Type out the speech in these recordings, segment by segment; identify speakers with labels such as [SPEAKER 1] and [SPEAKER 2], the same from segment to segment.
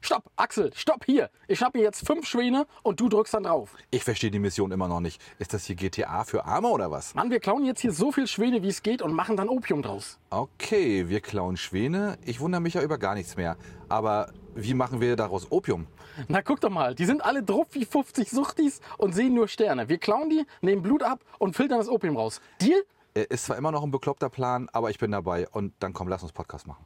[SPEAKER 1] stopp, Axel, stopp hier. Ich habe hier jetzt fünf Schwäne und du drückst dann drauf.
[SPEAKER 2] Ich verstehe die Mission immer noch nicht. Ist das hier GTA für Arme oder was?
[SPEAKER 1] Mann, wir klauen jetzt hier so viel Schwäne, wie es geht und machen dann Opium draus.
[SPEAKER 2] Okay, wir klauen Schwäne. Ich wundere mich ja über gar nichts mehr. Aber wie machen wir daraus Opium?
[SPEAKER 1] Na guck doch mal, die sind alle drauf wie 50 Suchtis und sehen nur Sterne. Wir klauen die, nehmen Blut ab und filtern das Opium raus. Deal?
[SPEAKER 2] Äh, Ist zwar immer noch ein bekloppter Plan, aber ich bin dabei. Und dann komm, lass uns Podcast machen.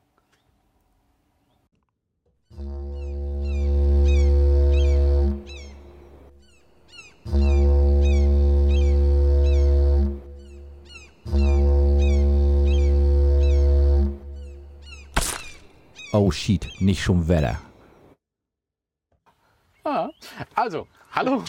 [SPEAKER 3] Oh shit, nicht schon Wetter.
[SPEAKER 1] Ja. Also, hallo,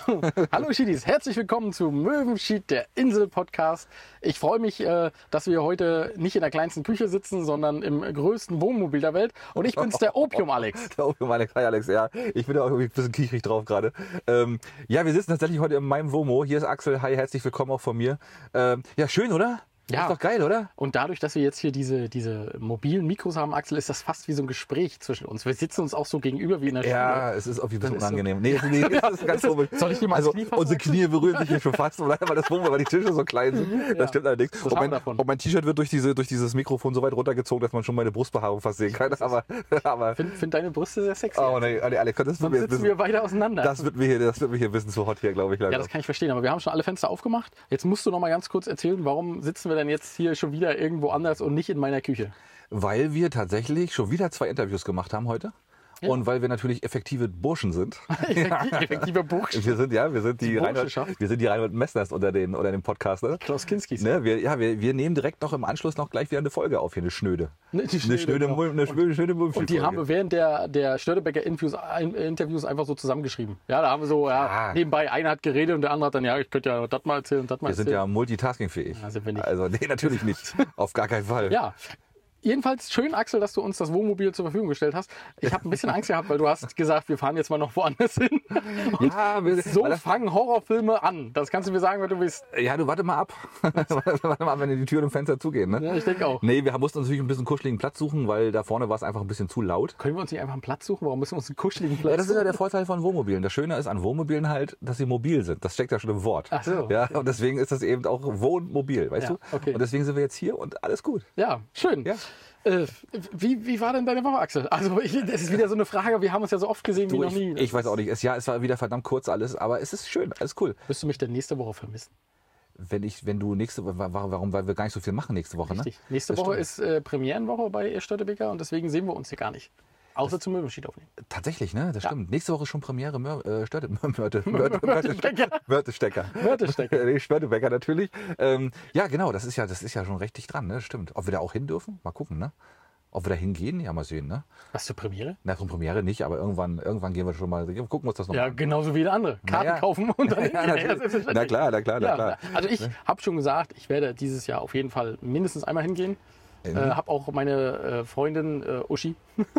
[SPEAKER 1] hallo Schiedis, herzlich willkommen zu Möwenschied, der Insel-Podcast. Ich freue mich, äh, dass wir heute nicht in der kleinsten Küche sitzen, sondern im größten Wohnmobil der Welt. Und ich bin's, der Opium-Alex.
[SPEAKER 2] Der Opium Alex, hi Alex, ja. Ich bin da auch irgendwie ein bisschen kichrig drauf gerade. Ähm, ja, wir sitzen tatsächlich heute in meinem Womo. Hier ist Axel, hi, herzlich willkommen auch von mir. Ähm, ja, schön, oder?
[SPEAKER 1] Ja.
[SPEAKER 2] Ist doch geil, oder?
[SPEAKER 1] Und dadurch, dass wir jetzt hier diese, diese mobilen Mikros haben, Axel, ist das fast wie so ein Gespräch zwischen uns. Wir sitzen uns auch so gegenüber wie in der Schule.
[SPEAKER 2] Ja, es ist auf jeden Fall unangenehm. Nee, nee, es ist ganz
[SPEAKER 1] Ist es-
[SPEAKER 2] komisch.
[SPEAKER 1] soll ich dir mal das
[SPEAKER 2] also,
[SPEAKER 1] Knie fassen,
[SPEAKER 2] Unsere Knie berühren sich hier schon fast, oder? weil das Wohnmobil, weil die Tische so klein sind. Das
[SPEAKER 1] Ja.
[SPEAKER 2] stimmt allerdings.
[SPEAKER 1] Das
[SPEAKER 2] und
[SPEAKER 1] haben wir
[SPEAKER 2] mein,
[SPEAKER 1] davon.
[SPEAKER 2] und mein T-Shirt wird durch, diese, durch dieses Mikrofon so weit runtergezogen, dass man schon meine Brustbehaarung fast sehen kann. Aber, aber
[SPEAKER 1] Find, find deine Brüste sehr sexy.
[SPEAKER 2] oh, nee, nee, Alex, das wird
[SPEAKER 1] Sonst
[SPEAKER 2] mir jetzt ein
[SPEAKER 1] sitzen wir
[SPEAKER 2] bisschen,
[SPEAKER 1] beide auseinander.
[SPEAKER 2] das wird mir hier, das wird mir hier ein bisschen zu hot hier, glaube ich.
[SPEAKER 1] ja,
[SPEAKER 2] langsam.
[SPEAKER 1] das kann ich verstehen, aber wir haben schon alle Fenster aufgemacht. Jetzt musst du noch mal ganz kurz erzählen, warum sitzen wir denn jetzt hier schon wieder irgendwo anders und nicht in meiner Küche?
[SPEAKER 2] Weil wir tatsächlich schon wieder zwei Interviews gemacht haben heute. Und weil wir natürlich effektive Burschen sind.
[SPEAKER 1] Effektiver Bursch.
[SPEAKER 2] Wir sind, ja, wir sind die,
[SPEAKER 1] Die
[SPEAKER 2] Reinhold,
[SPEAKER 1] Burschenschaft.
[SPEAKER 2] wir sind die Reinhold Messners unter den, unter den Podcast, ne?
[SPEAKER 1] Klaus Kinskis.
[SPEAKER 2] Ne, wir, ja, wir, wir nehmen direkt noch im Anschluss noch gleich wieder eine Folge auf hier, eine Schnöde.
[SPEAKER 1] Ne, die Schnöde,
[SPEAKER 2] eine Schnöde,
[SPEAKER 1] genau.
[SPEAKER 2] Mul- eine Schnöde, Schnöde Mulmschi-Folge.
[SPEAKER 1] Und die haben wir während der, der Störtebecker Interviews, ein, Interviews einfach so zusammengeschrieben. Ja, da haben wir so, ja,
[SPEAKER 2] Ah.
[SPEAKER 1] nebenbei, einer hat geredet und der andere hat dann, ja, ich könnte ja das mal erzählen und das mal
[SPEAKER 2] Wir sind
[SPEAKER 1] erzählen.
[SPEAKER 2] ja multitaskingfähig.
[SPEAKER 1] Ja, sind wir nicht.
[SPEAKER 2] Also, nee, natürlich nicht. auf gar keinen Fall.
[SPEAKER 1] ja. Jedenfalls schön, Axel, dass du uns das Wohnmobil zur Verfügung gestellt hast. Ich habe ein bisschen Angst gehabt, weil du hast gesagt, wir fahren jetzt mal noch woanders hin. Und
[SPEAKER 2] Ja, wir,
[SPEAKER 1] so
[SPEAKER 2] weil das-
[SPEAKER 1] fangen Horrorfilme an. Das kannst du mir sagen, wenn du willst.
[SPEAKER 2] ja, du warte mal ab. warte mal ab, wenn die Türen und Fenster zugehen, ne?
[SPEAKER 1] Ja, ich denk auch.
[SPEAKER 2] Nee, wir haben- mussten uns natürlich ein bisschen kuscheligen Platz suchen, weil da vorne war es einfach ein bisschen zu laut.
[SPEAKER 1] Können wir uns nicht einfach einen Platz suchen? Warum müssen wir uns einen kuscheligen
[SPEAKER 2] Ja,
[SPEAKER 1] Platz
[SPEAKER 2] das ist ja der Vorteil von Wohnmobilen. Das Schöne ist an Wohnmobilen halt, dass sie mobil sind. Das steckt ja schon im Wort.
[SPEAKER 1] Ach so.
[SPEAKER 2] Ja, und deswegen ist das eben auch Wohnmobil, weißt
[SPEAKER 1] Ja,
[SPEAKER 2] du?
[SPEAKER 1] okay.
[SPEAKER 2] Und deswegen sind wir jetzt hier und alles gut.
[SPEAKER 1] Ja, schön.
[SPEAKER 2] Ja.
[SPEAKER 1] Äh, wie, wie war denn deine Woche, Axel? Also, ich, das ist wieder so eine Frage. Wir haben uns ja so oft gesehen wie
[SPEAKER 2] Du,
[SPEAKER 1] noch
[SPEAKER 2] ich,
[SPEAKER 1] nie. ne?
[SPEAKER 2] ich weiß auch nicht. Es, ja, es war wieder verdammt kurz alles, aber es ist schön, alles cool.
[SPEAKER 1] Wirst du mich denn nächste Woche vermissen?
[SPEAKER 2] Wenn ich, wenn du nächste Woche, wa- wa- warum, weil wir gar nicht so viel machen nächste Woche,
[SPEAKER 1] Richtig.
[SPEAKER 2] ne?
[SPEAKER 1] Nächste
[SPEAKER 2] Das
[SPEAKER 1] Woche
[SPEAKER 2] stimmt.
[SPEAKER 1] ist äh, Premierenwoche bei Störtebeker und deswegen sehen wir uns hier gar nicht. Außer zum Möbelschied aufnehmen.
[SPEAKER 2] Tatsächlich, ne? Das stimmt. Nächste Woche ist schon Premiere Mör, äh, Störte, Mörte, Mörte,
[SPEAKER 1] Mörtebecker.
[SPEAKER 2] Mörtestecker.
[SPEAKER 1] Mörtestecker.
[SPEAKER 2] Nee, Störtebecker natürlich. Ähm, ja, genau, das ist ja, das ist ja schon richtig dran, ne? Stimmt. Ob wir da auch hin dürfen? Mal gucken, ne? Ob wir da hingehen? Ja, mal sehen, ne?
[SPEAKER 1] Was zur Premiere?
[SPEAKER 2] Na, zur Premiere nicht, aber irgendwann, irgendwann gehen wir schon mal, gucken wir uns das noch
[SPEAKER 1] Ja,
[SPEAKER 2] an.
[SPEAKER 1] genauso wie der andere. Karten
[SPEAKER 2] Naja.
[SPEAKER 1] kaufen und dann.
[SPEAKER 2] Ja, natürlich.
[SPEAKER 1] selbstverständlich.
[SPEAKER 2] Na klar, na klar, na
[SPEAKER 1] Ja,
[SPEAKER 2] klar. Ne?
[SPEAKER 1] Also ich habe schon gesagt, ich werde dieses Jahr auf jeden Fall mindestens einmal hingehen. Äh, habe auch meine äh, Freundin äh, Uschi,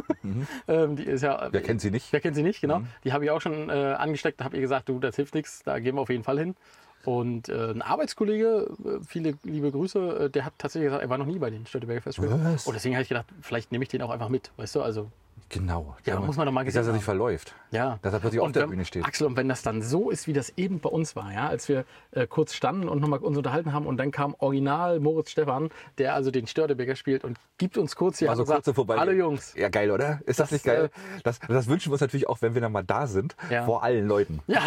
[SPEAKER 1] ähm, die ist ja.
[SPEAKER 2] Mhm. Wer kennt sie nicht? Mhm.
[SPEAKER 1] Wer kennt sie nicht, genau. Die habe ich auch schon äh, angesteckt, habe ihr gesagt, du, das hilft nichts, da gehen wir auf jeden Fall hin. Und äh, ein Arbeitskollege, äh, viele liebe Grüße, äh, der hat tatsächlich gesagt, er war noch nie bei den Störteberger Festspielen.
[SPEAKER 2] Was?
[SPEAKER 1] Und deswegen habe ich gedacht, vielleicht nehme ich den auch einfach mit, weißt du? Also
[SPEAKER 2] Genau.
[SPEAKER 1] Ja, muss man doch mal
[SPEAKER 2] gesehen. Dass er
[SPEAKER 1] gesehen
[SPEAKER 2] sich verläuft.
[SPEAKER 1] ja.
[SPEAKER 2] Dass er plötzlich auf
[SPEAKER 1] Und
[SPEAKER 2] der
[SPEAKER 1] wenn-
[SPEAKER 2] Bühne steht.
[SPEAKER 1] Axel, und wenn das dann so ist, wie das eben bei uns war, ja, als wir äh, kurz standen und nochmal uns unterhalten haben und dann kam original Moritz Stephan, der also den Störtebeker spielt und gibt uns kurz hier
[SPEAKER 2] Also
[SPEAKER 1] und sagt,
[SPEAKER 2] kurz so vorbei.
[SPEAKER 1] Hallo Jungs. äh,
[SPEAKER 2] Ja, geil, oder? Ist das, nicht geil? Das, das wünschen wir uns natürlich auch, wenn wir dann mal da sind,
[SPEAKER 1] Ja.
[SPEAKER 2] vor allen Leuten.
[SPEAKER 1] Ja,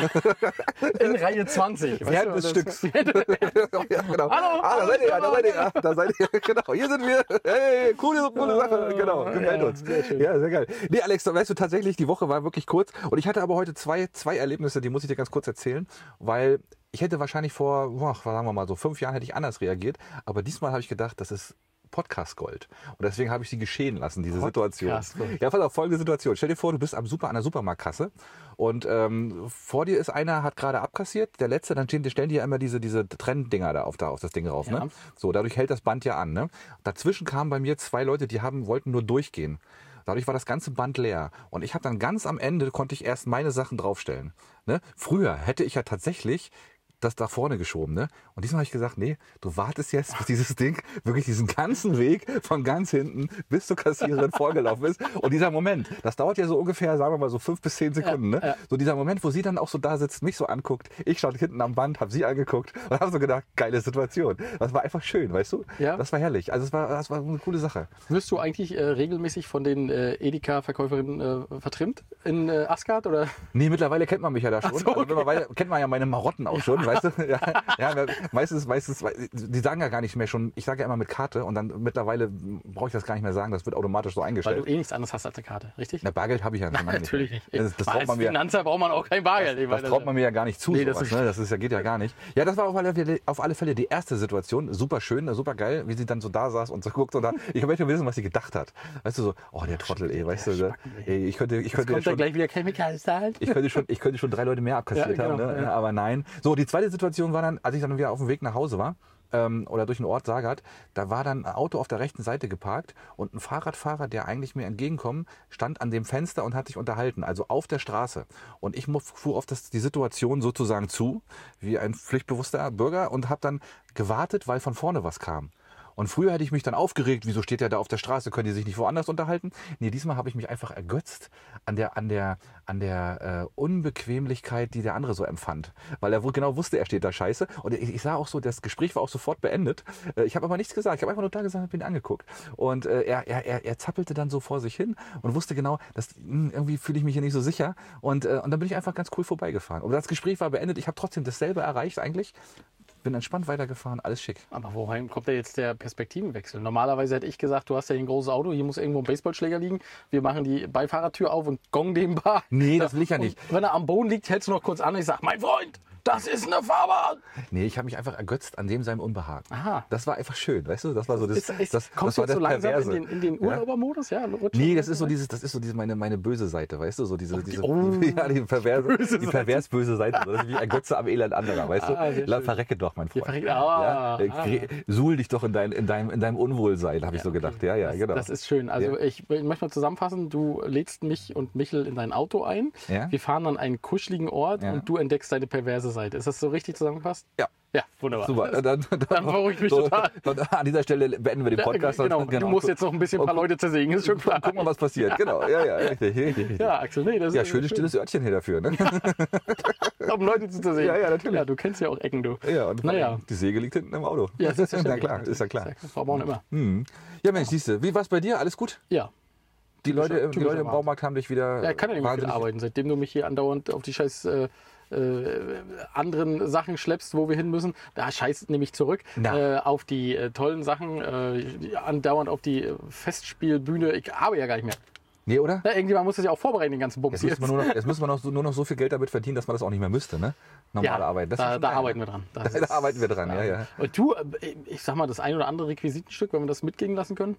[SPEAKER 1] in Reihe 20. weißt
[SPEAKER 2] Während
[SPEAKER 1] du,
[SPEAKER 2] des
[SPEAKER 1] das-
[SPEAKER 2] Stücks. ja,
[SPEAKER 1] Während-
[SPEAKER 2] genau.
[SPEAKER 1] Hallo,
[SPEAKER 2] ah, da
[SPEAKER 1] hallo,
[SPEAKER 2] seid ihr ja, da
[SPEAKER 1] Stefan.
[SPEAKER 2] seid ihr ja, da seid ihr ja, genau. Hier sind wir. Hey, coole, coole Sache, genau. Gefällt
[SPEAKER 1] Ah, ja,
[SPEAKER 2] uns.
[SPEAKER 1] sehr schön.
[SPEAKER 2] ja, sehr geil. Nee, Alex, weißt du, tatsächlich, die Woche war wirklich kurz und ich hatte aber heute zwei, zwei Erlebnisse, die muss ich dir ganz kurz erzählen, weil ich hätte wahrscheinlich vor, boah, sagen wir mal so, fünf Jahren hätte ich anders reagiert, aber diesmal habe ich gedacht, das ist Podcast Gold. Und deswegen habe ich sie geschehen lassen, diese Situation.
[SPEAKER 1] Podcast-Gold.
[SPEAKER 2] Ja, pass auf, folgende Situation. Stell dir vor, du bist am Super, an der Supermarktkasse und ähm, vor dir ist einer, hat gerade abkassiert, der letzte, dann stehen, stellen die ja immer diese, diese Trenndinger da auf, da auf das Ding rauf.
[SPEAKER 1] Ja.
[SPEAKER 2] Ne? So, dadurch hält das Band ja an. Ne? Dazwischen kamen bei mir zwei Leute, die haben, wollten nur durchgehen. Dadurch war das ganze Band leer. Und ich habe dann ganz am Ende, konnte ich erst meine Sachen draufstellen. Ne? Früher hätte ich ja tatsächlich das da vorne geschoben. Ne? Und diesmal habe ich gesagt, nee, du wartest jetzt, bis dieses Ding wirklich diesen ganzen Weg von ganz hinten bis zur Kassiererin vorgelaufen ist. Und dieser Moment, das dauert ja so ungefähr, sagen wir mal so fünf bis zehn Sekunden. ne? So dieser Moment, wo sie dann auch so da sitzt, mich so anguckt. Ich stand hinten am Band, habe sie angeguckt und habe so gedacht, geile Situation. Das war einfach schön, weißt du?
[SPEAKER 1] Ja.
[SPEAKER 2] Das war herrlich. Also es war, das war eine coole Sache.
[SPEAKER 1] Wirst du eigentlich äh, regelmäßig von den äh, Edeka-Verkäuferinnen äh, vertrimmt in äh, Asgard? Oder?
[SPEAKER 2] Nee, mittlerweile kennt man mich ja da schon.
[SPEAKER 1] Ach so,
[SPEAKER 2] also, mittlerweile kennt man ja meine Marotten auch schon, weißt du? Ja, ja, meistens, meistens, die sagen ja gar nicht mehr schon, ich sage ja immer mit Karte und dann mittlerweile brauche ich das gar nicht mehr sagen, das wird automatisch so
[SPEAKER 1] Weil du
[SPEAKER 2] eingestellt.
[SPEAKER 1] eh nichts anderes hast als eine Karte, richtig?
[SPEAKER 2] Na, Bargeld habe ich ja schon lange
[SPEAKER 1] Natürlich nicht.
[SPEAKER 2] Das, das
[SPEAKER 1] als
[SPEAKER 2] traut man mir.
[SPEAKER 1] Finanzer braucht man auch kein Bargeld. Ich
[SPEAKER 2] Das
[SPEAKER 1] meine,
[SPEAKER 2] traut man mir ja gar nicht zu.
[SPEAKER 1] Nee, das
[SPEAKER 2] sowas,
[SPEAKER 1] ist-
[SPEAKER 2] ne? das ist ja, geht ja gar nicht. Ja, das war auf alle, Fälle, auf alle Fälle die erste Situation. Super schön, ne, super geil, wie sie dann so da saß und so guckt. Und da, ich möchte wissen, was sie gedacht hat. Weißt du, so, oh, der Trottel, ey, weißt du, der- ey, ich könnte, ich könnte
[SPEAKER 1] Kommt
[SPEAKER 2] ja
[SPEAKER 1] dann
[SPEAKER 2] schon,
[SPEAKER 1] gleich wieder Chemikalien.
[SPEAKER 2] ich könnte schon, ich könnte schon drei Leute mehr abkassiert
[SPEAKER 1] halt. Ja, genau,
[SPEAKER 2] haben, ne?
[SPEAKER 1] ja.
[SPEAKER 2] aber nein. So, die zweite Situation war dann, als ich dann wieder auf dem Weg nach Hause war, ähm, oder durch den Ort Sagard, da war dann ein Auto auf der rechten Seite geparkt und ein Fahrradfahrer, der eigentlich mir entgegenkommen, stand an dem Fenster und hat sich unterhalten, also auf der Straße. Und ich mu- fuhr auf das, die Situation sozusagen zu, wie ein pflichtbewusster Bürger und habe dann gewartet, weil von vorne was kam. Und früher hätte ich mich dann aufgeregt, wieso steht der da auf der Straße, können die sich nicht woanders unterhalten? Nee, diesmal habe ich mich einfach ergötzt an der, an der, an der äh, Unbequemlichkeit, die der andere so empfand. Weil er wohl genau wusste, er steht da scheiße. Und ich, ich sah auch so, das Gespräch war auch sofort beendet. Äh, ich habe aber nichts gesagt, ich habe einfach nur da gesagt und bin angeguckt. Und äh, er, er, er, er zappelte dann so vor sich hin und wusste genau, dass, mh, irgendwie fühle ich mich hier nicht so sicher. Und, äh, und dann bin ich einfach ganz cool vorbeigefahren. Und das Gespräch war beendet, ich habe trotzdem dasselbe erreicht eigentlich. Bin entspannt weitergefahren, alles schick.
[SPEAKER 1] Aber wohin kommt denn jetzt der Perspektivenwechsel? Normalerweise hätte ich gesagt, du hast ja hier ein großes Auto, hier muss irgendwo ein Baseballschläger liegen. Wir machen die Beifahrertür auf und gong den Bar.
[SPEAKER 2] Nee, das will ich ja nicht.
[SPEAKER 1] Und wenn er am Boden liegt, hältst du noch kurz an und ich sag, mein Freund, das ist eine Fahrbahn.
[SPEAKER 2] Nee, ich habe mich einfach ergötzt an dem seinem Unbehagen.
[SPEAKER 1] Aha.
[SPEAKER 2] Das war einfach schön, weißt du? Das war so das.
[SPEAKER 1] Ist, ist,
[SPEAKER 2] das
[SPEAKER 1] kommst
[SPEAKER 2] das war
[SPEAKER 1] du jetzt so
[SPEAKER 2] das
[SPEAKER 1] langsam in
[SPEAKER 2] Perverse.
[SPEAKER 1] den, in den
[SPEAKER 2] Ja.
[SPEAKER 1] Urlaubermodus? Ja? rutscht
[SPEAKER 2] Nee,
[SPEAKER 1] du
[SPEAKER 2] das ist so
[SPEAKER 1] rein?
[SPEAKER 2] dieses, das ist so diese meine, meine böse Seite, weißt du, so diese, diese
[SPEAKER 1] oh,
[SPEAKER 2] die, ja, die perverse,
[SPEAKER 1] böse
[SPEAKER 2] die pervers böse Seite, so, das ist wie ein Götze am Elend anderer, weißt du?
[SPEAKER 1] Ah, sehr
[SPEAKER 2] La,
[SPEAKER 1] schön.
[SPEAKER 2] verrecke doch, mein Freund.
[SPEAKER 1] verrecke- ah,
[SPEAKER 2] ja, äh,
[SPEAKER 1] ah.
[SPEAKER 2] gre- Suhl dich doch in, dein, in, deinem, in deinem Unwohlsein, habe ich so gedacht. Ja, ja,
[SPEAKER 1] das,
[SPEAKER 2] genau.
[SPEAKER 1] Das ist schön. Also
[SPEAKER 2] Ja.
[SPEAKER 1] ich will- möchte mal zusammenfassen, du lädst mich und Michel in dein Auto ein.
[SPEAKER 2] Ja.
[SPEAKER 1] Wir fahren an einen kuscheligen Ort
[SPEAKER 2] Ja.
[SPEAKER 1] und du entdeckst deine perverse Seite. Ist das so richtig zusammengefasst?
[SPEAKER 2] Ja.
[SPEAKER 1] Ja, wunderbar.
[SPEAKER 2] Super. Äh, Dann, dann,
[SPEAKER 1] Dann beruhige ich mich total.
[SPEAKER 2] Und an dieser Stelle beenden wir den Podcast.
[SPEAKER 1] Ja, genau.
[SPEAKER 2] Und-
[SPEAKER 1] Du musst
[SPEAKER 2] gu-
[SPEAKER 1] jetzt noch ein bisschen ein
[SPEAKER 2] und
[SPEAKER 1] paar Leute zersägen, ist schon klar.
[SPEAKER 2] Guck mal, was passiert. Genau. Ja, ja, richtig, richtig. richtig.
[SPEAKER 1] Ja, Axel, nee, das
[SPEAKER 2] ja,
[SPEAKER 1] ist
[SPEAKER 2] schönes stilles Örtchen hier dafür. Ne?
[SPEAKER 1] um Leute zu zersägen.
[SPEAKER 2] Ja, ja, natürlich.
[SPEAKER 1] Ja, du kennst ja auch Ecken, du.
[SPEAKER 2] Ja, und
[SPEAKER 1] Naja.
[SPEAKER 2] die Säge liegt hinten im Auto.
[SPEAKER 1] Ja,
[SPEAKER 2] Na
[SPEAKER 1] selbstverständlich.
[SPEAKER 2] klar, ist ja klar.
[SPEAKER 1] Verbrauchen immer.
[SPEAKER 2] Hm. Ja, Mensch, siehst du, wie war's bei dir? Alles gut?
[SPEAKER 1] Ja.
[SPEAKER 2] Die Leute, die
[SPEAKER 1] typischer
[SPEAKER 2] Leute im
[SPEAKER 1] Baumarkt.
[SPEAKER 2] Baumarkt haben dich wieder.
[SPEAKER 1] Ja, kann ja nicht mehr viel
[SPEAKER 2] wahnsinnig-
[SPEAKER 1] arbeiten, seitdem du mich hier andauernd auf die scheiß äh, äh, anderen Sachen schleppst, wo wir hin müssen. Da scheiß nehme ich zurück
[SPEAKER 2] Na.
[SPEAKER 1] äh, auf die äh, tollen Sachen, äh, die- andauernd auf die äh, Festspielbühne. Ich arbeite ja gar nicht mehr.
[SPEAKER 2] Nee, oder?
[SPEAKER 1] Na, irgendjemand muss das ja auch vorbereiten, den ganzen Bums
[SPEAKER 2] Jetzt müsste man, nur noch, jetzt müsste man noch, so, nur noch so viel Geld damit verdienen, dass man das auch nicht mehr müsste, ne? Normale Arbeit. Das ist
[SPEAKER 1] da,
[SPEAKER 2] schon
[SPEAKER 1] da
[SPEAKER 2] geil. ne?
[SPEAKER 1] arbeiten wir dran. Das
[SPEAKER 2] Da arbeiten wir dran, ja, ja.
[SPEAKER 1] Und du, äh, ich sag mal, das ein oder andere Requisitenstück, wenn wir das mitgehen lassen können.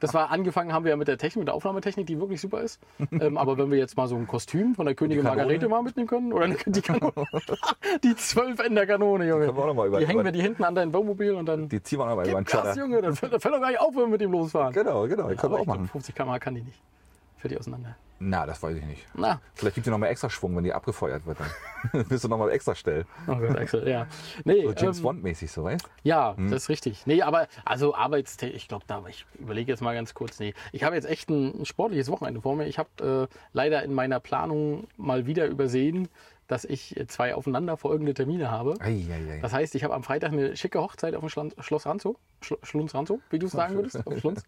[SPEAKER 1] Das war angefangen, haben wir ja mit der Technik, mit der Aufnahmetechnik, die wirklich super ist. Ähm, aber wenn wir jetzt mal so ein Kostüm von der Königin
[SPEAKER 2] Kanone?
[SPEAKER 1] Margarete mal mitnehmen können, oder eine- die Kanone, die zwölf in der Kanone, Junge. Die,
[SPEAKER 2] können wir auch noch mal über-
[SPEAKER 1] hängen wir
[SPEAKER 2] über-
[SPEAKER 1] die hinten an dein Wohnmobil und dann.
[SPEAKER 2] Die ziehen wir auch noch mal über den
[SPEAKER 1] Krass,
[SPEAKER 2] Shutter.
[SPEAKER 1] Junge, dann fällt, dann fällt doch gar nicht auf, wenn wir mit ihm losfahren.
[SPEAKER 2] Genau, genau, können
[SPEAKER 1] Aber
[SPEAKER 2] wir auch
[SPEAKER 1] ich glaub,
[SPEAKER 2] machen.
[SPEAKER 1] 50 km/h kann die nicht. Fällt die auseinander.
[SPEAKER 2] Na, das weiß ich nicht.
[SPEAKER 1] Na,
[SPEAKER 2] Vielleicht gibt es noch mal extra Schwung, wenn die abgefeuert wird. Dann bist du noch mal extra schnell.
[SPEAKER 1] oh Gott, Axel, ja. Nee,
[SPEAKER 2] So James
[SPEAKER 1] ähm,
[SPEAKER 2] Bond-mäßig, so, weißt
[SPEAKER 1] Ja, das ist richtig. Nee, aber also Arbeitstätig, ich glaube, da ich überlege jetzt mal ganz kurz. Nee, ich habe jetzt echt ein, ein sportliches Wochenende vor mir. Ich habe äh, leider in meiner Planung mal wieder übersehen, dass ich äh, zwei aufeinanderfolgende Termine habe.
[SPEAKER 2] Eieiei.
[SPEAKER 1] Das heißt, ich habe am Freitag eine schicke Hochzeit auf dem Schlan Schloss Ranzow, Schl Schlunz Ranzow, wie du es sagen würdest, auf dem Schlunz.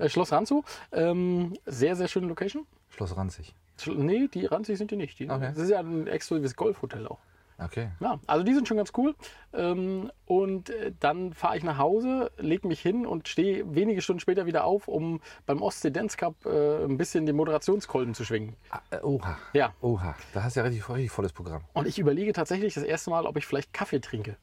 [SPEAKER 1] Äh, Schloss Ranzow, ähm, sehr, sehr schöne Location.
[SPEAKER 2] Schloss ranzig.
[SPEAKER 1] Schl nee, die Ranzig sind die nicht. Die,
[SPEAKER 2] Okay.
[SPEAKER 1] Das ist ja ein exklusives Golfhotel auch.
[SPEAKER 2] Okay.
[SPEAKER 1] Ja, also die sind schon ganz cool. Ähm, und äh, dann fahre ich nach Hause, lege mich hin und stehe wenige Stunden später wieder auf, um beim Ostsee Dance Cup äh, ein bisschen den Moderationskolben zu schwingen.
[SPEAKER 2] Ah, äh, Oha.
[SPEAKER 1] Ja.
[SPEAKER 2] Oha. Da hast du ja richtig, richtig volles Programm.
[SPEAKER 1] Und ich überlege tatsächlich das erste Mal, ob ich vielleicht Kaffee trinke.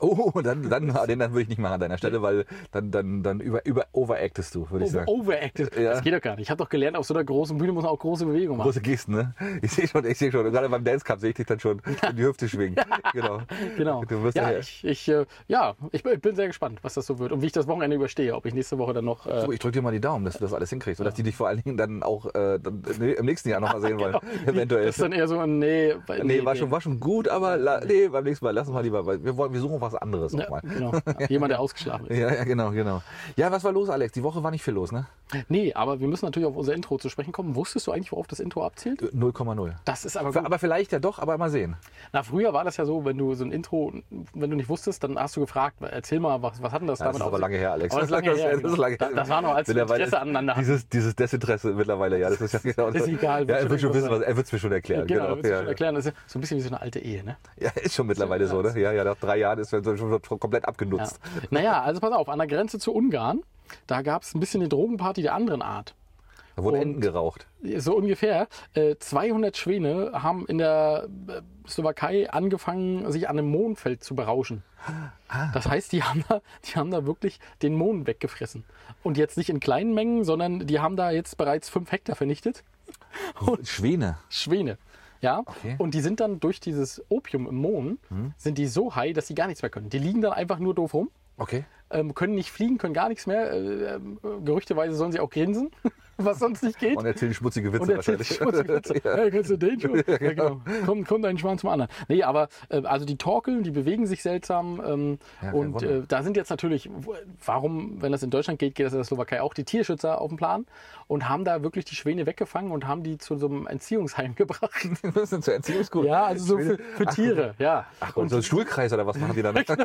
[SPEAKER 2] Oh, dann, dann, den dann würde ich nicht machen an deiner Stelle, weil dann, dann, dann über, über overactest du, würde ich
[SPEAKER 1] Over
[SPEAKER 2] sagen.
[SPEAKER 1] Overacted.
[SPEAKER 2] Ja.
[SPEAKER 1] Das geht doch gar nicht. Ich habe doch gelernt, auf so einer großen Bühne muss man auch große Bewegungen machen.
[SPEAKER 2] Große Gesten, ne? Ich sehe schon, ich sehe schon. Und gerade beim Dance Cup sehe ich dich dann schon in die Hüfte schwingen. Genau.
[SPEAKER 1] Genau.
[SPEAKER 2] Du wirst
[SPEAKER 1] ja,
[SPEAKER 2] daher-
[SPEAKER 1] ich, ich, äh, ja ich, bin- ich bin sehr gespannt, was das so wird und wie ich das Wochenende überstehe. Ob ich nächste Woche dann noch. Äh,
[SPEAKER 2] So, ich drücke dir mal die Daumen, dass du das alles hinkriegst und dass die dich vor allen Dingen dann auch äh, dann, nee, im nächsten Jahr nochmal sehen wollen. Eventuell.
[SPEAKER 1] genau. Das ist dann eher so, nee. weil-
[SPEAKER 2] nee, war, Schon, war schon gut, aber la, nee, beim nächsten Mal lassen wir lieber, weil wir, wollen, wir suchen was anderes
[SPEAKER 1] Ja,
[SPEAKER 2] nochmal.
[SPEAKER 1] genau. Jemand, der ausgeschlafen ist.
[SPEAKER 2] Ja, ja, genau, genau. Ja, was war los, Alex? Die Woche war nicht viel los, ne?
[SPEAKER 1] Nee, aber wir müssen natürlich auf unser Intro zu sprechen kommen. Wusstest du eigentlich, worauf das Intro abzielt?
[SPEAKER 2] Äh, 0,0.
[SPEAKER 1] Das ist aber
[SPEAKER 2] Aber,
[SPEAKER 1] gut.
[SPEAKER 2] aber vielleicht ja doch, aber mal sehen.
[SPEAKER 1] Na, früher war das ja so, wenn du so ein Intro, wenn du nicht wusstest, dann hast du gefragt, erzähl mal, was, was hat denn das
[SPEAKER 2] Ja,
[SPEAKER 1] damit
[SPEAKER 2] das ist
[SPEAKER 1] auf
[SPEAKER 2] aber
[SPEAKER 1] sich?
[SPEAKER 2] lange her, Alex.
[SPEAKER 1] Aber das ist lange her, genau. Da- Das war noch, als wir
[SPEAKER 2] Mittlerweile
[SPEAKER 1] Interesse
[SPEAKER 2] ist
[SPEAKER 1] aneinander hatten.
[SPEAKER 2] Dieses, dieses Desinteresse mittlerweile, ja, das ist ja genau
[SPEAKER 1] ist
[SPEAKER 2] das.
[SPEAKER 1] egal,
[SPEAKER 2] Ja,
[SPEAKER 1] wird
[SPEAKER 2] er
[SPEAKER 1] schon
[SPEAKER 2] wird schon wissen,
[SPEAKER 1] irgendwas
[SPEAKER 2] was, er wird es mir schon erklären.
[SPEAKER 1] Genau, genau
[SPEAKER 2] ja.
[SPEAKER 1] ja, erklären. Das ist so ein bisschen wie so eine alte Ehe, ne?
[SPEAKER 2] ja, ist schon mittlerweile so, ne? Ja, ja, nach drei Jahren ist man so- schon schon komplett
[SPEAKER 1] Genau. Ja.
[SPEAKER 2] abgenutzt.
[SPEAKER 1] naja, also pass auf, an der Grenze zu Ungarn, da gab es ein bisschen eine Drogenparty der anderen Art.
[SPEAKER 2] Da wurden
[SPEAKER 1] Und-
[SPEAKER 2] Enten geraucht.
[SPEAKER 1] So ungefähr. Äh, 200 Schwäne haben in der äh, Slowakei angefangen, sich an einem Mohnfeld zu berauschen.
[SPEAKER 2] Ah.
[SPEAKER 1] Das heißt, die haben, da, die haben da wirklich den Mohn weggefressen. Und jetzt nicht in kleinen Mengen, sondern die haben da jetzt bereits fünf Hektar vernichtet.
[SPEAKER 2] Schwäne.
[SPEAKER 1] Schwäne. Ja,
[SPEAKER 2] Okay. Hm.
[SPEAKER 1] und die sind dann durch dieses Opium im Mohn, sind die so high, dass sie gar nichts mehr können. Die liegen dann einfach nur doof rum,
[SPEAKER 2] Okay.
[SPEAKER 1] ähm, können nicht fliegen, können gar nichts mehr. Äh, ähm, gerüchteweise sollen sie auch grinsen, was sonst nicht geht.
[SPEAKER 2] Und erzählen schmutzige Witze
[SPEAKER 1] Und erzählt
[SPEAKER 2] wahrscheinlich.
[SPEAKER 1] sich schmutzige Witze. Hey, kennst du den schon? Ja, genau. Kommt, kommt ein Schwan zum anderen. Nee, aber äh, also die torkeln, die bewegen sich seltsam. Ähm,
[SPEAKER 2] Ja, kein
[SPEAKER 1] und
[SPEAKER 2] Wunder.
[SPEAKER 1] äh, da sind jetzt natürlich, w- warum, wenn das in Deutschland geht, geht das in der Slowakei auch, die Tierschützer auf dem Plan und haben da wirklich die Schwäne weggefangen und haben die zu so einem Entziehungsheim gebracht.
[SPEAKER 2] Das sind so Erziehungsgut.
[SPEAKER 1] Ja, also so für, für Tiere, ja.
[SPEAKER 2] Ach, und so ein Stuhlkreis oder was machen die dann?
[SPEAKER 1] Genau.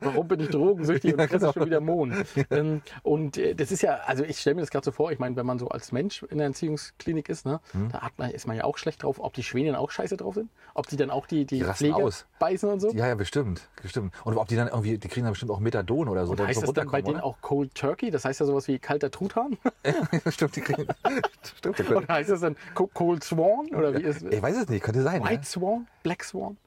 [SPEAKER 1] Warum bin ich drogensüchtig
[SPEAKER 2] Ja,
[SPEAKER 1] und fresse
[SPEAKER 2] genau.
[SPEAKER 1] schon wieder Mohn? Ähm, und äh, das ist ja, also ich stelle mir das gerade so vor, ich meine, wenn man so als Mensch in der Entziehungsklinik ist, ne,
[SPEAKER 2] Hm.
[SPEAKER 1] da hat man, ist man ja auch schlecht drauf, ob die Schwänen auch scheiße drauf sind, ob die dann auch die, die,
[SPEAKER 2] Die rasten
[SPEAKER 1] Pflege
[SPEAKER 2] aus.
[SPEAKER 1] beißen und so.
[SPEAKER 2] Ja, ja, bestimmt. Bestimmt. Und ob die dann irgendwie, die kriegen dann bestimmt auch Methadon oder so.
[SPEAKER 1] Heißt
[SPEAKER 2] zum
[SPEAKER 1] das dann bei denen
[SPEAKER 2] Runterkommen,
[SPEAKER 1] auch Cold Turkey? Das heißt ja sowas wie kalter Truthahn?
[SPEAKER 2] oder? ne? Stimmt, die kriegen. Stimmt, die können,
[SPEAKER 1] Oder heißt das dann Co- Cold Swan? Oder wie ist
[SPEAKER 2] ich weiß es nicht, könnte sein. Ne?
[SPEAKER 1] White Swan? Black Swan?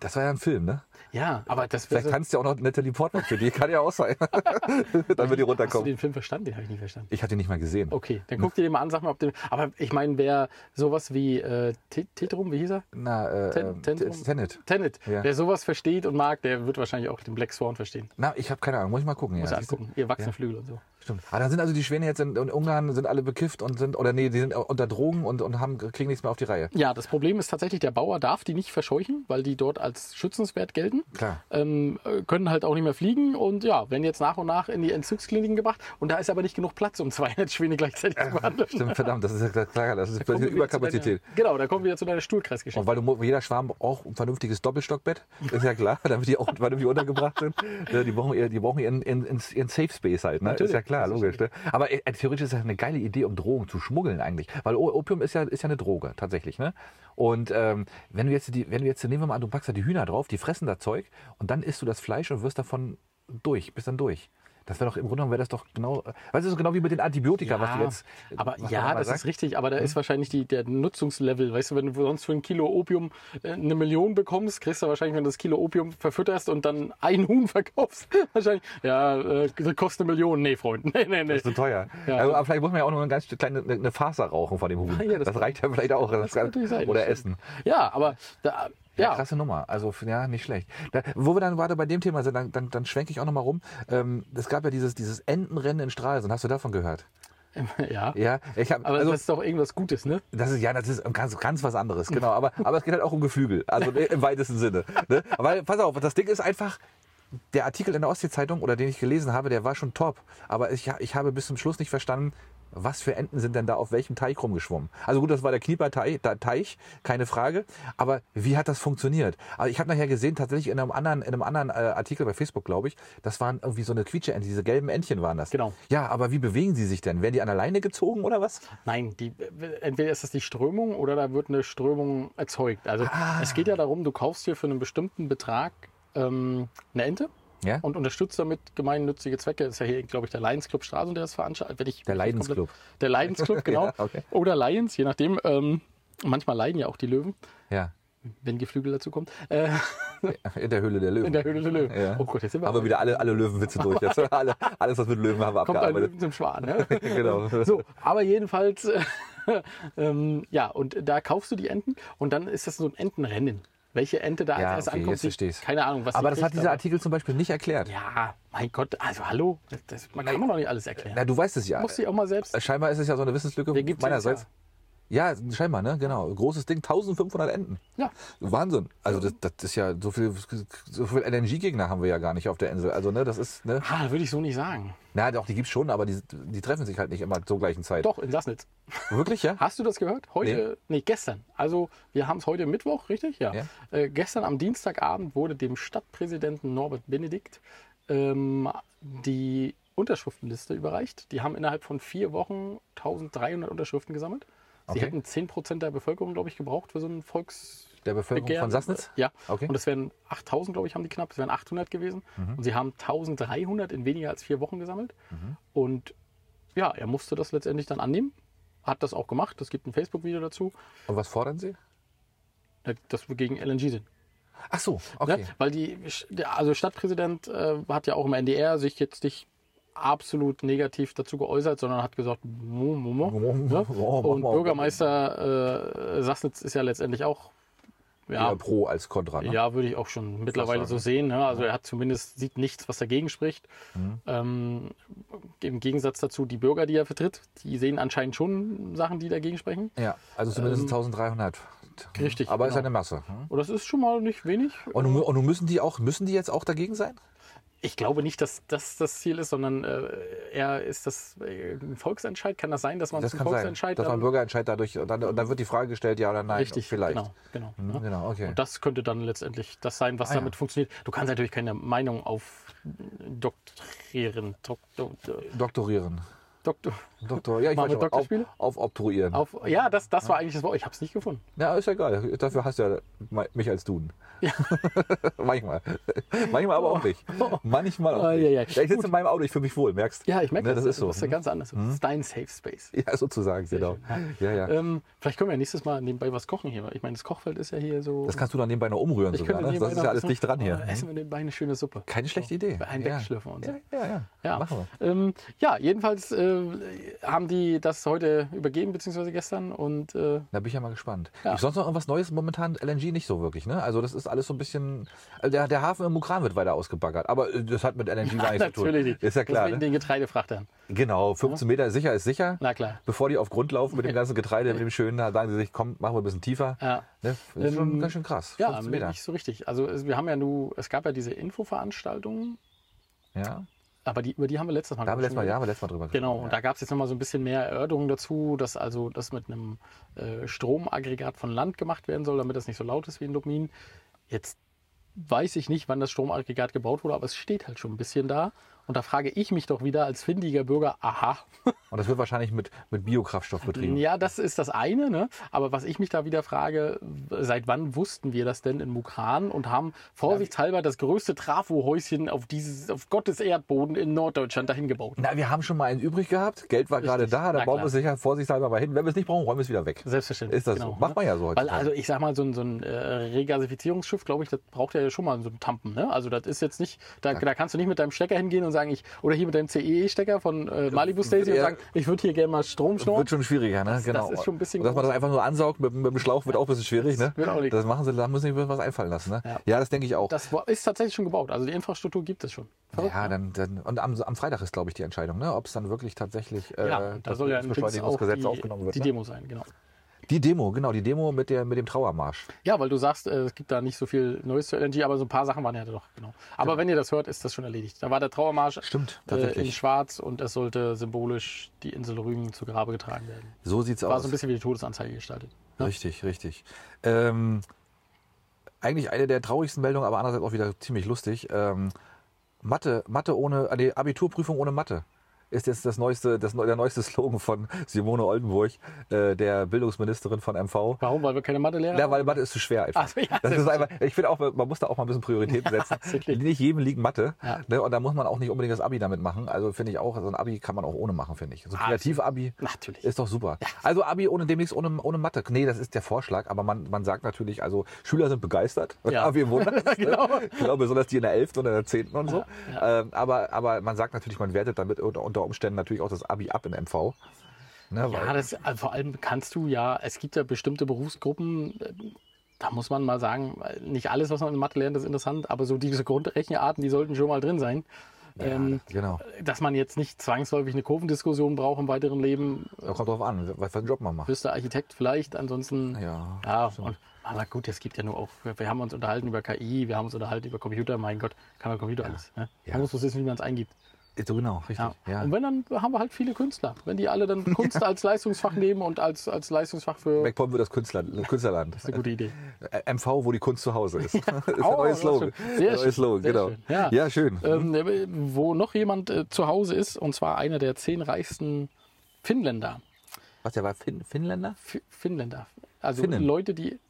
[SPEAKER 2] Das war ja ein Film, ne?
[SPEAKER 1] Ja, aber das wäre
[SPEAKER 2] Vielleicht tanzt ja auch noch Natalie Portman für die, kann ja auch sein. dann wird die
[SPEAKER 1] Hast du
[SPEAKER 2] runterkommen.
[SPEAKER 1] den Film verstanden? Den habe ich nicht verstanden.
[SPEAKER 2] Ich hatte ihn nicht mal gesehen.
[SPEAKER 1] Okay, dann guck dir den mal an, sag mal, ob den. Aber ich meine, wer sowas wie äh, Te- Tetrum, wie hieß er?
[SPEAKER 2] Na, äh,
[SPEAKER 1] Ten-
[SPEAKER 2] Ten,
[SPEAKER 1] Tentrum?
[SPEAKER 2] Tenet.
[SPEAKER 1] Tenet.
[SPEAKER 2] Ja.
[SPEAKER 1] Wer sowas versteht und mag, der wird wahrscheinlich auch den Black Swan verstehen.
[SPEAKER 2] Na, ich habe keine Ahnung, muss ich mal gucken.
[SPEAKER 1] Muss
[SPEAKER 2] ja,
[SPEAKER 1] ja,
[SPEAKER 2] siehst du?
[SPEAKER 1] angucken. Ihr wachsene Flügel und so.
[SPEAKER 2] Stimmt. Ah, dann sind also die Schwäne jetzt in, in Ungarn, sind alle bekifft und sind, oder nee, die sind unter Drogen und, und haben, kriegen nichts mehr auf die Reihe.
[SPEAKER 1] Ja, das Problem ist tatsächlich, der Bauer darf die nicht verscheuchen, weil die dort als schützenswert gelten.
[SPEAKER 2] Klar.
[SPEAKER 1] Ähm, äh, können halt auch nicht mehr fliegen und ja, werden jetzt nach und nach in die Entzugskliniken gebracht. Und da ist aber nicht genug Platz, um 200 Schwäne gleichzeitig zu behandeln.
[SPEAKER 2] Stimmt, verdammt, das ist ja klar, das
[SPEAKER 1] Kommen
[SPEAKER 2] ist
[SPEAKER 1] wir
[SPEAKER 2] eine
[SPEAKER 1] wieder
[SPEAKER 2] Überkapazität.
[SPEAKER 1] Zu deiner, genau, da kommen wir wieder zu deiner Stuhlkreisgeschichte.
[SPEAKER 2] Und weil du, mu- jeder Schwarm braucht ein vernünftiges Doppelstockbett, ist ja klar, damit die auch vernünftig untergebracht sind. Ne, Die brauchen, ihr- die brauchen ihren, ihren, ihren Safe Space halt, ne?
[SPEAKER 1] Natürlich,
[SPEAKER 2] ist ja klar,
[SPEAKER 1] das ist
[SPEAKER 2] logisch. Ne? Aber äh, theoretisch ist das eine geile Idee, um Drogen zu schmuggeln eigentlich. Weil O- Opium ist ja, ist ja eine Droge, tatsächlich. Ne? Und ähm, wenn du jetzt, die, wenn du jetzt, nehmen wir mal an, du packst da die Hühner drauf, die fressen da Zeug und dann isst du das Fleisch und wirst davon durch, bist dann durch. Das wäre doch im Grunde genommen wäre das doch genau, äh, weißt du, so genau wie mit den Antibiotika, was du jetzt.
[SPEAKER 1] Ah, Aber
[SPEAKER 2] was man
[SPEAKER 1] ja,
[SPEAKER 2] mal
[SPEAKER 1] das
[SPEAKER 2] sagt.
[SPEAKER 1] ist richtig, aber da ist wahrscheinlich die, der Nutzungslevel. Weißt du, wenn du sonst für ein Kilo Opium äh, eine Million bekommst, kriegst du wahrscheinlich, wenn du das Kilo Opium verfütterst und dann ein Huhn verkaufst, wahrscheinlich, ja, äh, das kostet eine Million. Nee, Freund, nee, nee, nee.
[SPEAKER 2] Ist zu teuer. Also,
[SPEAKER 1] Ja.
[SPEAKER 2] Aber, aber vielleicht muss man ja auch noch eine ganz kleine eine- eine Faser rauchen von dem Huhn.
[SPEAKER 1] Ja, das
[SPEAKER 2] das, reicht ja vielleicht auch. Das
[SPEAKER 1] kann
[SPEAKER 2] kann-
[SPEAKER 1] natürlich sein, das
[SPEAKER 2] oder
[SPEAKER 1] stimmt.
[SPEAKER 2] essen.
[SPEAKER 1] Ja, aber da,
[SPEAKER 2] Ja.
[SPEAKER 1] ja,
[SPEAKER 2] Krasse Nummer. Also, f- ja, nicht schlecht. Da, wo wir dann gerade bei dem Thema sind, dann, dann, dann schwenke ich auch nochmal rum. Ähm, es gab ja dieses, dieses Entenrennen in Stralsund. Hast du davon gehört?
[SPEAKER 1] ja.
[SPEAKER 2] Ja, ich habe.
[SPEAKER 1] Aber
[SPEAKER 2] Also,
[SPEAKER 1] das ist doch irgendwas Gutes, ne?
[SPEAKER 2] das ist ja, das ist ganz, ganz was anderes, genau. Aber, aber es geht halt auch um Geflügel, also ne, im weitesten Sinne. Ne? Weil, pass auf, das Ding ist einfach, der Artikel in der Ostsee-Zeitung oder den ich gelesen habe, der war schon top. Aber ich, ich habe bis zum Schluss nicht verstanden, was für Enten sind denn da auf welchem Teich rumgeschwommen. Also gut, das war der Knieperteich, der Teich, keine Frage. Aber wie hat das funktioniert? Aber ich habe nachher gesehen, tatsächlich in einem anderen, in einem anderen äh, Artikel bei Facebook, glaube ich, das waren irgendwie so eine Quietscheente, diese gelben Entchen waren das.
[SPEAKER 1] Genau.
[SPEAKER 2] Ja, aber wie bewegen sie sich denn? Werden die an der Leine gezogen oder was?
[SPEAKER 1] Nein, die, entweder ist das die Strömung oder da wird eine Strömung erzeugt. Also es geht ja darum, du kaufst dir für einen bestimmten Betrag ähm, eine Ente
[SPEAKER 2] Ja?
[SPEAKER 1] und unterstützt damit gemeinnützige Zwecke. Das ist ja hier, glaube ich, der Lions Club Straße, der das veranstaltet. Wenn ich,
[SPEAKER 2] Der Lions
[SPEAKER 1] komplett-
[SPEAKER 2] Club.
[SPEAKER 1] Der Lions Club, genau.
[SPEAKER 2] Ja, okay.
[SPEAKER 1] Oder Lions, je nachdem. Ähm, manchmal leiden ja auch die Löwen,
[SPEAKER 2] Ja.
[SPEAKER 1] wenn Geflügel dazu kommt. Äh,
[SPEAKER 2] In der Höhle der Löwen.
[SPEAKER 1] in der Höhle der Löwen.
[SPEAKER 2] Ja.
[SPEAKER 1] Oh Gott, jetzt sind wir.
[SPEAKER 2] haben wir wieder alle, alle Löwenwitze durch. Jetzt. Alle, alles, was mit Löwen haben wir
[SPEAKER 1] kommt ein
[SPEAKER 2] abgearbeitet.
[SPEAKER 1] Löwen zum Schwan. Ne?
[SPEAKER 2] Genau.
[SPEAKER 1] So, aber jedenfalls, äh, ähm, ja, und da kaufst du die Enten und dann ist das so ein Entenrennen. Welche Ente da
[SPEAKER 2] Ja,
[SPEAKER 1] als erst
[SPEAKER 2] okay,
[SPEAKER 1] ankommt,
[SPEAKER 2] jetzt versteh's.
[SPEAKER 1] keine Ahnung, was
[SPEAKER 2] Aber
[SPEAKER 1] die
[SPEAKER 2] das hat
[SPEAKER 1] kriegt,
[SPEAKER 2] dieser
[SPEAKER 1] aber-
[SPEAKER 2] Artikel zum Beispiel nicht erklärt.
[SPEAKER 1] Ja, mein Gott, also hallo, das, das, man kann man doch nicht alles erklären.
[SPEAKER 2] Na, du weißt es ja.
[SPEAKER 1] Muss ich auch mal selbst.
[SPEAKER 2] Scheinbar ist es ja so eine Wissenslücke
[SPEAKER 1] Den gibt's
[SPEAKER 2] Äh, meinerseits. Ja, scheinbar, ne? Genau. Großes Ding, 1500 Enten.
[SPEAKER 1] Ja,
[SPEAKER 2] Wahnsinn. Also das, das ist ja so viel, so viel LNG-Gegner haben wir ja gar nicht auf der Insel. Also ne, das ist ne.
[SPEAKER 1] ah, würde ich so nicht sagen.
[SPEAKER 2] Na, doch die gibt's schon, aber die, die treffen sich halt nicht immer zur gleichen Zeit.
[SPEAKER 1] Doch, in Sassnitz.
[SPEAKER 2] Wirklich ja?
[SPEAKER 1] Hast du das gehört? Heute, nee, gestern. Also wir haben es heute Mittwoch, richtig? Ja.
[SPEAKER 2] Ja.
[SPEAKER 1] Äh, gestern am Dienstagabend wurde dem Stadtpräsidenten Norbert Benedikt ähm, die Unterschriftenliste überreicht. Die haben innerhalb von vier Wochen 1300 Unterschriften gesammelt. Sie
[SPEAKER 2] Okay.
[SPEAKER 1] hätten 10% der Bevölkerung, glaube ich, gebraucht für so einen Volks...
[SPEAKER 2] Der Bevölkerung von Sassnitz?
[SPEAKER 1] äh, Ja,
[SPEAKER 2] Okay. Mhm.
[SPEAKER 1] und es wären 8000, glaube ich, haben die knapp, es wären 800 gewesen. Und sie haben 1300 in weniger als vier Wochen gesammelt. Und ja, er musste das letztendlich dann annehmen, hat das auch gemacht. Es gibt ein Facebook-Video dazu,
[SPEAKER 2] Und was fordern sie?
[SPEAKER 1] dass wir gegen LNG sind.
[SPEAKER 2] Ach so,
[SPEAKER 1] Ne?
[SPEAKER 2] okay.
[SPEAKER 1] Weil die, der- also Stadtpräsident äh, hat ja auch im NDR sich jetzt nicht absolut negativ dazu geäußert, sondern hat gesagt, mo, mo, mo, ne?
[SPEAKER 2] mo, mo,
[SPEAKER 1] und
[SPEAKER 2] mo.
[SPEAKER 1] Bürgermeister äh, Sassnitz ist ja letztendlich auch ja,
[SPEAKER 2] Eher pro als kontra. Ne?
[SPEAKER 1] ja, würde ich auch schon mittlerweile
[SPEAKER 2] sagen,
[SPEAKER 1] so sehen. Ne? Also er hat zumindest sieht nichts, was dagegen spricht.
[SPEAKER 2] Mhm.
[SPEAKER 1] Ähm, Im Gegensatz dazu die Bürger, die er vertritt, die sehen anscheinend schon Sachen, die dagegen sprechen.
[SPEAKER 2] Ja, also zumindest 1300.
[SPEAKER 1] Ähm, richtig,
[SPEAKER 2] Aber ist
[SPEAKER 1] genau.
[SPEAKER 2] eine Masse. hm?
[SPEAKER 1] Und das ist schon mal nicht wenig.
[SPEAKER 2] Und, nun- und nun müssen die auch, müssen die jetzt auch dagegen sein?
[SPEAKER 1] Ich glaube nicht, dass das das Ziel ist, sondern äh, er ist das äh, ein Volksentscheid. Kann das sein, dass man
[SPEAKER 2] Das
[SPEAKER 1] zum
[SPEAKER 2] kann sein.
[SPEAKER 1] Volksentscheid
[SPEAKER 2] Dass man
[SPEAKER 1] dann-
[SPEAKER 2] Bürgerentscheid dadurch, und dann, und dann wird die Frage gestellt, ja oder nein.
[SPEAKER 1] Richtig,
[SPEAKER 2] vielleicht.
[SPEAKER 1] Genau, genau.
[SPEAKER 2] Hm,
[SPEAKER 1] ne?
[SPEAKER 2] Genau, okay.
[SPEAKER 1] Und das könnte dann letztendlich das sein, was
[SPEAKER 2] Ah, ja.
[SPEAKER 1] damit funktioniert. Du kannst natürlich keine Meinung aufdoktrieren. Dok, dok,
[SPEAKER 2] Doktorieren.
[SPEAKER 1] doktor,
[SPEAKER 2] Doktor, ja, ich
[SPEAKER 1] Machen
[SPEAKER 2] weiß
[SPEAKER 1] wir
[SPEAKER 2] schon, auf,
[SPEAKER 1] Doktorspiele?
[SPEAKER 2] auf obtruieren.
[SPEAKER 1] Auf, ja, das, das war eigentlich das Wort. Ich habe es nicht gefunden.
[SPEAKER 2] Ja, ist ja geil. Dafür hast du ja me- mich als Duden. Manchmal. Manchmal aber
[SPEAKER 1] Oh.
[SPEAKER 2] auch nicht. Manchmal auch
[SPEAKER 1] Ah,
[SPEAKER 2] nicht.
[SPEAKER 1] ja, ja.
[SPEAKER 2] Ich sitze in meinem Auto, ich fühle mich wohl, merkst
[SPEAKER 1] Ja, ich merke
[SPEAKER 2] Ne, das. ist so.
[SPEAKER 1] Das ist ja ganz anders. Das ist dein Safe Space.
[SPEAKER 2] Ja, sozusagen, genau. Ja, ja.
[SPEAKER 1] Ähm, vielleicht können wir ja nächstes Mal nebenbei was kochen hier. weil Ich meine, das Kochfeld ist ja hier so.
[SPEAKER 2] Das kannst du dann nebenbei noch umrühren
[SPEAKER 1] ich
[SPEAKER 2] sogar.
[SPEAKER 1] könnte
[SPEAKER 2] Ne?
[SPEAKER 1] nebenbei
[SPEAKER 2] Das ist
[SPEAKER 1] noch
[SPEAKER 2] ja
[SPEAKER 1] was
[SPEAKER 2] alles
[SPEAKER 1] machen.
[SPEAKER 2] dicht dran hier. Hm?
[SPEAKER 1] Äh, Essen wir nebenbei eine schöne Suppe.
[SPEAKER 2] Keine schlechte Idee.
[SPEAKER 1] Ein
[SPEAKER 2] Ja.
[SPEAKER 1] Wegschlürfen und so.
[SPEAKER 2] Ja, ja, ja.
[SPEAKER 1] Ja.
[SPEAKER 2] Machen wir.
[SPEAKER 1] Ähm, ja, jedenfalls äh, haben die das heute übergeben, beziehungsweise gestern. Und äh,
[SPEAKER 2] Da bin ich ja mal gespannt.
[SPEAKER 1] Ja.
[SPEAKER 2] Gibt's sonst noch irgendwas Neues? Momentan LNG nicht so wirklich, ne? Also das ist alles so ein bisschen. also Der, der Hafen im Mukran wird weiter ausgebaggert, aber äh, das hat mit LNG gar nichts zu tun.
[SPEAKER 1] natürlich nicht.
[SPEAKER 2] Ist ja klar.
[SPEAKER 1] Deswegen
[SPEAKER 2] Ne?
[SPEAKER 1] den Getreidefrachtern.
[SPEAKER 2] Genau, 15 Meter sicher ist sicher.
[SPEAKER 1] Na klar.
[SPEAKER 2] Bevor die auf Grund laufen mit dem ganzen Getreide, mit dem schönen, da sagen sie sich, komm, machen wir ein bisschen tiefer.
[SPEAKER 1] Ja.
[SPEAKER 2] Ne? Das ist schon
[SPEAKER 1] Ähm,
[SPEAKER 2] ganz schön krass.
[SPEAKER 1] Ja,
[SPEAKER 2] 15 Meter.
[SPEAKER 1] nicht so richtig. Also es- wir haben ja nur, es gab ja diese Infoveranstaltungen,
[SPEAKER 2] Ja.
[SPEAKER 1] aber die, über die haben wir letztes Mal
[SPEAKER 2] Da haben wir letztes Mal,
[SPEAKER 1] gesprochen.
[SPEAKER 2] ja, haben wir letztes Mal drüber
[SPEAKER 1] Genau,
[SPEAKER 2] gesprochen.
[SPEAKER 1] und da gab es jetzt nochmal so ein bisschen mehr Erörterungen dazu, dass also das mit einem äh, Stromaggregat von Land gemacht werden soll, damit das nicht so laut ist wie in Lubmin. Jetzt weiß ich nicht, wann das Stromaggregat gebaut wurde, aber es steht halt schon ein bisschen da. Und da frage ich mich doch wieder als findiger Bürger, aha,
[SPEAKER 2] Und das wird wahrscheinlich mit, mit Biokraftstoff betrieben.
[SPEAKER 1] ja, das ist das eine, ne? aber was ich mich da wieder frage, seit wann wussten wir das denn in Mukran und haben vorsichtshalber das größte Trafohäuschen auf, dieses, auf Gottes Erdboden in Norddeutschland dahin gebaut?
[SPEAKER 2] Na, wir haben schon mal einen übrig gehabt. Geld war gerade da, da
[SPEAKER 1] Na
[SPEAKER 2] bauen
[SPEAKER 1] klar.
[SPEAKER 2] wir es sicher vorsichtshalber mal hin. Wenn wir es nicht brauchen, räumen wir es wieder weg.
[SPEAKER 1] Selbstverständlich. genau.
[SPEAKER 2] Ist das so? Macht man ja so
[SPEAKER 1] Weil,
[SPEAKER 2] heutzutage.
[SPEAKER 1] also ich sag mal, so ein, so ein äh, Regasifizierungsschiff, glaube ich, das braucht ja schon mal so einen Tampen. Ne? Also das ist jetzt nicht, da, da kannst du nicht mit deinem Stecker hingehen und sagen, ich, oder hier mit deinem CEE-Stecker von äh, Malibu Station
[SPEAKER 2] Ja.
[SPEAKER 1] und sagen, ich würde hier gerne mal Strom schnurren.
[SPEAKER 2] Wird schon schwieriger, ne? genau.
[SPEAKER 1] ist schon ein bisschen
[SPEAKER 2] Und dass man
[SPEAKER 1] groß.
[SPEAKER 2] das einfach nur ansaugt mit, mit dem Schlauch, wird auch ein bisschen schwierig, ne?
[SPEAKER 1] wird auch nichts.
[SPEAKER 2] Das machen sie, da müssen sie was einfallen lassen, ne? Ja,
[SPEAKER 1] Ja.
[SPEAKER 2] das denke ich auch.
[SPEAKER 1] Das war- ist tatsächlich schon gebaut. Also die Infrastruktur gibt es schon. Verrückt,
[SPEAKER 2] ja, äh,
[SPEAKER 1] ne?
[SPEAKER 2] dann, dann und am, am Freitag ist, glaube ich, die Entscheidung, ne? Ob es dann wirklich tatsächlich äh,
[SPEAKER 1] ja, und da
[SPEAKER 2] das
[SPEAKER 1] soll ja im Prinzip auch
[SPEAKER 2] Beschleunigungsgesetz
[SPEAKER 1] die,
[SPEAKER 2] aufgenommen wird.
[SPEAKER 1] die
[SPEAKER 2] ne?
[SPEAKER 1] Demo sein, genau.
[SPEAKER 2] Die Demo, genau, die Demo mit, der, mit dem Trauermarsch.
[SPEAKER 1] Ja, weil du sagst, äh, es gibt da nicht so viel Neues zu LNG, aber so ein paar Sachen waren ja doch, genau. Aber wenn ihr das hört, ist das schon erledigt. Da war der Trauermarsch
[SPEAKER 2] Stimmt,
[SPEAKER 1] äh, in
[SPEAKER 2] tatsächlich.
[SPEAKER 1] Schwarz und es sollte symbolisch die Insel Rügen zu Grabe getragen werden.
[SPEAKER 2] so sieht's
[SPEAKER 1] War
[SPEAKER 2] aus.
[SPEAKER 1] so ein bisschen wie die Todesanzeige gestaltet.
[SPEAKER 2] Richtig, richtig. Ähm, eigentlich eine der traurigsten Meldungen, aber andererseits auch wieder ziemlich lustig. Ähm, Mathe, Mathe ohne, äh, nee, ah, Abiturprüfung ohne Mathe. ist jetzt das neueste, das, neu- der neueste Slogan von Simone Oldenburg, äh, der Bildungsministerin von MV.
[SPEAKER 1] Warum? Weil wir keine Mathelehrer
[SPEAKER 2] Ja,
[SPEAKER 1] haben?
[SPEAKER 2] weil Mathe ist zu schwer einfach.
[SPEAKER 1] Ach so, ja,
[SPEAKER 2] das
[SPEAKER 1] sehr
[SPEAKER 2] ist
[SPEAKER 1] gut.
[SPEAKER 2] einfach, ich finde auch, man muss da auch mal ein bisschen Prioritäten setzen.
[SPEAKER 1] Tatsächlich.
[SPEAKER 2] nicht jedem liegt Mathe.
[SPEAKER 1] Ja.
[SPEAKER 2] Ne? Und da muss man auch nicht unbedingt das Abi damit machen. Also finde ich auch, so ein Abi kann man auch ohne machen, finde ich. So ein
[SPEAKER 1] Absolut.
[SPEAKER 2] Kreativ-Abi
[SPEAKER 1] Natürlich.
[SPEAKER 2] ist doch super. Also Abi ohne demnächst ohne, ohne Mathe. Nee, das ist der Vorschlag, aber man, man sagt natürlich, also Schüler sind begeistert.
[SPEAKER 1] Ja.
[SPEAKER 2] Abi im Wunder.
[SPEAKER 1] Genau.
[SPEAKER 2] ne? Ich glaube, besonders die in der 11. und in der 10. und so. Ähm, aber, aber man sagt natürlich, man wertet damit unter, unter Umständen natürlich auch das Abi ab in MV. Ne,
[SPEAKER 1] Ja, das, äh, vor allem kannst du ja, es gibt ja bestimmte Berufsgruppen, äh, da muss man mal sagen, äh, nicht alles, was man in Mathe lernt, ist interessant, aber so diese Grundrechenarten, die sollten schon mal drin sein. ähm,
[SPEAKER 2] genau.
[SPEAKER 1] dass man jetzt nicht zwangsläufig eine Kurvendiskussion braucht im weiteren Leben,
[SPEAKER 2] Da kommt drauf an, was für einen Job man macht.
[SPEAKER 1] bist du Architekt vielleicht, ansonsten.
[SPEAKER 2] Ja,
[SPEAKER 1] ja und, aber gut, es gibt ja nur auch, wir, wir haben uns unterhalten über KI, wir haben uns unterhalten über Computer, mein Gott, kann man Computer alles. Ne?
[SPEAKER 2] Ja.
[SPEAKER 1] Man muss bloß wissen, wie man es eingibt.
[SPEAKER 2] So genau, richtig.
[SPEAKER 1] Ja.
[SPEAKER 2] Ja.
[SPEAKER 1] Und wenn, dann haben wir halt viele Künstler. Wenn die alle dann Kunst als Leistungsfach nehmen und als, als Leistungsfach für.
[SPEAKER 2] MacPom wird das Künstler, Künstlerland.
[SPEAKER 1] Das ist eine gute Idee.
[SPEAKER 2] Äh, MV, wo die Kunst zu Hause ist. das ist der
[SPEAKER 1] Oh,
[SPEAKER 2] neue
[SPEAKER 1] das ist
[SPEAKER 2] Slogan.
[SPEAKER 1] schön. Sehr
[SPEAKER 2] Der neue
[SPEAKER 1] schön,
[SPEAKER 2] Slogan,
[SPEAKER 1] sehr
[SPEAKER 2] genau.
[SPEAKER 1] schön. Ja.
[SPEAKER 2] schön.
[SPEAKER 1] Ähm, äh,
[SPEAKER 2] hm?
[SPEAKER 1] wo noch jemand äh, zu Hause ist, und zwar einer der zehn reichsten Finnländer.
[SPEAKER 2] Was, der war Finn, Finnländer?
[SPEAKER 1] Fi- Finnländer. Also
[SPEAKER 2] Finnen.
[SPEAKER 1] Leute, die.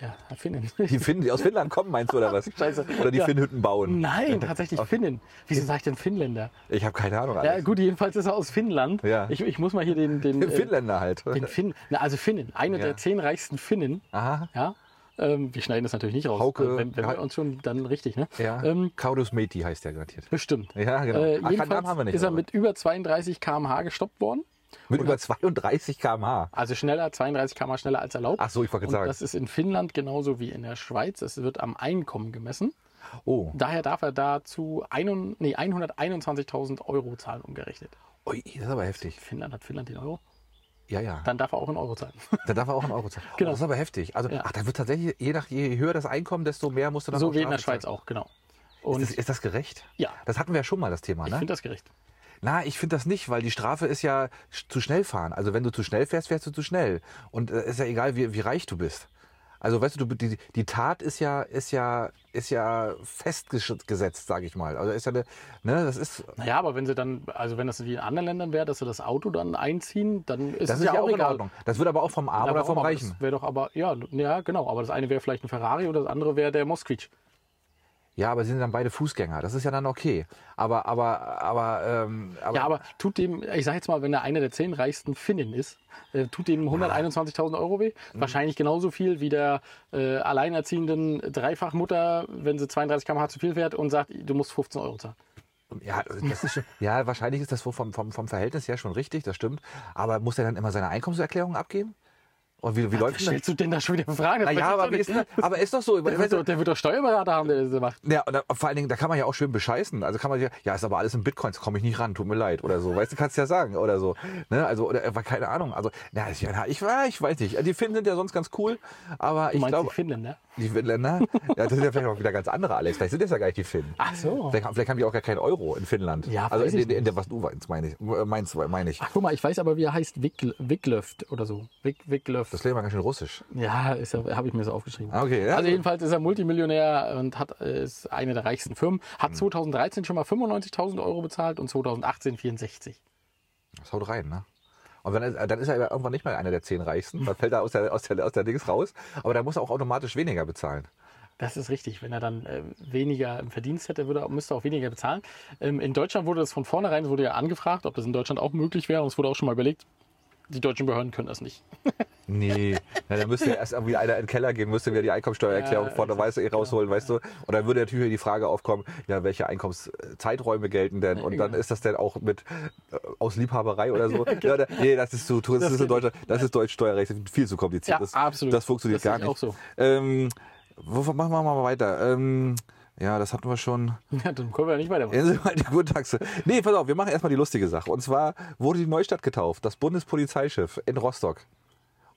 [SPEAKER 1] Ja, Finnen.
[SPEAKER 2] Die Finnen, die aus Finnland kommen, meinst du, oder was?
[SPEAKER 1] Scheiße.
[SPEAKER 2] Oder die
[SPEAKER 1] Ja.
[SPEAKER 2] Finnhütten bauen.
[SPEAKER 1] Nein, tatsächlich Finnen. Wieso sage ich denn Finnländer?
[SPEAKER 2] Ich habe keine Ahnung.
[SPEAKER 1] Ja,
[SPEAKER 2] Alex.
[SPEAKER 1] gut, jedenfalls ist er aus Finnland.
[SPEAKER 2] Ja.
[SPEAKER 1] Ich, ich muss mal hier den. den äh,
[SPEAKER 2] Finnländer halt.
[SPEAKER 1] Den Finnen. Na, also Finnen. Einer
[SPEAKER 2] Ja.
[SPEAKER 1] der zehn reichsten Finnen.
[SPEAKER 2] Aha.
[SPEAKER 1] Ja. Ähm, wir schneiden das natürlich nicht raus.
[SPEAKER 2] Hauke-
[SPEAKER 1] Äh, wenn wenn wir
[SPEAKER 2] Ja.
[SPEAKER 1] uns schon dann richtig, ne?
[SPEAKER 2] Ja.
[SPEAKER 1] Ähm,
[SPEAKER 2] Kaudus Meti heißt der garantiert.
[SPEAKER 1] bestimmt.
[SPEAKER 2] Ja, genau.
[SPEAKER 1] Äh,
[SPEAKER 2] Ach, keinen
[SPEAKER 1] jedenfalls
[SPEAKER 2] Namen haben wir nicht,
[SPEAKER 1] ist er
[SPEAKER 2] aber-
[SPEAKER 1] mit über 32 km/h gestoppt worden.
[SPEAKER 2] Mit über 32 km/h.
[SPEAKER 1] Also schneller, 32 km/h schneller als erlaubt.
[SPEAKER 2] Ach so, ich wollte
[SPEAKER 1] Und
[SPEAKER 2] gerade
[SPEAKER 1] Das
[SPEAKER 2] sagen.
[SPEAKER 1] ist in Finnland genauso wie in der Schweiz. Es wird am Einkommen gemessen.
[SPEAKER 2] Oh.
[SPEAKER 1] Daher darf er dazu einund- nee, 121.000 Euro zahlen, umgerechnet.
[SPEAKER 2] Ui, das ist aber heftig.
[SPEAKER 1] Finnland hat Finnland den Euro.
[SPEAKER 2] Ja, ja.
[SPEAKER 1] Dann darf er auch in Euro zahlen.
[SPEAKER 2] Da darf er auch einen Euro zahlen. Oh,
[SPEAKER 1] Genau.
[SPEAKER 2] das ist aber heftig. Also,
[SPEAKER 1] Ja.
[SPEAKER 2] ach, da wird tatsächlich, je, nach, je höher das Einkommen, desto mehr musst du dann
[SPEAKER 1] so
[SPEAKER 2] auch
[SPEAKER 1] wie in der
[SPEAKER 2] Strafe
[SPEAKER 1] Schweiz
[SPEAKER 2] zahlen.
[SPEAKER 1] auch, genau. Und
[SPEAKER 2] Ist das, ist das gerecht?
[SPEAKER 1] Ja.
[SPEAKER 2] Das hatten wir ja schon mal, das Thema,
[SPEAKER 1] ich
[SPEAKER 2] ne?
[SPEAKER 1] finde das gerecht.
[SPEAKER 2] Na, ich finde das nicht, weil die Strafe ist ja sch- zu schnell fahren. Also wenn du zu schnell fährst, fährst du zu schnell. Und äh, ist ja egal, wie, wie reich du bist. Also weißt du, du die, die Tat ist ja, ist ja, ist ja festgesetzt, sage ich mal. Also ist ja eine, ne, das ist.
[SPEAKER 1] Naja, aber wenn sie dann, also wenn das wie in anderen Ländern wäre, dass sie das Auto dann einziehen, dann ist
[SPEAKER 2] Das
[SPEAKER 1] es
[SPEAKER 2] ist ja auch in
[SPEAKER 1] egal.
[SPEAKER 2] Ordnung. Das wird aber auch vom Armen
[SPEAKER 1] Aber
[SPEAKER 2] oder vom
[SPEAKER 1] aber
[SPEAKER 2] Reichen.
[SPEAKER 1] Das wäre doch aber, ja, ja, genau. Aber das eine wäre vielleicht ein Ferrari oder das andere wäre der Moskvich.
[SPEAKER 2] Ja, aber sie sind dann beide Fußgänger. Das ist ja dann okay. Aber, aber, aber, ähm, aber,
[SPEAKER 1] Ja, aber tut dem, ich sag jetzt mal, wenn er einer der zehn reichsten Finnen ist, äh, tut dem 121.000 Euro weh?
[SPEAKER 2] Mhm.
[SPEAKER 1] Wahrscheinlich genauso viel wie der äh, alleinerziehenden Dreifachmutter, wenn sie 32 km/h zu viel fährt und sagt, du musst 15 Euro zahlen.
[SPEAKER 2] Ja, das ist schon, ja, wahrscheinlich ist das so vom, vom, vom Verhältnis her schon richtig, das stimmt. Aber muss er dann immer seine Einkommenserklärung abgeben? Und wie, wie
[SPEAKER 1] Was
[SPEAKER 2] läuft denn das?
[SPEAKER 1] stellst du denn da schon wieder für Fragen? Das weiß
[SPEAKER 2] Naja,
[SPEAKER 1] ich
[SPEAKER 2] aber,
[SPEAKER 1] doch
[SPEAKER 2] wie
[SPEAKER 1] nicht.
[SPEAKER 2] ist, denn das? aber ist doch so.
[SPEAKER 1] der, wird
[SPEAKER 2] Weißt
[SPEAKER 1] doch,
[SPEAKER 2] du,
[SPEAKER 1] der wird doch Steuerberater haben, der das macht.
[SPEAKER 2] ja, und da, vor allen Dingen, da kann man ja auch schön bescheißen. Also kann man ja, ja, ist aber alles in Bitcoins, komme ich nicht ran, tut mir leid oder so. Weißt du, kannst ja sagen oder so. Ne? Also, oder, aber keine Ahnung. Also, na, ich, ja, ich, ja, ich weiß nicht. Die Finnen sind ja sonst ganz cool, aber
[SPEAKER 1] Du
[SPEAKER 2] ich
[SPEAKER 1] meinst
[SPEAKER 2] glaube,
[SPEAKER 1] die ne? Finnländer?
[SPEAKER 2] die Finnländer, ja, das sind ja vielleicht auch wieder ganz andere, Alex. Vielleicht sind das ja gar nicht die Finnen.
[SPEAKER 1] Ach so.
[SPEAKER 2] Vielleicht, vielleicht haben die auch gar keinen Euro in Finnland.
[SPEAKER 1] Ja,
[SPEAKER 2] also
[SPEAKER 1] weiß
[SPEAKER 2] in,
[SPEAKER 1] ich
[SPEAKER 2] in, in der, was du meinst, meine ich. Meinst, meine ich.
[SPEAKER 1] Ach, guck mal, ich weiß aber, wie er heißt. Wickl- Wicklöft oder so. Wick, Wicklöft.
[SPEAKER 2] Das klingt mal ganz schön russisch.
[SPEAKER 1] Ja, ist ja, habe ich mir so aufgeschrieben.
[SPEAKER 2] Ah, okay, ja.
[SPEAKER 1] Also jedenfalls ist er Multimillionär und hat, äh, ist eine der reichsten Firmen. Hat
[SPEAKER 2] Hm.
[SPEAKER 1] 2013 schon mal 95.000 Euro bezahlt und 2018 64.
[SPEAKER 2] Das haut rein, ne? Und wenn er, dann ist er ja irgendwann nicht mehr einer der zehn Reichsten. Dann fällt er aus der, aus der, aus der Dings raus. Aber dann muss er auch automatisch weniger bezahlen.
[SPEAKER 1] Das ist richtig. Wenn er dann äh, weniger im Verdienst hätte, würde, er- müsste er auch weniger bezahlen. Ähm, in Deutschland wurde das von vornherein, es wurde ja angefragt, ob das in Deutschland auch möglich wäre. Und es wurde auch schon mal überlegt, die deutschen Behörden können das nicht.
[SPEAKER 2] Nee. Ja, dann müsste ja erst irgendwie einer in den Keller gehen, müsste wieder die Einkommensteuererklärung
[SPEAKER 1] Ja,
[SPEAKER 2] von der Weiße eh rausholen, weißt du. Und dann würde natürlich die Frage aufkommen, ja, welche Einkommenszeiträume gelten denn? Und dann
[SPEAKER 1] genau.
[SPEAKER 2] ist das denn auch mit äh, aus Liebhaberei oder so. ja, da, nee, das ist zu, das, ist in
[SPEAKER 1] geht
[SPEAKER 2] Deutschland, das ist deutsch Steuerrecht viel zu kompliziert.
[SPEAKER 1] Ja,
[SPEAKER 2] das,
[SPEAKER 1] absolut.
[SPEAKER 2] Das funktioniert
[SPEAKER 1] Das sehe
[SPEAKER 2] gar
[SPEAKER 1] ich
[SPEAKER 2] nicht.
[SPEAKER 1] auch so.
[SPEAKER 2] Ähm, wovon machen wir mal weiter? Ähm, ja, das hatten wir schon.
[SPEAKER 1] Ja, dann können wir ja nicht weitermachen.
[SPEAKER 2] Inselwald halt die Grundachse. Nee, pass auf, wir machen erstmal die lustige Sache. Und zwar wurde die Neustadt getauft, das Bundespolizeischiff in Rostock.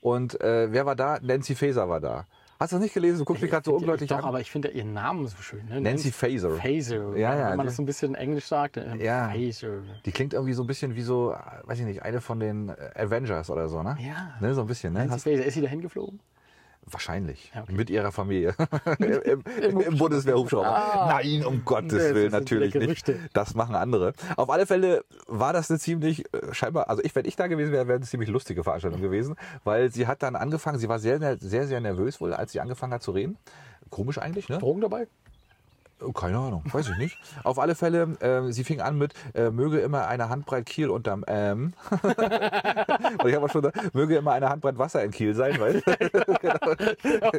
[SPEAKER 2] Und äh, wer war da? Nancy Faeser war da. Hast du das nicht gelesen? Du guckst mich gerade so
[SPEAKER 1] Ich finde-
[SPEAKER 2] ungläubig
[SPEAKER 1] Äh, Doch,
[SPEAKER 2] an.
[SPEAKER 1] aber ich finde ihren Namen so schön. Ne?
[SPEAKER 2] Nancy Faeser.
[SPEAKER 1] Phaser.
[SPEAKER 2] Ja, ja,
[SPEAKER 1] Wenn man
[SPEAKER 2] die-
[SPEAKER 1] das so ein bisschen englisch sagt. äh,
[SPEAKER 2] Ja.
[SPEAKER 1] Phaser.
[SPEAKER 2] Die klingt irgendwie so ein bisschen wie so, äh, weiß ich nicht, eine von den äh, Avengers oder so, ne?
[SPEAKER 1] Ja.
[SPEAKER 2] Ne, so ein bisschen, ne?
[SPEAKER 1] Nancy
[SPEAKER 2] Hast,
[SPEAKER 1] Faeser, ist sie da hingeflogen?
[SPEAKER 2] Wahrscheinlich.
[SPEAKER 1] Ja, okay.
[SPEAKER 2] Mit ihrer Familie. Im, im, im Bundeswehrhubschrauber. Nein, um Gottes
[SPEAKER 1] Nee, Ah. das sind
[SPEAKER 2] Willen, natürlich
[SPEAKER 1] leckere
[SPEAKER 2] nicht.
[SPEAKER 1] Gerüchte.
[SPEAKER 2] Das machen andere. Auf alle Fälle war das eine ziemlich, äh, scheinbar, also ich, wenn ich da gewesen wäre, wäre eine ziemlich lustige Veranstaltung gewesen, weil sie hat dann angefangen, sie war sehr, ner- sehr, sehr nervös wohl, als sie angefangen hat zu reden. Komisch eigentlich, ne?
[SPEAKER 1] Drogen dabei?
[SPEAKER 2] Keine Ahnung, weiß ich nicht. Auf alle Fälle, ähm, sie fing an mit, äh, möge immer eine Handbreit Kiel unterm Ähm. Und ich habe auch schon gesagt, möge immer eine Handbreit Wasser in Kiel sein, weil. genau.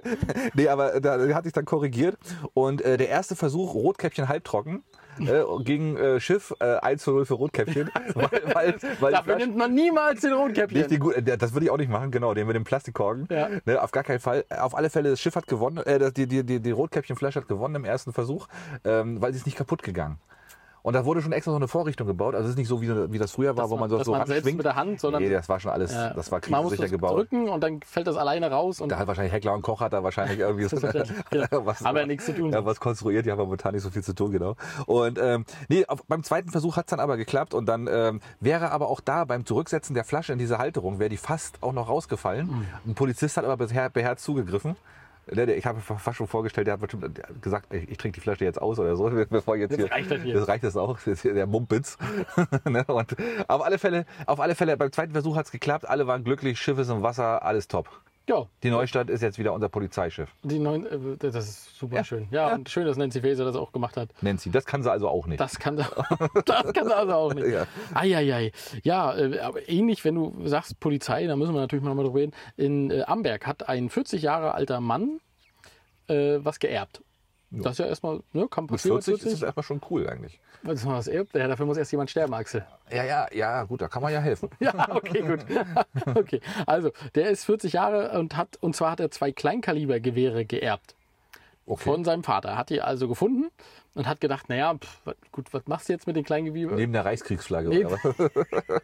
[SPEAKER 2] Nee, aber da hat sich dann korrigiert. Und äh, der erste Versuch, Rotkäppchen halbtrocken, äh, gegen äh, Schiff äh, 1 zu 0 für Rotkäppchen. weil, weil, weil die
[SPEAKER 1] Dafür
[SPEAKER 2] Flasche-
[SPEAKER 1] nimmt man niemals den Rotkäppchen.
[SPEAKER 2] Nicht die gut, äh, das würde ich auch nicht machen, genau, den mit dem Plastikkorken.
[SPEAKER 1] Ja.
[SPEAKER 2] Ne, auf gar keinen Fall. Auf alle Fälle, das Schiff hat gewonnen, äh, das- die, die, die, die Rotkäppchenflasche hat gewonnen im ersten Versuch, ähm, weil sie ist nicht kaputt gegangen. Und da wurde schon extra so eine Vorrichtung gebaut. Also es ist nicht so, wie, wie das früher war,
[SPEAKER 1] Dass
[SPEAKER 2] wo
[SPEAKER 1] man-
[SPEAKER 2] man so,
[SPEAKER 1] dass
[SPEAKER 2] so
[SPEAKER 1] man selbst
[SPEAKER 2] ranschwingt.
[SPEAKER 1] mit der Hand, sondern-
[SPEAKER 2] nee, das war schon alles,
[SPEAKER 1] Ja.
[SPEAKER 2] das war
[SPEAKER 1] man muss
[SPEAKER 2] kriegsicher
[SPEAKER 1] das
[SPEAKER 2] gebaut.
[SPEAKER 1] drücken und dann fällt das alleine raus und
[SPEAKER 2] Da hat wahrscheinlich Heckler und Koch hat da wahrscheinlich irgendwie so
[SPEAKER 1] wahrscheinlich, genau. Haben ja nichts zu tun.
[SPEAKER 2] Ja, was konstruiert, die haben ja momentan nicht so viel zu tun, genau. Und ähm, nee, auf, beim zweiten Versuch hat's dann aber geklappt und dann ähm, wäre aber auch da beim Zurücksetzen der Flasche in diese Halterung, wäre die fast auch noch rausgefallen.
[SPEAKER 1] Mhm.
[SPEAKER 2] Ein Polizist hat aber beher beherzt zugegriffen. Der, der, ich habe mir fast schon vorgestellt, der hat bestimmt der hat gesagt, ich, ich trinke die Flasche jetzt aus oder so, bevor ich jetzt
[SPEAKER 1] Jetzt
[SPEAKER 2] hier.
[SPEAKER 1] reicht das hier.
[SPEAKER 2] Das reicht das auch, das ist hier der Mumpitz. ne? und auf alle Fälle, auf alle Fälle, beim zweiten Versuch hat's geklappt, alle waren glücklich, Schiff ist im Wasser, alles top.
[SPEAKER 1] ja,
[SPEAKER 2] Die Neustadt ist jetzt wieder unser Polizeischiff.
[SPEAKER 1] die neuen, äh, das ist super
[SPEAKER 2] Ja.
[SPEAKER 1] schön. Ja,
[SPEAKER 2] Ja.
[SPEAKER 1] und schön, dass Nancy Faeser das auch gemacht hat.
[SPEAKER 2] Nancy, das kann sie also auch nicht.
[SPEAKER 1] Das kann das kann sie also auch nicht.
[SPEAKER 2] Ja.
[SPEAKER 1] Eieiei. Ja, äh, aber ähnlich, wenn du sagst Polizei, da müssen wir natürlich mal drüber reden. In äh, Amberg hat ein 40 Jahre alter Mann äh, was geerbt. Das ist ja erstmal, ne, kann
[SPEAKER 2] Mit
[SPEAKER 1] passieren.
[SPEAKER 2] 40
[SPEAKER 1] 40,
[SPEAKER 2] ist es
[SPEAKER 1] 40.
[SPEAKER 2] erstmal schon cool eigentlich.
[SPEAKER 1] Was was erbt? Ja, dafür muss erst jemand sterben, Axel.
[SPEAKER 2] Ja, ja, ja, gut, da kann man ja helfen.
[SPEAKER 1] Ja, okay, gut. Okay, also der ist 40 Jahre und hat und zwar hat er zwei Kleinkalibergewehre geerbt
[SPEAKER 2] Okay.
[SPEAKER 1] von seinem Vater. Hat die also gefunden und hat gedacht, naja, pff, wa- gut, was machst du jetzt mit den Kleingewehren?
[SPEAKER 2] Neben der Reichskriegsflagge.
[SPEAKER 1] Nee.
[SPEAKER 2] Oder was?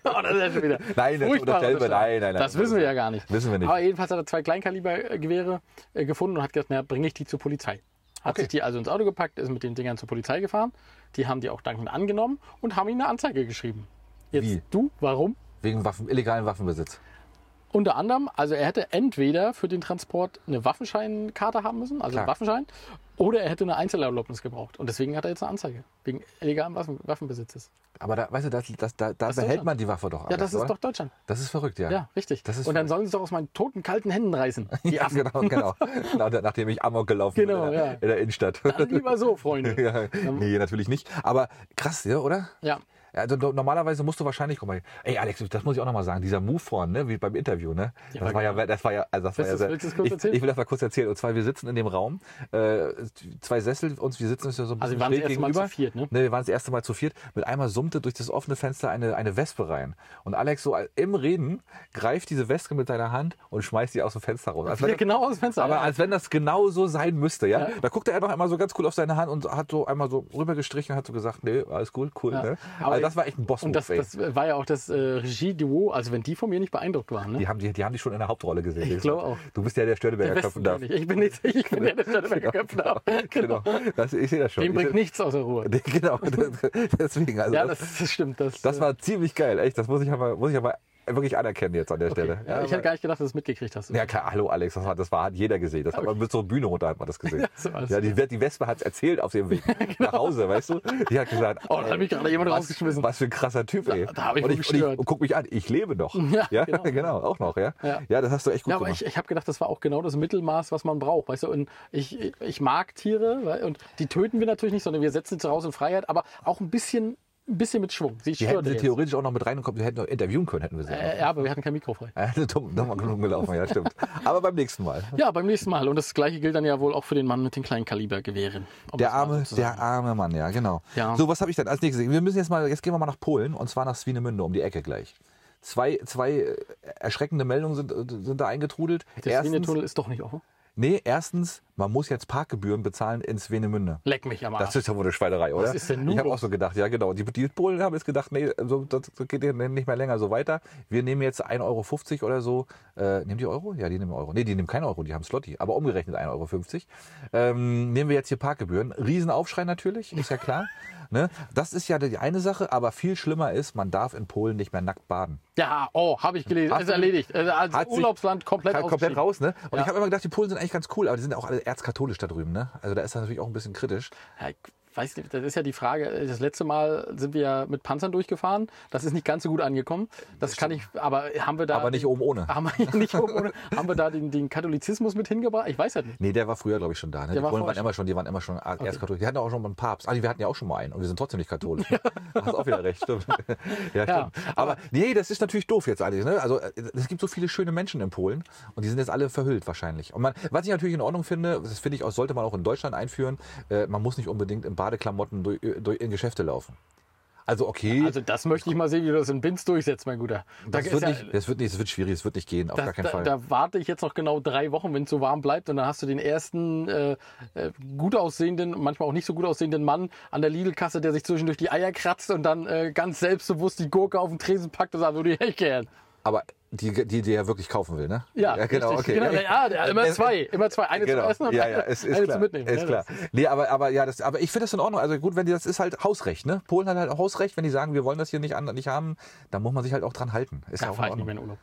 [SPEAKER 1] Oh, das ist ja schon wieder
[SPEAKER 2] Nein, das
[SPEAKER 1] furchtbar
[SPEAKER 2] unterstellen wir. Nein, nein, nein.
[SPEAKER 1] Das wissen wir ja gar nicht.
[SPEAKER 2] Wissen wir nicht.
[SPEAKER 1] Aber jedenfalls hat er zwei Kleinkalibergewehre äh, gefunden und hat gedacht, na, bringe ich die zur Polizei. Hat
[SPEAKER 2] Okay.
[SPEAKER 1] sich die also ins Auto gepackt, ist mit den Dingern zur Polizei gefahren. Die haben die auch dankend angenommen und haben ihm eine Anzeige geschrieben. Jetzt
[SPEAKER 2] Wie?
[SPEAKER 1] du, warum?
[SPEAKER 2] Wegen Waffen, illegalen Waffenbesitz.
[SPEAKER 1] Unter anderem, also er hätte entweder für den Transport eine Waffenscheinkarte haben müssen, also einen
[SPEAKER 2] Klar.
[SPEAKER 1] Waffenschein, oder er hätte eine Einzelerlaubnis gebraucht. Und deswegen hat er jetzt eine Anzeige, wegen illegalen Waffen, Waffenbesitzes.
[SPEAKER 2] Aber da, weißt du, das, das, da, da
[SPEAKER 1] ist
[SPEAKER 2] behält
[SPEAKER 1] Deutschland.
[SPEAKER 2] man die Waffe doch
[SPEAKER 1] Ja,
[SPEAKER 2] alles,
[SPEAKER 1] das ist
[SPEAKER 2] oder?
[SPEAKER 1] doch Deutschland.
[SPEAKER 2] Das ist verrückt, ja.
[SPEAKER 1] Ja, richtig.
[SPEAKER 2] Das ist
[SPEAKER 1] und dann
[SPEAKER 2] verrückt.
[SPEAKER 1] sollen sie es doch aus meinen toten, kalten Händen reißen. Die
[SPEAKER 2] Ja,
[SPEAKER 1] Affen.
[SPEAKER 2] genau, genau. Nach, nachdem ich Amok gelaufen
[SPEAKER 1] Genau,
[SPEAKER 2] bin in der,
[SPEAKER 1] ja.
[SPEAKER 2] in der Innenstadt.
[SPEAKER 1] Dann lieber so, Freunde.
[SPEAKER 2] ja, nee, natürlich nicht. Aber krass, ja, oder?
[SPEAKER 1] Ja.
[SPEAKER 2] Also do- normalerweise musst du wahrscheinlich, guck mal, ey Alex, das muss ich auch nochmal sagen, dieser Move vorne, ne, wie beim Interview, ne?
[SPEAKER 1] Ja, genau.
[SPEAKER 2] das war ja, das war ja, also
[SPEAKER 1] Willst
[SPEAKER 2] das war ja
[SPEAKER 1] du-
[SPEAKER 2] sehr,
[SPEAKER 1] willst du es kurz
[SPEAKER 2] ich,
[SPEAKER 1] erzählen?
[SPEAKER 2] ich will das mal kurz erzählen. Und zwar, wir sitzen in dem Raum, äh, zwei Sessel, uns, wir sitzen uns ja so ein
[SPEAKER 1] Also
[SPEAKER 2] bisschen
[SPEAKER 1] wir waren das
[SPEAKER 2] schräg
[SPEAKER 1] erste Mal
[SPEAKER 2] gegenüber.
[SPEAKER 1] zu viert, ne?
[SPEAKER 2] Wir waren das erste Mal zu viert. Mit einmal summte durch das offene Fenster eine, eine Wespe rein. Und Alex so im Reden greift diese Wespe mit seiner Hand und schmeißt sie aus dem Fenster raus. Als wenn
[SPEAKER 1] Ja,
[SPEAKER 2] das-
[SPEAKER 1] genau aus dem Fenster.
[SPEAKER 2] aber
[SPEAKER 1] ja.
[SPEAKER 2] als wenn das genau so sein müsste, ja?
[SPEAKER 1] Ja.
[SPEAKER 2] Da guckte er noch einmal so ganz cool auf seine Hand und hat so einmal so rübergestrichen und hat so gesagt, nee, alles cool, cool,
[SPEAKER 1] Ja.
[SPEAKER 2] ne?
[SPEAKER 1] Aber
[SPEAKER 2] Aber also das war echt ein boss
[SPEAKER 1] und das,
[SPEAKER 2] ey.
[SPEAKER 1] das war ja auch das äh, Regie-Duo, also wenn die von mir nicht beeindruckt waren, ne?
[SPEAKER 2] Die haben, die, die haben dich schon in der Hauptrolle gesehen.
[SPEAKER 1] Ich glaub auch.
[SPEAKER 2] Du bist ja der Störteberger
[SPEAKER 1] Besten
[SPEAKER 2] Köpfen darf.
[SPEAKER 1] bin ich. ich bin nicht, ich bin der, der Stadtwerker Köpfen ab. Genau.
[SPEAKER 2] Genau. Das, ich sehe das schon.
[SPEAKER 1] Dem
[SPEAKER 2] Ich
[SPEAKER 1] bringt nichts aus der Ruhe.
[SPEAKER 2] seh- genau. Deswegen, also.
[SPEAKER 1] Ja,
[SPEAKER 2] das,
[SPEAKER 1] das, das stimmt. Das,
[SPEAKER 2] das
[SPEAKER 1] äh,
[SPEAKER 2] war ziemlich geil, echt. Das muss ich aber, muss ich aber wirklich anerkennen jetzt an der Stelle.
[SPEAKER 1] ja, ich
[SPEAKER 2] aber-
[SPEAKER 1] hätte gar nicht gedacht, dass du das mitgekriegt hast.
[SPEAKER 2] Ja, klar, hallo Alex, das, war, das war, hat jeder gesehen. Das hat man mit so einer Bühne runter hat man das gesehen.
[SPEAKER 1] so alles
[SPEAKER 2] Ja, die, die Wespe hat es erzählt auf ihrem Weg nach Hause, weißt du? Die hat gesagt,
[SPEAKER 1] Oh, da hat mich gerade jemand
[SPEAKER 2] was,
[SPEAKER 1] rausgeschmissen.
[SPEAKER 2] Was für ein krasser Typ, ey.
[SPEAKER 1] da hab ich
[SPEAKER 2] und,
[SPEAKER 1] wohl
[SPEAKER 2] ich, und, ich,
[SPEAKER 1] gestört.
[SPEAKER 2] und guck mich an, ich lebe noch.
[SPEAKER 1] Ja,
[SPEAKER 2] genau.
[SPEAKER 1] genau.
[SPEAKER 2] auch noch, ja?
[SPEAKER 1] Ja.
[SPEAKER 2] das hast du echt gut
[SPEAKER 1] Ja, aber
[SPEAKER 2] gemacht.
[SPEAKER 1] ich, ich habe gedacht, das war auch genau das Mittelmaß, was man braucht. Weißt du, und ich, ich mag Tiere weil- und die töten wir natürlich nicht, sondern wir setzen sie zu Hause in Freiheit, aber auch ein bisschen, ein bisschen mit Schwung. Sie
[SPEAKER 2] die hätten
[SPEAKER 1] stört
[SPEAKER 2] sie
[SPEAKER 1] jetzt.
[SPEAKER 2] theoretisch auch noch mit reingekommen, wir hätten noch interviewen können, hätten wir sie.
[SPEAKER 1] Äh, ja, aber wir hatten kein Mikro frei.
[SPEAKER 2] Äh, dumm, dumm, dumm gelaufen, ja, stimmt. Aber beim nächsten Mal.
[SPEAKER 1] Ja, beim nächsten Mal. Und das gleiche gilt dann ja wohl auch für den Mann mit den kleinen Kalibergewehren. Um
[SPEAKER 2] Der
[SPEAKER 1] das mal
[SPEAKER 2] arme,
[SPEAKER 1] so zu sagen.
[SPEAKER 2] der arme Mann, ja, genau.
[SPEAKER 1] Ja.
[SPEAKER 2] So, was habe ich denn als nächstes? Wir müssen jetzt mal, jetzt gehen wir mal nach Polen und zwar nach Swinemünde um die Ecke gleich. Zwei, zwei äh, erschreckende Meldungen äh, sind, sind da eingetrudelt.
[SPEAKER 1] Der Schienentunnel ist doch nicht offen.
[SPEAKER 2] nee, erstens, man muss jetzt Parkgebühren bezahlen in Swenemünde.
[SPEAKER 1] Leck mich am Arsch.
[SPEAKER 2] Das ist ja wohl eine Schweinerei, oder?
[SPEAKER 1] ist denn
[SPEAKER 2] ich
[SPEAKER 1] Nubo?
[SPEAKER 2] habe auch so gedacht, ja genau. Die, die Polen haben jetzt gedacht, nee, so, das geht ja nicht mehr länger so weiter. Wir nehmen jetzt 1,50 Euro oder so. Äh, nehmen die Euro? Ja, die nehmen Euro. Nee, die nehmen keinen Euro, die haben Slotty. Aber umgerechnet 1,50 Euro. Ähm, nehmen wir jetzt hier Parkgebühren. Riesenaufschrei natürlich, ist ja klar. ne? Das ist ja die eine Sache, aber viel schlimmer ist, man darf in Polen nicht mehr nackt baden.
[SPEAKER 1] ja, oh, habe ich gelesen.
[SPEAKER 2] Hast
[SPEAKER 1] ist
[SPEAKER 2] du-
[SPEAKER 1] erledigt. Also
[SPEAKER 2] hat
[SPEAKER 1] als
[SPEAKER 2] sich-
[SPEAKER 1] Urlaubsland komplett
[SPEAKER 2] Halt komplett
[SPEAKER 1] ausgeschieden.
[SPEAKER 2] raus, ne? Und
[SPEAKER 1] Ja.
[SPEAKER 2] ich habe immer gedacht, die Polen sind eigentlich ganz cool, aber die sind ja auch alle erzkatholisch da drüben, ne? Also da ist das natürlich auch ein bisschen kritisch.
[SPEAKER 1] Ja, ich weiß nicht, das ist ja die Frage. Das letzte Mal sind wir ja mit Panzern durchgefahren. Das ist nicht ganz so gut angekommen. Das, kann ich, aber haben wir da.
[SPEAKER 2] Aber nicht
[SPEAKER 1] den-
[SPEAKER 2] oben ohne.
[SPEAKER 1] Haben wir, nicht oben ohne, haben wir da den, den Katholizismus mit hingebracht? Ich weiß halt nicht.
[SPEAKER 2] Nee, der war früher, glaube ich, schon da. Ne? Die
[SPEAKER 1] war
[SPEAKER 2] Polen
[SPEAKER 1] vorher
[SPEAKER 2] waren immer schon, die waren immer schon erst katholisch. Die hatten auch schon mal einen Papst. Ah, nee, wir hatten ja auch schon mal einen und wir sind trotzdem nicht katholisch. ne? Hast auch wieder recht, stimmt. ja,
[SPEAKER 1] Ja,
[SPEAKER 2] stimmt. Aber nee, das ist natürlich doof jetzt alles. Ne? Also äh, es gibt so viele schöne Menschen in Polen und die sind jetzt alle verhüllt wahrscheinlich. Und man, was ich natürlich in Ordnung finde, das finde ich auch, sollte man auch in Deutschland einführen, äh, man muss nicht unbedingt in Badeklamotten durch, äh, durch, in Geschäfte laufen. Also okay,
[SPEAKER 1] Also, das möchte ich mal sehen, wie du das in Binz durchsetzt, mein Guter. Da
[SPEAKER 2] das,
[SPEAKER 1] ist
[SPEAKER 2] wird
[SPEAKER 1] ja-
[SPEAKER 2] nicht, das, wird nicht, das wird schwierig, das wird nicht gehen, auf
[SPEAKER 1] Da,
[SPEAKER 2] gar keinen
[SPEAKER 1] da,
[SPEAKER 2] Fall.
[SPEAKER 1] da warte ich jetzt noch genau drei Wochen, wenn es so warm bleibt. Und dann hast du den ersten äh, äh, gut aussehenden, manchmal auch nicht so gut aussehenden Mann an der Lidl-Kasse, der sich zwischendurch die Eier kratzt und dann äh, ganz selbstbewusst die Gurke auf den Tresen packt und sagt, würde ich echt gern.
[SPEAKER 2] Aber die, die, die er wirklich kaufen will, ne?
[SPEAKER 1] Ja, richtig. Genau,
[SPEAKER 2] Ja, Äh,
[SPEAKER 1] ja, ja, immer
[SPEAKER 2] Es-
[SPEAKER 1] zwei. Immer zwei. Eine
[SPEAKER 2] genau.
[SPEAKER 1] zum Essen und
[SPEAKER 2] ja,
[SPEAKER 1] eine,
[SPEAKER 2] ja, es ist
[SPEAKER 1] eine
[SPEAKER 2] klar.
[SPEAKER 1] zum Mitnehmen.
[SPEAKER 2] Ist
[SPEAKER 1] Ja,
[SPEAKER 2] klar.
[SPEAKER 1] das-
[SPEAKER 2] Nee, aber, aber, ja, das, aber ich finde das in Ordnung. Also gut, wenn die, das ist halt Hausrecht, ne? Polen hat halt auch Hausrecht. Wenn die sagen, wir wollen das hier nicht, an, nicht haben, dann muss man sich halt auch dran halten. Ist ja
[SPEAKER 1] Da
[SPEAKER 2] auch
[SPEAKER 1] fahre
[SPEAKER 2] in
[SPEAKER 1] ich nicht mehr
[SPEAKER 2] Ordnung.
[SPEAKER 1] in Urlaub.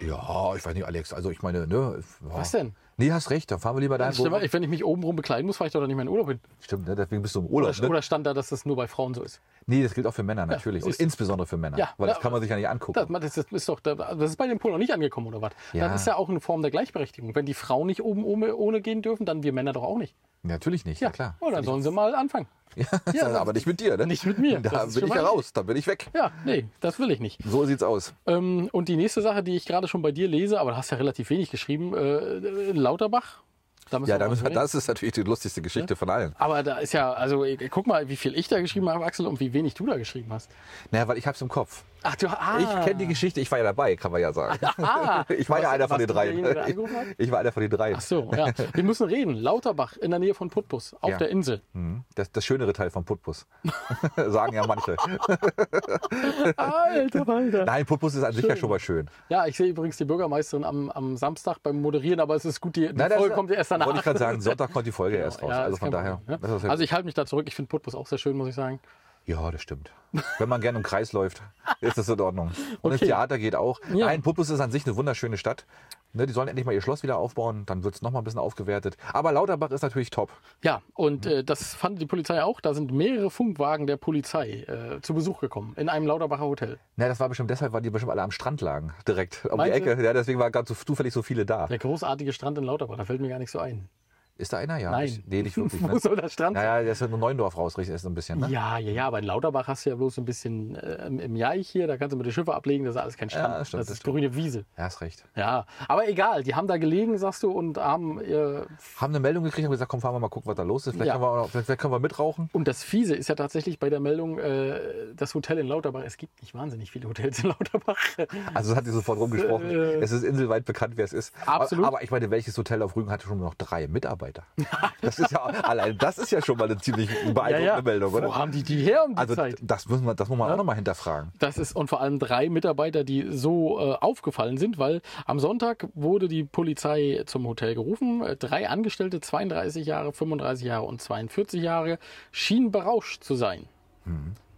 [SPEAKER 2] Ja, ich weiß nicht, Alex. Also ich meine, ne? ja.
[SPEAKER 1] Was denn?
[SPEAKER 2] Nee, hast recht. Dann fahren wir lieber dahin,
[SPEAKER 1] Stimmt,
[SPEAKER 2] wo...
[SPEAKER 1] aber wenn ich mich oben rum bekleiden muss, fahre ich doch dann nicht mehr in Urlaub hin.
[SPEAKER 2] Stimmt, ne? Deswegen bist du im Urlaub, ne?
[SPEAKER 1] Oder stand da, dass das nur bei Frauen so ist?
[SPEAKER 2] Nee, das gilt auch für Männer natürlich. Und
[SPEAKER 1] siehst du.
[SPEAKER 2] insbesondere für Männer.
[SPEAKER 1] Ja,
[SPEAKER 2] weil das
[SPEAKER 1] ja.
[SPEAKER 2] kann man sich ja nicht angucken.
[SPEAKER 1] Das, das ist- ist doch, das ist bei den Polen noch nicht angekommen, oder was?
[SPEAKER 2] Ja.
[SPEAKER 1] Das ist ja auch eine Form der Gleichberechtigung. Wenn die Frauen nicht oben ohne, ohne gehen dürfen, dann wir Männer doch auch nicht.
[SPEAKER 2] Natürlich nicht, ja, klar.
[SPEAKER 1] Oh, dann sollen sie mal anfangen.
[SPEAKER 2] Ja,
[SPEAKER 1] Ja,
[SPEAKER 2] aber nicht mit dir, ne?
[SPEAKER 1] nicht mit mir.
[SPEAKER 2] Da
[SPEAKER 1] Das ist
[SPEAKER 2] bin
[SPEAKER 1] schon
[SPEAKER 2] ich
[SPEAKER 1] mal-
[SPEAKER 2] ja raus, da bin ich weg.
[SPEAKER 1] Ja, nee, das will ich nicht.
[SPEAKER 2] So sieht's aus.
[SPEAKER 1] Ähm, und die nächste Sache, die ich gerade schon bei dir lese, aber du hast ja relativ wenig geschrieben, äh, Lauterbach. Da müssen
[SPEAKER 2] Ja,
[SPEAKER 1] wir
[SPEAKER 2] da
[SPEAKER 1] mal
[SPEAKER 2] müssen wir,
[SPEAKER 1] drüber reden.
[SPEAKER 2] das ist natürlich die lustigste Geschichte von allen.
[SPEAKER 1] Aber da ist ja, also ich- guck mal, wie viel ich da geschrieben habe, Axel, und wie wenig du da geschrieben hast.
[SPEAKER 2] Naja, weil ich hab's im Kopf.
[SPEAKER 1] Ach du, ah,
[SPEAKER 2] Ich kenne die Geschichte, ich war ja dabei, kann man ja sagen.
[SPEAKER 1] Ah.
[SPEAKER 2] ich war ja
[SPEAKER 1] Warst-
[SPEAKER 2] einer von den
[SPEAKER 1] warst du
[SPEAKER 2] dreien.
[SPEAKER 1] derjenige, der angerufen hat?
[SPEAKER 2] Ich, ich war einer von den dreien.
[SPEAKER 1] Ach so, ja. Wir müssen reden. Lauterbach in der Nähe von Putbus, auf
[SPEAKER 2] Ja.
[SPEAKER 1] der Insel.
[SPEAKER 2] Mhm. Das, das schönere Teil vom Putbus. sagen ja manche.
[SPEAKER 1] Alter, Alter.
[SPEAKER 2] Nein, Putbus ist an sich ja schon mal schön.
[SPEAKER 1] Ja, ich sehe übrigens die Bürgermeisterin am, am Samstag beim Moderieren, aber es ist gut, die, die
[SPEAKER 2] Nein, das
[SPEAKER 1] Folge
[SPEAKER 2] ist-
[SPEAKER 1] kommt ja erst danach. Genau,
[SPEAKER 2] Wollte ich gerade sagen, Sonntag kommt die Folge erst raus.
[SPEAKER 1] Ja,
[SPEAKER 2] also
[SPEAKER 1] ist
[SPEAKER 2] von
[SPEAKER 1] kein
[SPEAKER 2] daher.
[SPEAKER 1] Problem,
[SPEAKER 2] das ist
[SPEAKER 1] ne?
[SPEAKER 2] ja,
[SPEAKER 1] Also ich halte mich da zurück. Ich finde Putbus auch sehr schön, muss ich sagen.
[SPEAKER 2] ja, das stimmt. Wenn man gerne im Kreis läuft, ist das in Ordnung. Und ins
[SPEAKER 1] Okay.
[SPEAKER 2] Theater geht auch.
[SPEAKER 1] Ja.
[SPEAKER 2] Nein, Putbus ist an sich eine wunderschöne Stadt. Ne, die sollen endlich mal ihr Schloss wieder aufbauen, dann wird's noch mal ein bisschen aufgewertet. Aber Lauterbach ist natürlich top.
[SPEAKER 1] Ja, und
[SPEAKER 2] Mhm.
[SPEAKER 1] äh, das fand die Polizei auch. Da sind mehrere Funkwagen der Polizei äh, zu Besuch gekommen in einem Lauterbacher Hotel.
[SPEAKER 2] Na, das war bestimmt deshalb, weil die bestimmt alle am Strand lagen, direkt um
[SPEAKER 1] Meinst
[SPEAKER 2] die Ecke. Ja, deswegen waren ganz so, zufällig so viele da.
[SPEAKER 1] Der großartige Strand in Lauterbach, da fällt mir gar nicht so ein.
[SPEAKER 2] Ist da einer? Ja.
[SPEAKER 1] Nein.
[SPEAKER 2] Nicht, nee, nicht wirklich.
[SPEAKER 1] Wo
[SPEAKER 2] Ne?
[SPEAKER 1] soll der Strand sein?
[SPEAKER 2] Naja, der ist in Neuendorf raus, richtig, ist so ein bisschen. Ne?
[SPEAKER 1] Ja, ja, ja, aber in Lauterbach hast du ja bloß ein bisschen äh, im- im Jaich hier, da kannst du mit den Schiffe ablegen, das ist alles kein Strand.
[SPEAKER 2] Ja, das stimmt,
[SPEAKER 1] das
[SPEAKER 2] das
[SPEAKER 1] ist grüne Wiese.
[SPEAKER 2] Ja, hast recht.
[SPEAKER 1] Ja, aber egal, die haben da gelegen, sagst du, und haben äh,
[SPEAKER 2] Haben eine Meldung gekriegt, haben gesagt, komm, fahren wir mal gucken, was da los ist. Vielleicht,
[SPEAKER 1] Ja.
[SPEAKER 2] können, wir auch noch, vielleicht, vielleicht können wir mitrauchen.
[SPEAKER 1] Und das Fiese ist ja tatsächlich bei der Meldung, äh, das Hotel in Lauterbach, es gibt nicht wahnsinnig viele Hotels in Lauterbach.
[SPEAKER 2] Also das hat sie sofort rumgesprochen.
[SPEAKER 1] Äh.
[SPEAKER 2] es ist inselweit bekannt, wer es ist.
[SPEAKER 1] Absolut.
[SPEAKER 2] Aber, aber ich meine, welches Hotel auf Rügen hatte schon noch drei Mitarbeiter? Das ist ja allein, das ist ja schon mal eine ziemlich beeindruckende Meldung,
[SPEAKER 1] Wo
[SPEAKER 2] oder?
[SPEAKER 1] haben die die her um die
[SPEAKER 2] Also
[SPEAKER 1] Zeit?
[SPEAKER 2] das müssen wir, das muss man auch noch mal hinterfragen.
[SPEAKER 1] Das ist und vor allem drei Mitarbeiter, die so äh, aufgefallen sind, weil am Sonntag wurde die Polizei zum Hotel gerufen. Äh, Drei Angestellte, 32 Jahre, 35 Jahre und 42 Jahre, schienen berauscht zu sein.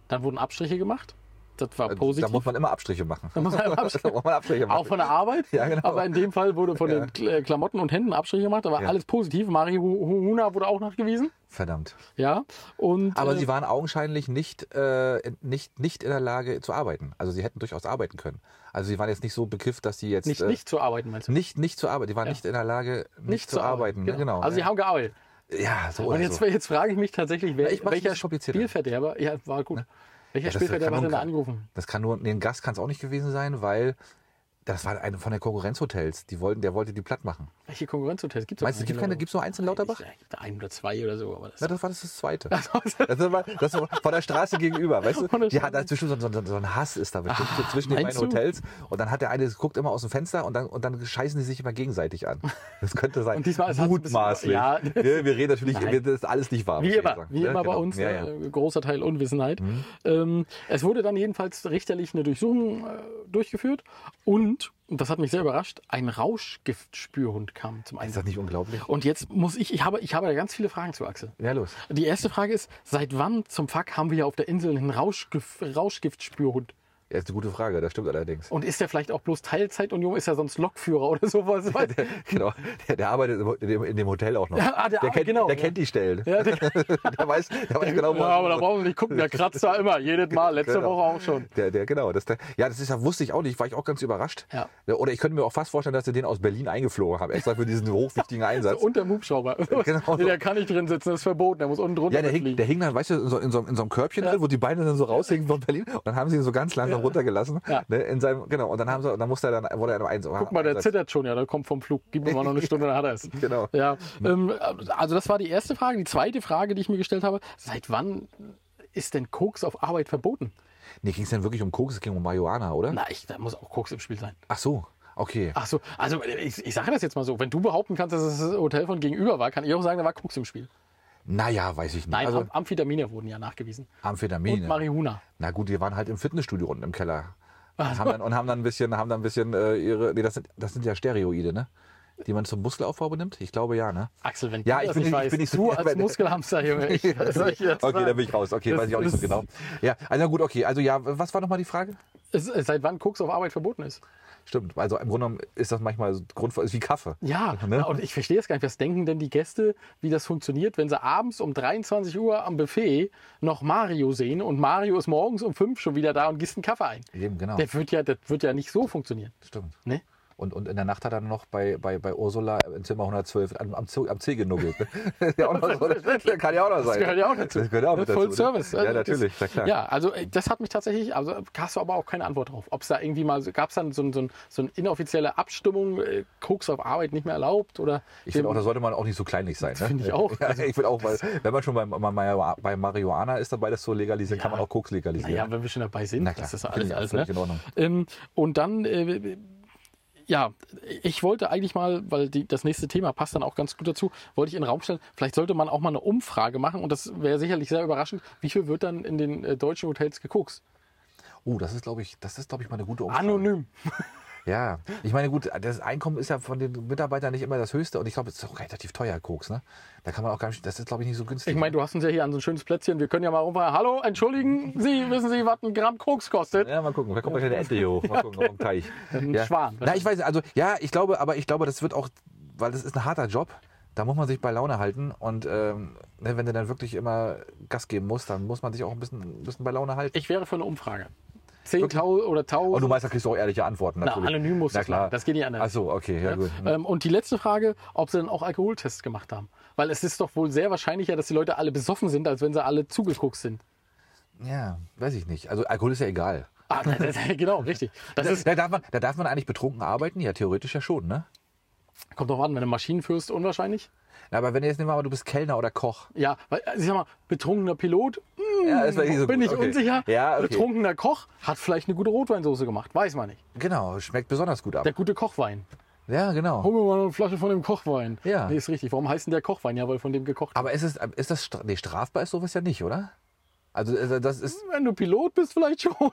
[SPEAKER 1] Dann wurden Abstriche gemacht. Das war
[SPEAKER 2] Mhm. Äh, Also, Da
[SPEAKER 1] positiv.
[SPEAKER 2] muss man immer Abstriche machen. Da
[SPEAKER 1] muss man immer Abstriche-
[SPEAKER 2] muss man Abstriche machen.
[SPEAKER 1] Auch von der Arbeit.
[SPEAKER 2] Ja, genau.
[SPEAKER 1] Aber in dem Fall wurde von
[SPEAKER 2] Ja.
[SPEAKER 1] den Kl- äh, Klamotten und Händen Abstriche gemacht, aber
[SPEAKER 2] Ja.
[SPEAKER 1] alles positiv. Marihuana wurde auch nachgewiesen.
[SPEAKER 2] Verdammt.
[SPEAKER 1] Ja. Und,
[SPEAKER 2] Aber
[SPEAKER 1] äh,
[SPEAKER 2] sie waren augenscheinlich nicht, äh, nicht, nicht in der Lage zu arbeiten. Also sie hätten durchaus arbeiten können. Also sie waren jetzt nicht so bekifft, dass sie jetzt
[SPEAKER 1] nicht,
[SPEAKER 2] äh,
[SPEAKER 1] nicht zu arbeiten, meinst du?
[SPEAKER 2] nicht, nicht zu arbeiten. Die waren
[SPEAKER 1] Ja.
[SPEAKER 2] nicht in der Lage, nicht, zu arbeiten. ne? Genau.
[SPEAKER 1] Also sie haben gearbeitet.
[SPEAKER 2] ja, so
[SPEAKER 1] Und
[SPEAKER 2] oder
[SPEAKER 1] jetzt,
[SPEAKER 2] so.
[SPEAKER 1] jetzt frage ich mich tatsächlich, wer,
[SPEAKER 2] Oh, also. Ja, ich mach's ein
[SPEAKER 1] welcher
[SPEAKER 2] bisschen komplizierter. Ne?
[SPEAKER 1] Spielverderber, ja, war gut. Welcher
[SPEAKER 2] Ja, das
[SPEAKER 1] Spielverderber
[SPEAKER 2] kann
[SPEAKER 1] hat denn da
[SPEAKER 2] nun-
[SPEAKER 1] angerufen?
[SPEAKER 2] Das kann nur, nee, ein Gast kann es auch nicht gewesen sein, weil das war eine von den Konkurrenzhotels. Die wollten, der wollte die platt machen.
[SPEAKER 1] Welche Konkurrenzhotels gibt es
[SPEAKER 2] Meinst du, gibt keine, gibt's nur eins in Lauterbach?
[SPEAKER 1] Ja, gibt da ein oder zwei oder so. Aber das
[SPEAKER 2] Na, das war das, das zweite. Das war, das war von der Straße gegenüber, weißt
[SPEAKER 1] Von
[SPEAKER 2] du?
[SPEAKER 1] der Ah,
[SPEAKER 2] Ja, da ist bestimmt so, so, so ein Hass ist da bestimmt so zwischen den
[SPEAKER 1] meinst
[SPEAKER 2] beiden
[SPEAKER 1] du?
[SPEAKER 2] Hotels. Und dann hat der eine, guckt immer aus dem Fenster und dann, und dann scheißen die sich immer gegenseitig an. Das könnte sein.
[SPEAKER 1] Und diesmal ist- hat's ein bisschen-
[SPEAKER 2] Mutmaßlich.
[SPEAKER 1] ja.
[SPEAKER 2] Ne, wir reden natürlich,
[SPEAKER 1] Nein.
[SPEAKER 2] wir, das ist alles nicht wahr. was
[SPEAKER 1] Wie
[SPEAKER 2] wir
[SPEAKER 1] immer,
[SPEAKER 2] sagen,
[SPEAKER 1] wie
[SPEAKER 2] ne?
[SPEAKER 1] immer bei
[SPEAKER 2] Genau.
[SPEAKER 1] uns,
[SPEAKER 2] Ja, ja. Mhm.
[SPEAKER 1] Äh, großer Teil Unwissenheit. Ähm, es wurde dann jedenfalls richterlich eine Durchsuchung äh, durchgeführt und, und das hat mich sehr überrascht, ein Rauschgiftspürhund kam zum
[SPEAKER 2] Ist das
[SPEAKER 1] Einsatz.
[SPEAKER 2] nicht unglaublich?
[SPEAKER 1] Und jetzt muss ich, ich habe, ich habe da ganz viele Fragen zu Axel.
[SPEAKER 2] Ja, los.
[SPEAKER 1] Die erste Frage ist, seit wann zum Fuck haben wir auf der Insel einen Rauschgif Rauschgiftspürhund?
[SPEAKER 2] Ja, ist eine gute Frage, das stimmt allerdings.
[SPEAKER 1] Und ist der vielleicht auch bloß Teilzeitunion? Ist er sonst Lokführer oder sowas? Weil-
[SPEAKER 2] Genau. Der, der arbeitet im- in dem, in dem Hotel auch noch.
[SPEAKER 1] Ja, ah, der-
[SPEAKER 2] kennt,
[SPEAKER 1] genau,
[SPEAKER 2] der
[SPEAKER 1] ja.
[SPEAKER 2] kennt die Stellen.
[SPEAKER 1] Ja, der-
[SPEAKER 2] Der weiß, der weiß genau, wo-
[SPEAKER 1] ja, aber da brauchen wir nicht gucken, der kratzt da immer, jedes Mal, letzte
[SPEAKER 2] Genau.
[SPEAKER 1] Woche auch schon.
[SPEAKER 2] Der, der, genau. Das, der, ja, das ist ja, wusste ich auch nicht, war ich auch ganz überrascht. Ne,
[SPEAKER 1] Ja.
[SPEAKER 2] Oder ich könnte mir auch fast vorstellen, dass sie den aus Berlin eingeflogen haben, extra für diesen hochwichtigen Einsatz.
[SPEAKER 1] Unter dem Hubschrauber.
[SPEAKER 2] Genau.
[SPEAKER 1] Nee, der kann nicht drin sitzen, das ist verboten. Der muss unten drunter
[SPEAKER 2] ja, der hing,
[SPEAKER 1] fliegen.
[SPEAKER 2] der hing dann, weißt du, in so, in so, in so einem Körbchen drin, wo die Beine dann so raushingen von Berlin. Und dann haben sie ihn so ganz langsam runtergelassen.
[SPEAKER 1] Ja.
[SPEAKER 2] Ne, in seinem, genau. Und dann haben sie, und dann musste er dann, wurde er im Einsatz.
[SPEAKER 1] Guck mal, der zittert schon, ja, der kommt vom Flug. Gib mir mal noch eine Stunde, dann hat er es.
[SPEAKER 2] Genau.
[SPEAKER 1] Ja, ähm, also das war die erste Frage. Die zweite Frage, die ich mir gestellt habe, seit wann ist denn Koks auf Arbeit verboten?
[SPEAKER 2] Nee, ging es denn wirklich um Koks? Es ging um Marihuana, oder?
[SPEAKER 1] Na, ich, da muss auch Koks im Spiel sein.
[SPEAKER 2] Ach so. Okay.
[SPEAKER 1] Ach so, also ich, ich sage das jetzt mal so. Wenn du behaupten kannst, dass es das Hotel von gegenüber war, kann ich auch sagen, da war Koks im Spiel.
[SPEAKER 2] Naja, weiß ich nicht.
[SPEAKER 1] Nein,
[SPEAKER 2] also,
[SPEAKER 1] Am- Amphetamine wurden ja nachgewiesen. Und
[SPEAKER 2] Amphetamine.
[SPEAKER 1] Marihuana.
[SPEAKER 2] Na gut, die waren halt im Fitnessstudio unten im Keller.
[SPEAKER 1] Ah.
[SPEAKER 2] Und haben dann, und haben dann ein bisschen, haben dann ein bisschen äh, ihre. Nee, das sind, das sind ja Steroide, ne? Die man zum Muskelaufbau benimmt? Ich glaube ja, ne?
[SPEAKER 1] Axel, wenn
[SPEAKER 2] Ja,
[SPEAKER 1] du
[SPEAKER 2] ich
[SPEAKER 1] das
[SPEAKER 2] bin
[SPEAKER 1] nicht
[SPEAKER 2] nicht- ich
[SPEAKER 1] weißt,
[SPEAKER 2] bin nicht so-
[SPEAKER 1] du
[SPEAKER 2] Ja,
[SPEAKER 1] als
[SPEAKER 2] weil-
[SPEAKER 1] Muskelhamster, Junge. Ich, was soll ich
[SPEAKER 2] okay,
[SPEAKER 1] jetzt
[SPEAKER 2] da
[SPEAKER 1] sagen?
[SPEAKER 2] bin ich raus. Okay,
[SPEAKER 1] Das
[SPEAKER 2] weiß ich auch nicht so
[SPEAKER 1] ist-
[SPEAKER 2] genau. Ja, also gut, okay. Also ja, was war nochmal die Frage?
[SPEAKER 1] Es- es- Seit wann Koks auf Arbeit verboten ist?
[SPEAKER 2] Stimmt, also im Grunde genommen ist das manchmal so Grund, ist wie Kaffee.
[SPEAKER 1] Ja,
[SPEAKER 2] Ne?
[SPEAKER 1] und ich verstehe es gar nicht. Was denken denn die Gäste, wie das funktioniert, wenn sie abends um 23 Uhr am Buffet noch Mario sehen und Mario ist morgens um 5 schon wieder da und gießt einen Kaffee ein?
[SPEAKER 2] Eben, genau.
[SPEAKER 1] Der wird ja, das wird ja nicht so funktionieren.
[SPEAKER 2] Stimmt.
[SPEAKER 1] Ne?
[SPEAKER 2] Und, und in der Nacht hat er noch bei, bei, bei Ursula im Zimmer 112 am, am, Zeh- am Zeh genuggelt. ne? ja, auch noch so, der kann ja auch noch
[SPEAKER 1] Das
[SPEAKER 2] sein.
[SPEAKER 1] gehört ja auch dazu.
[SPEAKER 2] Das gehört ja auch mit dazu.
[SPEAKER 1] Full
[SPEAKER 2] ne?
[SPEAKER 1] Service.
[SPEAKER 2] Ja,
[SPEAKER 1] Also
[SPEAKER 2] natürlich.
[SPEAKER 1] Das,
[SPEAKER 2] na klar.
[SPEAKER 1] Ja, also äh, das hat mich tatsächlich, also hast du aber auch keine Antwort drauf. Ob es da irgendwie mal, gab es dann so, ein- so, ein- so eine inoffizielle Abstimmung, äh, Koks auf Arbeit nicht mehr erlaubt oder
[SPEAKER 2] Ich finde auch, da sollte man auch nicht so kleinlich sein. Ne?
[SPEAKER 1] Finde ich auch. Also
[SPEAKER 2] Ja, ich finde auch, weil wenn man schon bei, bei, bei Marihuana ist, dabei das so legalisieren, kann
[SPEAKER 1] Ja.
[SPEAKER 2] man auch Koks legalisieren.
[SPEAKER 1] Naja, wenn wir schon dabei sind,
[SPEAKER 2] Na klar,
[SPEAKER 1] das ist
[SPEAKER 2] finde
[SPEAKER 1] alles,
[SPEAKER 2] ich
[SPEAKER 1] alles ne?
[SPEAKER 2] absolut in Ordnung.
[SPEAKER 1] ähm, Und dann, äh, ja, ich wollte eigentlich mal, weil die, das nächste Thema passt dann auch ganz gut dazu, wollte ich in den Raum stellen, vielleicht sollte man auch mal eine Umfrage machen und das wäre sicherlich sehr überraschend, wie viel wird dann in den äh, deutschen Hotels gekokst?
[SPEAKER 2] Oh, das ist, glaube ich, das ist, glaube ich, mal eine gute Umfrage.
[SPEAKER 1] Anonym.
[SPEAKER 2] Ja. Ich meine, gut, das Einkommen ist ja von den Mitarbeitern nicht immer das höchste und ich glaube, es ist auch relativ teuer, Koks, ne? Da kann man auch gar nicht, das ist, glaube ich, nicht so günstig.
[SPEAKER 1] Ich meine, du hast uns ja hier an so ein schönes Plätzchen, wir können ja mal rumfahren. Hallo, entschuldigen Sie, wissen Sie, was ein Gramm Koks kostet?
[SPEAKER 2] Ja, mal gucken. Da kommt gleich eine Ente hier hoch. Mal gucken, auf dem Teich.
[SPEAKER 1] Ein
[SPEAKER 2] ja.
[SPEAKER 1] Schwan.
[SPEAKER 2] Na, ich weiß, nicht. also ja, ich glaube, aber ich glaube, das wird auch, weil das ist ein harter Job. Da muss man sich bei Laune halten und ähm, ne, wenn du dann wirklich immer Gas geben musst, dann muss man sich auch ein bisschen, ein bisschen bei Laune halten.
[SPEAKER 1] Ich wäre für eine Umfrage. 10.000 oder 1000.
[SPEAKER 2] Aber Oh, du meinst, da kriegst du auch ehrliche Antworten.
[SPEAKER 1] Na, anonym muss das machen. Das geht nicht anders.
[SPEAKER 2] Ach so, okay, ja, gut. ne?
[SPEAKER 1] Ähm, und die letzte Frage, ob sie dann auch Alkoholtests gemacht haben. Weil es ist doch wohl sehr wahrscheinlicher, dass die Leute alle besoffen sind, als wenn sie alle zugeguckt sind.
[SPEAKER 2] Ja, weiß ich nicht. Also Alkohol ist ja egal.
[SPEAKER 1] Ah, das, das, genau, richtig. Das ist,
[SPEAKER 2] Da darf, man, da darf man eigentlich betrunken arbeiten? Ja, theoretisch ja schon, ne?
[SPEAKER 1] kommt drauf an, wenn du Maschinen führst, unwahrscheinlich.
[SPEAKER 2] Na, aber wenn du jetzt nehmen wir mal, du bist Kellner oder Koch.
[SPEAKER 1] Ja, weil, äh, ich sag mal, betrunkener Pilot, mh,
[SPEAKER 2] Ja, ist vielleicht nicht so
[SPEAKER 1] bin
[SPEAKER 2] gut,
[SPEAKER 1] ich
[SPEAKER 2] okay.
[SPEAKER 1] unsicher.
[SPEAKER 2] Ja, okay.
[SPEAKER 1] Betrunkener Koch hat vielleicht eine gute Rotweinsoße gemacht, weiß man nicht.
[SPEAKER 2] Genau, schmeckt besonders gut ab.
[SPEAKER 1] Der gute Kochwein.
[SPEAKER 2] Ja, genau.
[SPEAKER 1] Hol mir mal eine Flasche von dem Kochwein.
[SPEAKER 2] Ja.
[SPEAKER 1] Nee, ist richtig. Warum heißt denn der Kochwein? Ja, weil von dem gekocht
[SPEAKER 2] Aber ist, es, ist das stra nee, strafbar ist sowas ja nicht, oder? Also äh, das ist
[SPEAKER 1] Wenn du Pilot bist, vielleicht schon.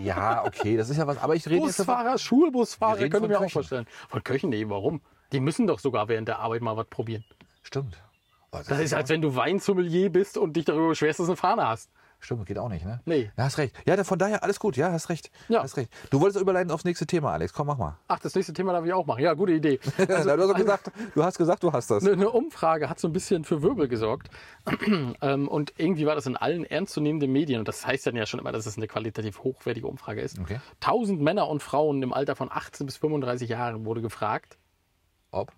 [SPEAKER 2] ja okay, das ist ja was. Aber ich rede jetzt davon-
[SPEAKER 1] Busfahrer, Schulbusfahrer,
[SPEAKER 2] Wir reden
[SPEAKER 1] könnte ich
[SPEAKER 2] von
[SPEAKER 1] mir auch
[SPEAKER 2] Köchen.
[SPEAKER 1] vorstellen. Von Köchen, nee, warum? Die müssen doch sogar während der Arbeit mal was probieren.
[SPEAKER 2] Stimmt. Oh,
[SPEAKER 1] Das ist, als wenn du Weinsommelier bist und dich darüber beschwerst, dass du eine Fahne hast.
[SPEAKER 2] Stimmt, geht auch nicht, ne?
[SPEAKER 1] Nee.
[SPEAKER 2] Ja, hast recht. Ja, da- von daher alles gut. Ja, hast recht.
[SPEAKER 1] Ja.
[SPEAKER 2] Hast recht. Du wolltest überleiten aufs nächste Thema, Alex. Komm, mach mal.
[SPEAKER 1] Ach, das nächste Thema darf ich auch machen. Ja, gute Idee. Also,
[SPEAKER 2] du, hast doch gesagt, du hast gesagt, du hast das.
[SPEAKER 1] eine, eine Umfrage hat so ein bisschen für Wirbel gesorgt. Ähm, und irgendwie war das in allen ernstzunehmenden Medien, und das heißt dann ja schon immer, dass es eine qualitativ hochwertige Umfrage ist.
[SPEAKER 2] Okay.
[SPEAKER 1] 1000 Männer und Frauen im Alter von 18 bis 35 Jahren wurde gefragt,
[SPEAKER 2] Ob?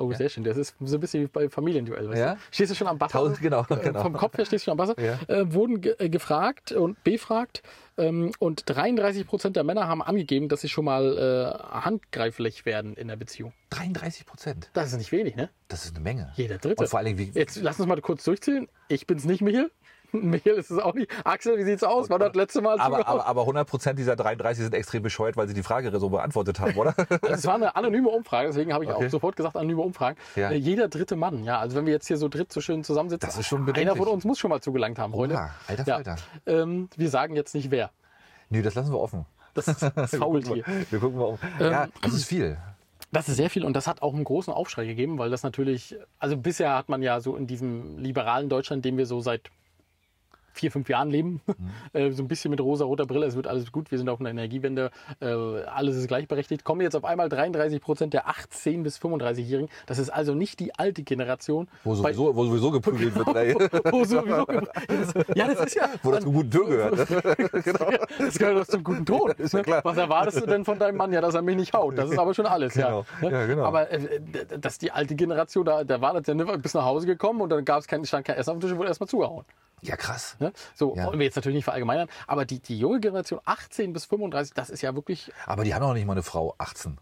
[SPEAKER 1] Oh, sehr schön. Das ist so ein bisschen wie bei Familienduell. Weißt
[SPEAKER 2] Ja?
[SPEAKER 1] du? Stehst du schon am Wasser?
[SPEAKER 2] Tausend- genau,
[SPEAKER 1] Äh,
[SPEAKER 2] genau.
[SPEAKER 1] Vom Kopf her stehst du schon am Wasser.
[SPEAKER 2] Ja.
[SPEAKER 1] Äh, wurden ge äh, gefragt und befragt. Ähm, und 33 Prozent der Männer haben angegeben, dass sie schon mal äh, handgreiflich werden in der Beziehung.
[SPEAKER 2] 33 Prozent.
[SPEAKER 1] Das ist nicht wenig, ne?
[SPEAKER 2] Das ist eine Menge.
[SPEAKER 1] Jeder Dritte.
[SPEAKER 2] Und vor allen Dingen, wie,
[SPEAKER 1] Jetzt lass uns mal kurz durchzählen. Ich bin's nicht, Michael. Michael ist es auch nicht. Axel, wie sieht's aus? War das letzte Mal?
[SPEAKER 2] aber,
[SPEAKER 1] zugehauen?
[SPEAKER 2] aber, aber 100 Prozent dieser 33 sind extrem bescheuert, weil sie die Frage so beantwortet haben, oder?
[SPEAKER 1] Also es war eine anonyme Umfrage, deswegen habe ich
[SPEAKER 2] Okay.
[SPEAKER 1] auch sofort gesagt, anonyme Umfragen.
[SPEAKER 2] Ja.
[SPEAKER 1] Äh, Jeder dritte Mann, ja. Also wenn wir jetzt hier so dritt so schön zusammensitzen,
[SPEAKER 2] Das ist schon
[SPEAKER 1] einer
[SPEAKER 2] bedenklich.
[SPEAKER 1] von uns muss schon mal zugelangt haben, Freunde.
[SPEAKER 2] Oha, alter Falter.
[SPEAKER 1] Ähm, wir sagen jetzt nicht wer.
[SPEAKER 2] nee, das lassen wir offen.
[SPEAKER 1] Das ist das Faultier.
[SPEAKER 2] Wir gucken mal um.
[SPEAKER 1] Ähm.
[SPEAKER 2] Ja, das ist viel.
[SPEAKER 1] Das ist sehr viel und das hat auch einen großen Aufschrei gegeben, weil das natürlich, also bisher hat man ja so in diesem liberalen Deutschland, dem wir so seit vier, fünf Jahren leben, äh, so ein bisschen mit rosa-roter Brille, es wird alles gut, wir sind auf einer Energiewende, äh, alles ist gleichberechtigt, kommen jetzt auf einmal 33 Prozent der 18- bis 35-Jährigen. Das ist also nicht die alte Generation.
[SPEAKER 2] Wo
[SPEAKER 1] bei-
[SPEAKER 2] sowieso, wo sowieso geprügelt wird. Ey.
[SPEAKER 1] wo sowieso gebra- ja, das ist ja.
[SPEAKER 2] Wo das zum guten Ton gehört. Ne?
[SPEAKER 1] Das gehört doch zum guten Ton.
[SPEAKER 2] Ist ja
[SPEAKER 1] ne?
[SPEAKER 2] klar.
[SPEAKER 1] Was erwartest du denn von deinem Mann? Ja, dass er mich nicht haut. Das ist aber schon alles.
[SPEAKER 2] Genau.
[SPEAKER 1] Ja. ne?
[SPEAKER 2] Ja, genau.
[SPEAKER 1] Aber äh, d- dass die alte Generation, da, da war das ja nicht, bis nach Hause gekommen und dann gab's kein, stand kein Essen auf dem Tisch und wurde erstmal zugehauen.
[SPEAKER 2] Ja, krass.
[SPEAKER 1] Ne? So,
[SPEAKER 2] Ja.
[SPEAKER 1] wollen wir jetzt natürlich nicht verallgemeinern, aber die, die junge Generation 18 bis 35, das ist ja wirklich.
[SPEAKER 2] Aber die haben doch nicht mal eine Frau, 18.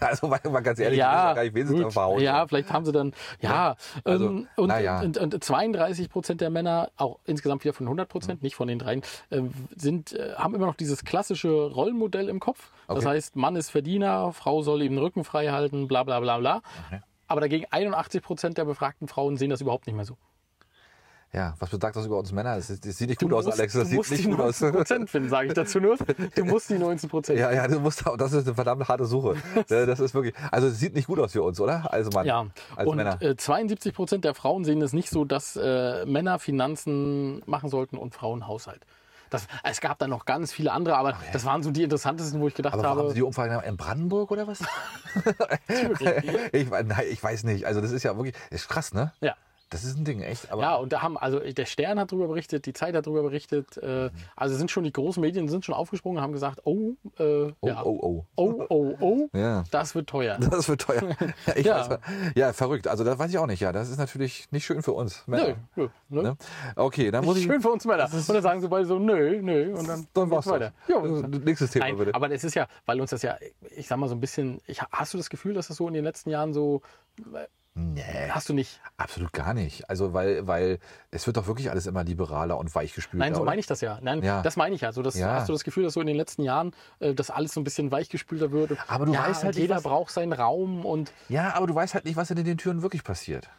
[SPEAKER 2] also mal, mal ganz ehrlich, ich weiß
[SPEAKER 1] ja,
[SPEAKER 2] auch gar nicht, wen sie
[SPEAKER 1] gut.
[SPEAKER 2] da verhauen.
[SPEAKER 1] ja, vielleicht haben sie dann. Ja,
[SPEAKER 2] also,
[SPEAKER 1] ähm, und,
[SPEAKER 2] na ja.
[SPEAKER 1] und, und 32 Prozent der Männer, auch insgesamt wieder von 100 Prozent,
[SPEAKER 2] Mhm.
[SPEAKER 1] nicht von den dreien, äh, sind, äh, haben immer noch dieses klassische Rollenmodell im Kopf. Das
[SPEAKER 2] Okay.
[SPEAKER 1] heißt, Mann ist Verdiener, Frau soll ihm den Rücken frei halten, bla bla bla bla. Aber dagegen 81 Prozent der befragten Frauen sehen das überhaupt nicht mehr so.
[SPEAKER 2] ja, was besagt das über uns Männer? Das, sieht- das sieht nicht gut aus, Alex. Das
[SPEAKER 1] du
[SPEAKER 2] sieht
[SPEAKER 1] musst
[SPEAKER 2] nicht
[SPEAKER 1] die
[SPEAKER 2] gut aus.
[SPEAKER 1] 19 Prozent finden, sage ich dazu nur. Du musst die 19 Prozent.
[SPEAKER 2] Ja, ja, du musst, da- das ist eine verdammt harte Suche. Ne, Das ist wirklich, also es sieht nicht gut aus für uns, oder? Als Mann,
[SPEAKER 1] Ja,
[SPEAKER 2] als
[SPEAKER 1] und
[SPEAKER 2] Männer.
[SPEAKER 1] äh, 72 Prozent der Frauen sehen es nicht so, dass äh, Männer Finanzen machen sollten und Frauen Haushalt. Das, es gab dann noch ganz viele andere, aber das waren so die interessantesten, wo ich gedacht
[SPEAKER 2] Oh, Aber wo haben
[SPEAKER 1] habe.
[SPEAKER 2] Sie die Umfrage gemacht? in Brandenburg oder was? ich, we- nein, ich weiß nicht. Also das ist ja wirklich, ist krass, ne?
[SPEAKER 1] Ja.
[SPEAKER 2] Das ist ein Ding, echt. Aber
[SPEAKER 1] Ja, und da haben, also der Stern hat darüber berichtet, die Zeit hat darüber berichtet.
[SPEAKER 2] Mhm.
[SPEAKER 1] Äh, also sind schon die großen Medien sind schon aufgesprungen und haben gesagt, oh, äh,
[SPEAKER 2] oh,
[SPEAKER 1] ja.
[SPEAKER 2] oh, oh.
[SPEAKER 1] oh, oh, oh,
[SPEAKER 2] Ja.
[SPEAKER 1] das wird teuer.
[SPEAKER 2] Das wird teuer. Ja, ich
[SPEAKER 1] Ja.
[SPEAKER 2] Weiß, ja, verrückt. Also das weiß ich auch nicht. Ja, das ist natürlich nicht schön für uns
[SPEAKER 1] Nö,
[SPEAKER 2] Männer.
[SPEAKER 1] nö, nö.
[SPEAKER 2] Ne? Okay, dann muss ich.
[SPEAKER 1] Schön für uns Männer. Und dann sagen sie beide so, nö, nö. Und dann,
[SPEAKER 2] Dann war's Äh,
[SPEAKER 1] geht's weiter.
[SPEAKER 2] weiter.
[SPEAKER 1] Ja,
[SPEAKER 2] Nächstes Thema
[SPEAKER 1] Nein,
[SPEAKER 2] bitte.
[SPEAKER 1] aber es ist ja, weil uns das ja, ich sag mal so ein bisschen, ich, hast du das Gefühl, dass das so in den letzten Jahren so,
[SPEAKER 2] Nee,
[SPEAKER 1] hast du nicht?
[SPEAKER 2] absolut gar nicht. Also weil, weil es wird doch wirklich alles immer liberaler und weichgespült.
[SPEAKER 1] Nein, so
[SPEAKER 2] oder?
[SPEAKER 1] meine ich das ja. Nein,
[SPEAKER 2] Ja.
[SPEAKER 1] das meine ich ja. So, dass,
[SPEAKER 2] Ja.
[SPEAKER 1] Hast du das Gefühl, dass so in den letzten Jahren äh, das alles so ein bisschen weichgespülter wird?
[SPEAKER 2] Aber du
[SPEAKER 1] ja,
[SPEAKER 2] weißt halt
[SPEAKER 1] und
[SPEAKER 2] nicht,
[SPEAKER 1] jeder
[SPEAKER 2] was-
[SPEAKER 1] braucht seinen Raum und
[SPEAKER 2] Ja, aber du weißt halt nicht, was hinter den Türen wirklich passiert.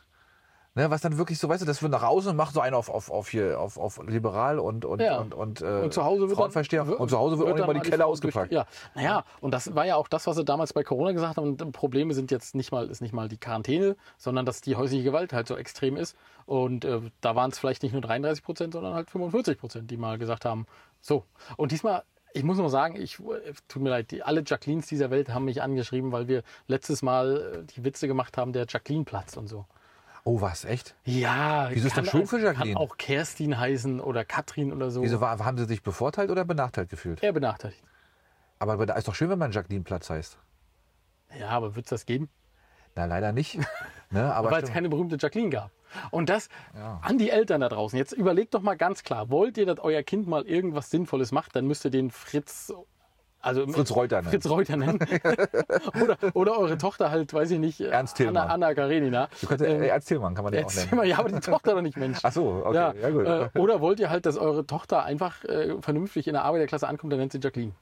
[SPEAKER 2] Ne, was dann wirklich so, weißt du, das wird nach außen macht so einer auf, auf, auf hier, auf, auf liberal und, und,
[SPEAKER 1] Ja.
[SPEAKER 2] und, und, äh,
[SPEAKER 1] Und zu Hause wird
[SPEAKER 2] Frauenversteher.
[SPEAKER 1] dann,
[SPEAKER 2] und zu Hause wird, auch
[SPEAKER 1] dann
[SPEAKER 2] immer die Keller
[SPEAKER 1] Frau
[SPEAKER 2] ausgepackt.
[SPEAKER 1] durch- Ja, naja, und das war ja auch das, was sie damals bei Corona gesagt haben. Und Probleme sind jetzt nicht mal, ist nicht mal die Quarantäne, sondern dass die häusliche Gewalt halt so extrem ist. Und äh, da waren es vielleicht nicht nur 33 Prozent, sondern halt 45 Prozent, die mal gesagt haben, so. Und diesmal. Ich muss nur sagen, ich äh, tut mir leid, die, alle Jacquelines dieser Welt haben mich angeschrieben, weil wir letztes Mal äh, die Witze gemacht haben, der Jacqueline-Platz und so.
[SPEAKER 2] Oh, was, echt?
[SPEAKER 1] Ja,
[SPEAKER 2] Wieso ist
[SPEAKER 1] kann
[SPEAKER 2] das schön
[SPEAKER 1] auch,
[SPEAKER 2] für Jacqueline?
[SPEAKER 1] Kann auch Kerstin heißen oder Katrin oder so.
[SPEAKER 2] Wieso, war- haben sie sich bevorteilt oder benachteiligt gefühlt?
[SPEAKER 1] Er benachteiligt.
[SPEAKER 2] Aber da ist doch schön, wenn man Jacqueline Platz heißt.
[SPEAKER 1] Ja, aber wird es das geben?
[SPEAKER 2] Na, leider nicht. ne, aber
[SPEAKER 1] Weil es
[SPEAKER 2] stimmt.
[SPEAKER 1] keine berühmte Jacqueline gab. Und das an die Eltern da draußen. Jetzt überlegt doch mal ganz klar, wollt ihr, dass euer Kind mal irgendwas Sinnvolles macht, dann müsst ihr den Fritz. Also
[SPEAKER 2] Fritz Reuter nennen.
[SPEAKER 1] Fritz Reuter nennen. oder, oder eure Tochter halt, weiß ich nicht, äh,
[SPEAKER 2] Ernst
[SPEAKER 1] Anna,
[SPEAKER 2] Thälmann.
[SPEAKER 1] Anna Karenina.
[SPEAKER 2] du könntest, äh, als Tillmann kann man den auch
[SPEAKER 1] Jetzt,
[SPEAKER 2] nennen.
[SPEAKER 1] ja, aber die Tochter doch nicht, Mensch.
[SPEAKER 2] Ach so, okay, ja gut.
[SPEAKER 1] Äh, oder wollt ihr halt, dass eure Tochter einfach äh, vernünftig in der Arbeiterklasse ankommt, dann nennt sie Jacqueline.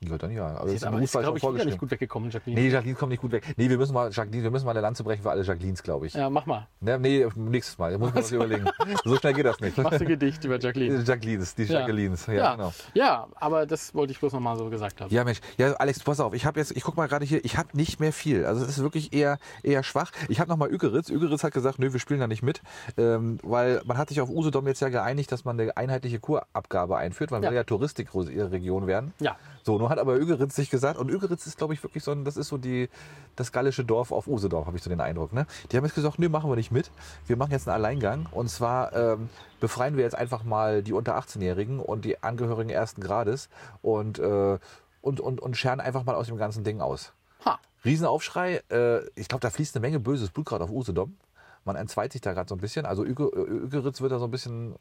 [SPEAKER 2] Ja, dann ja. Aber das ist im
[SPEAKER 1] aber ist,
[SPEAKER 2] Berufsfall
[SPEAKER 1] glaube
[SPEAKER 2] schon
[SPEAKER 1] ich, wieder nicht
[SPEAKER 2] vorgeschrieben.
[SPEAKER 1] gut weggekommen, Jacqueline.
[SPEAKER 2] Nee, Jacqueline kommt nicht gut weg. Nee, wir müssen mal, Jacqueline, wir müssen mal eine Lanze brechen für alle Jacquelines, glaube ich.
[SPEAKER 1] Ja, mach mal.
[SPEAKER 2] Ne, nee, nächstes Mal. Ich muss mir das überlegen. So schnell geht das nicht.
[SPEAKER 1] Machst du ein Gedicht über Jacqueline.
[SPEAKER 2] Die Jacquelines, die Jacquelines, ja,
[SPEAKER 1] ja.
[SPEAKER 2] genau.
[SPEAKER 1] ja, aber das wollte ich bloß nochmal so gesagt haben.
[SPEAKER 2] Ja, Mensch. Ja, Alex, pass auf. Ich habe jetzt, ich guck mal gerade hier, ich habe nicht mehr viel. Also es ist wirklich eher eher schwach. Ich habe nochmal Ügeritz. Ügeritz hat gesagt, nö, wir spielen da nicht mit, ähm, weil man hat sich auf Usedom jetzt ja geeinigt, dass man eine einheitliche Kurabgabe einführt. Man
[SPEAKER 1] Ja.
[SPEAKER 2] will ja Touristikregion werden.
[SPEAKER 1] Ja.
[SPEAKER 2] So, nun hat aber Ügeritz sich gesagt, und Ügeritz ist, glaube ich, wirklich so ein, das ist so die, das gallische Dorf auf Usedom, habe ich so den Eindruck. Ne? Die haben jetzt gesagt, nö, machen wir nicht mit. Wir machen jetzt einen Alleingang. Und zwar ähm, befreien wir jetzt einfach mal die unter 18-Jährigen und die Angehörigen ersten Grades und, äh, und, und, und scheren einfach mal aus dem ganzen Ding aus.
[SPEAKER 1] Ha.
[SPEAKER 2] Riesenaufschrei. Äh, ich glaube, da fließt eine Menge böses Blut gerade auf Usedom. Man entzweit sich da gerade so ein bisschen. Also Üge- äh, Ügeritz wird da so ein bisschen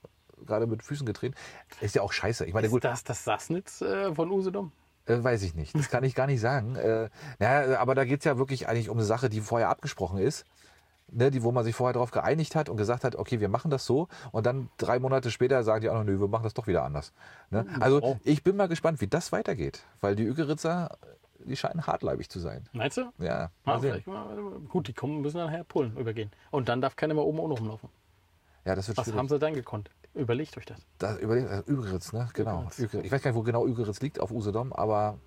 [SPEAKER 2] gerade mit Füßen getreten. Ist ja auch scheiße. Ich meine,
[SPEAKER 1] Ist
[SPEAKER 2] gut,
[SPEAKER 1] das das Sassnitz äh, von Usedom?
[SPEAKER 2] äh, weiß ich nicht. Das kann ich gar nicht sagen. Äh, naja, aber da geht es ja wirklich eigentlich um eine Sache, die vorher abgesprochen ist. Ne, die, wo man sich vorher darauf geeinigt hat und gesagt hat, okay, wir machen das so. Und dann drei Monate später sagen die auch noch, nö, wir machen das doch wieder anders. Ne? Also
[SPEAKER 1] Oh.
[SPEAKER 2] ich bin mal gespannt, wie das weitergeht. Weil die Ügeritzer, die scheinen hartleibig zu sein.
[SPEAKER 1] Meinst du?
[SPEAKER 2] Ja,
[SPEAKER 1] Ah,
[SPEAKER 2] mal sehen.
[SPEAKER 1] vielleicht mal- Gut, die kommen müssen nachher Polen übergehen. Und dann darf keiner mehr oben ohne rumlaufen.
[SPEAKER 2] Ja, das wird
[SPEAKER 1] Was haben
[SPEAKER 2] schwierig.
[SPEAKER 1] sie dann gekonnt? Überlegt euch das.
[SPEAKER 2] Das, überlegt- also Ügeritz, ne? Genau.
[SPEAKER 1] Ügeritz.
[SPEAKER 2] Ügeritz. Ich weiß gar nicht, wo genau Ügeritz liegt, auf Usedom, aber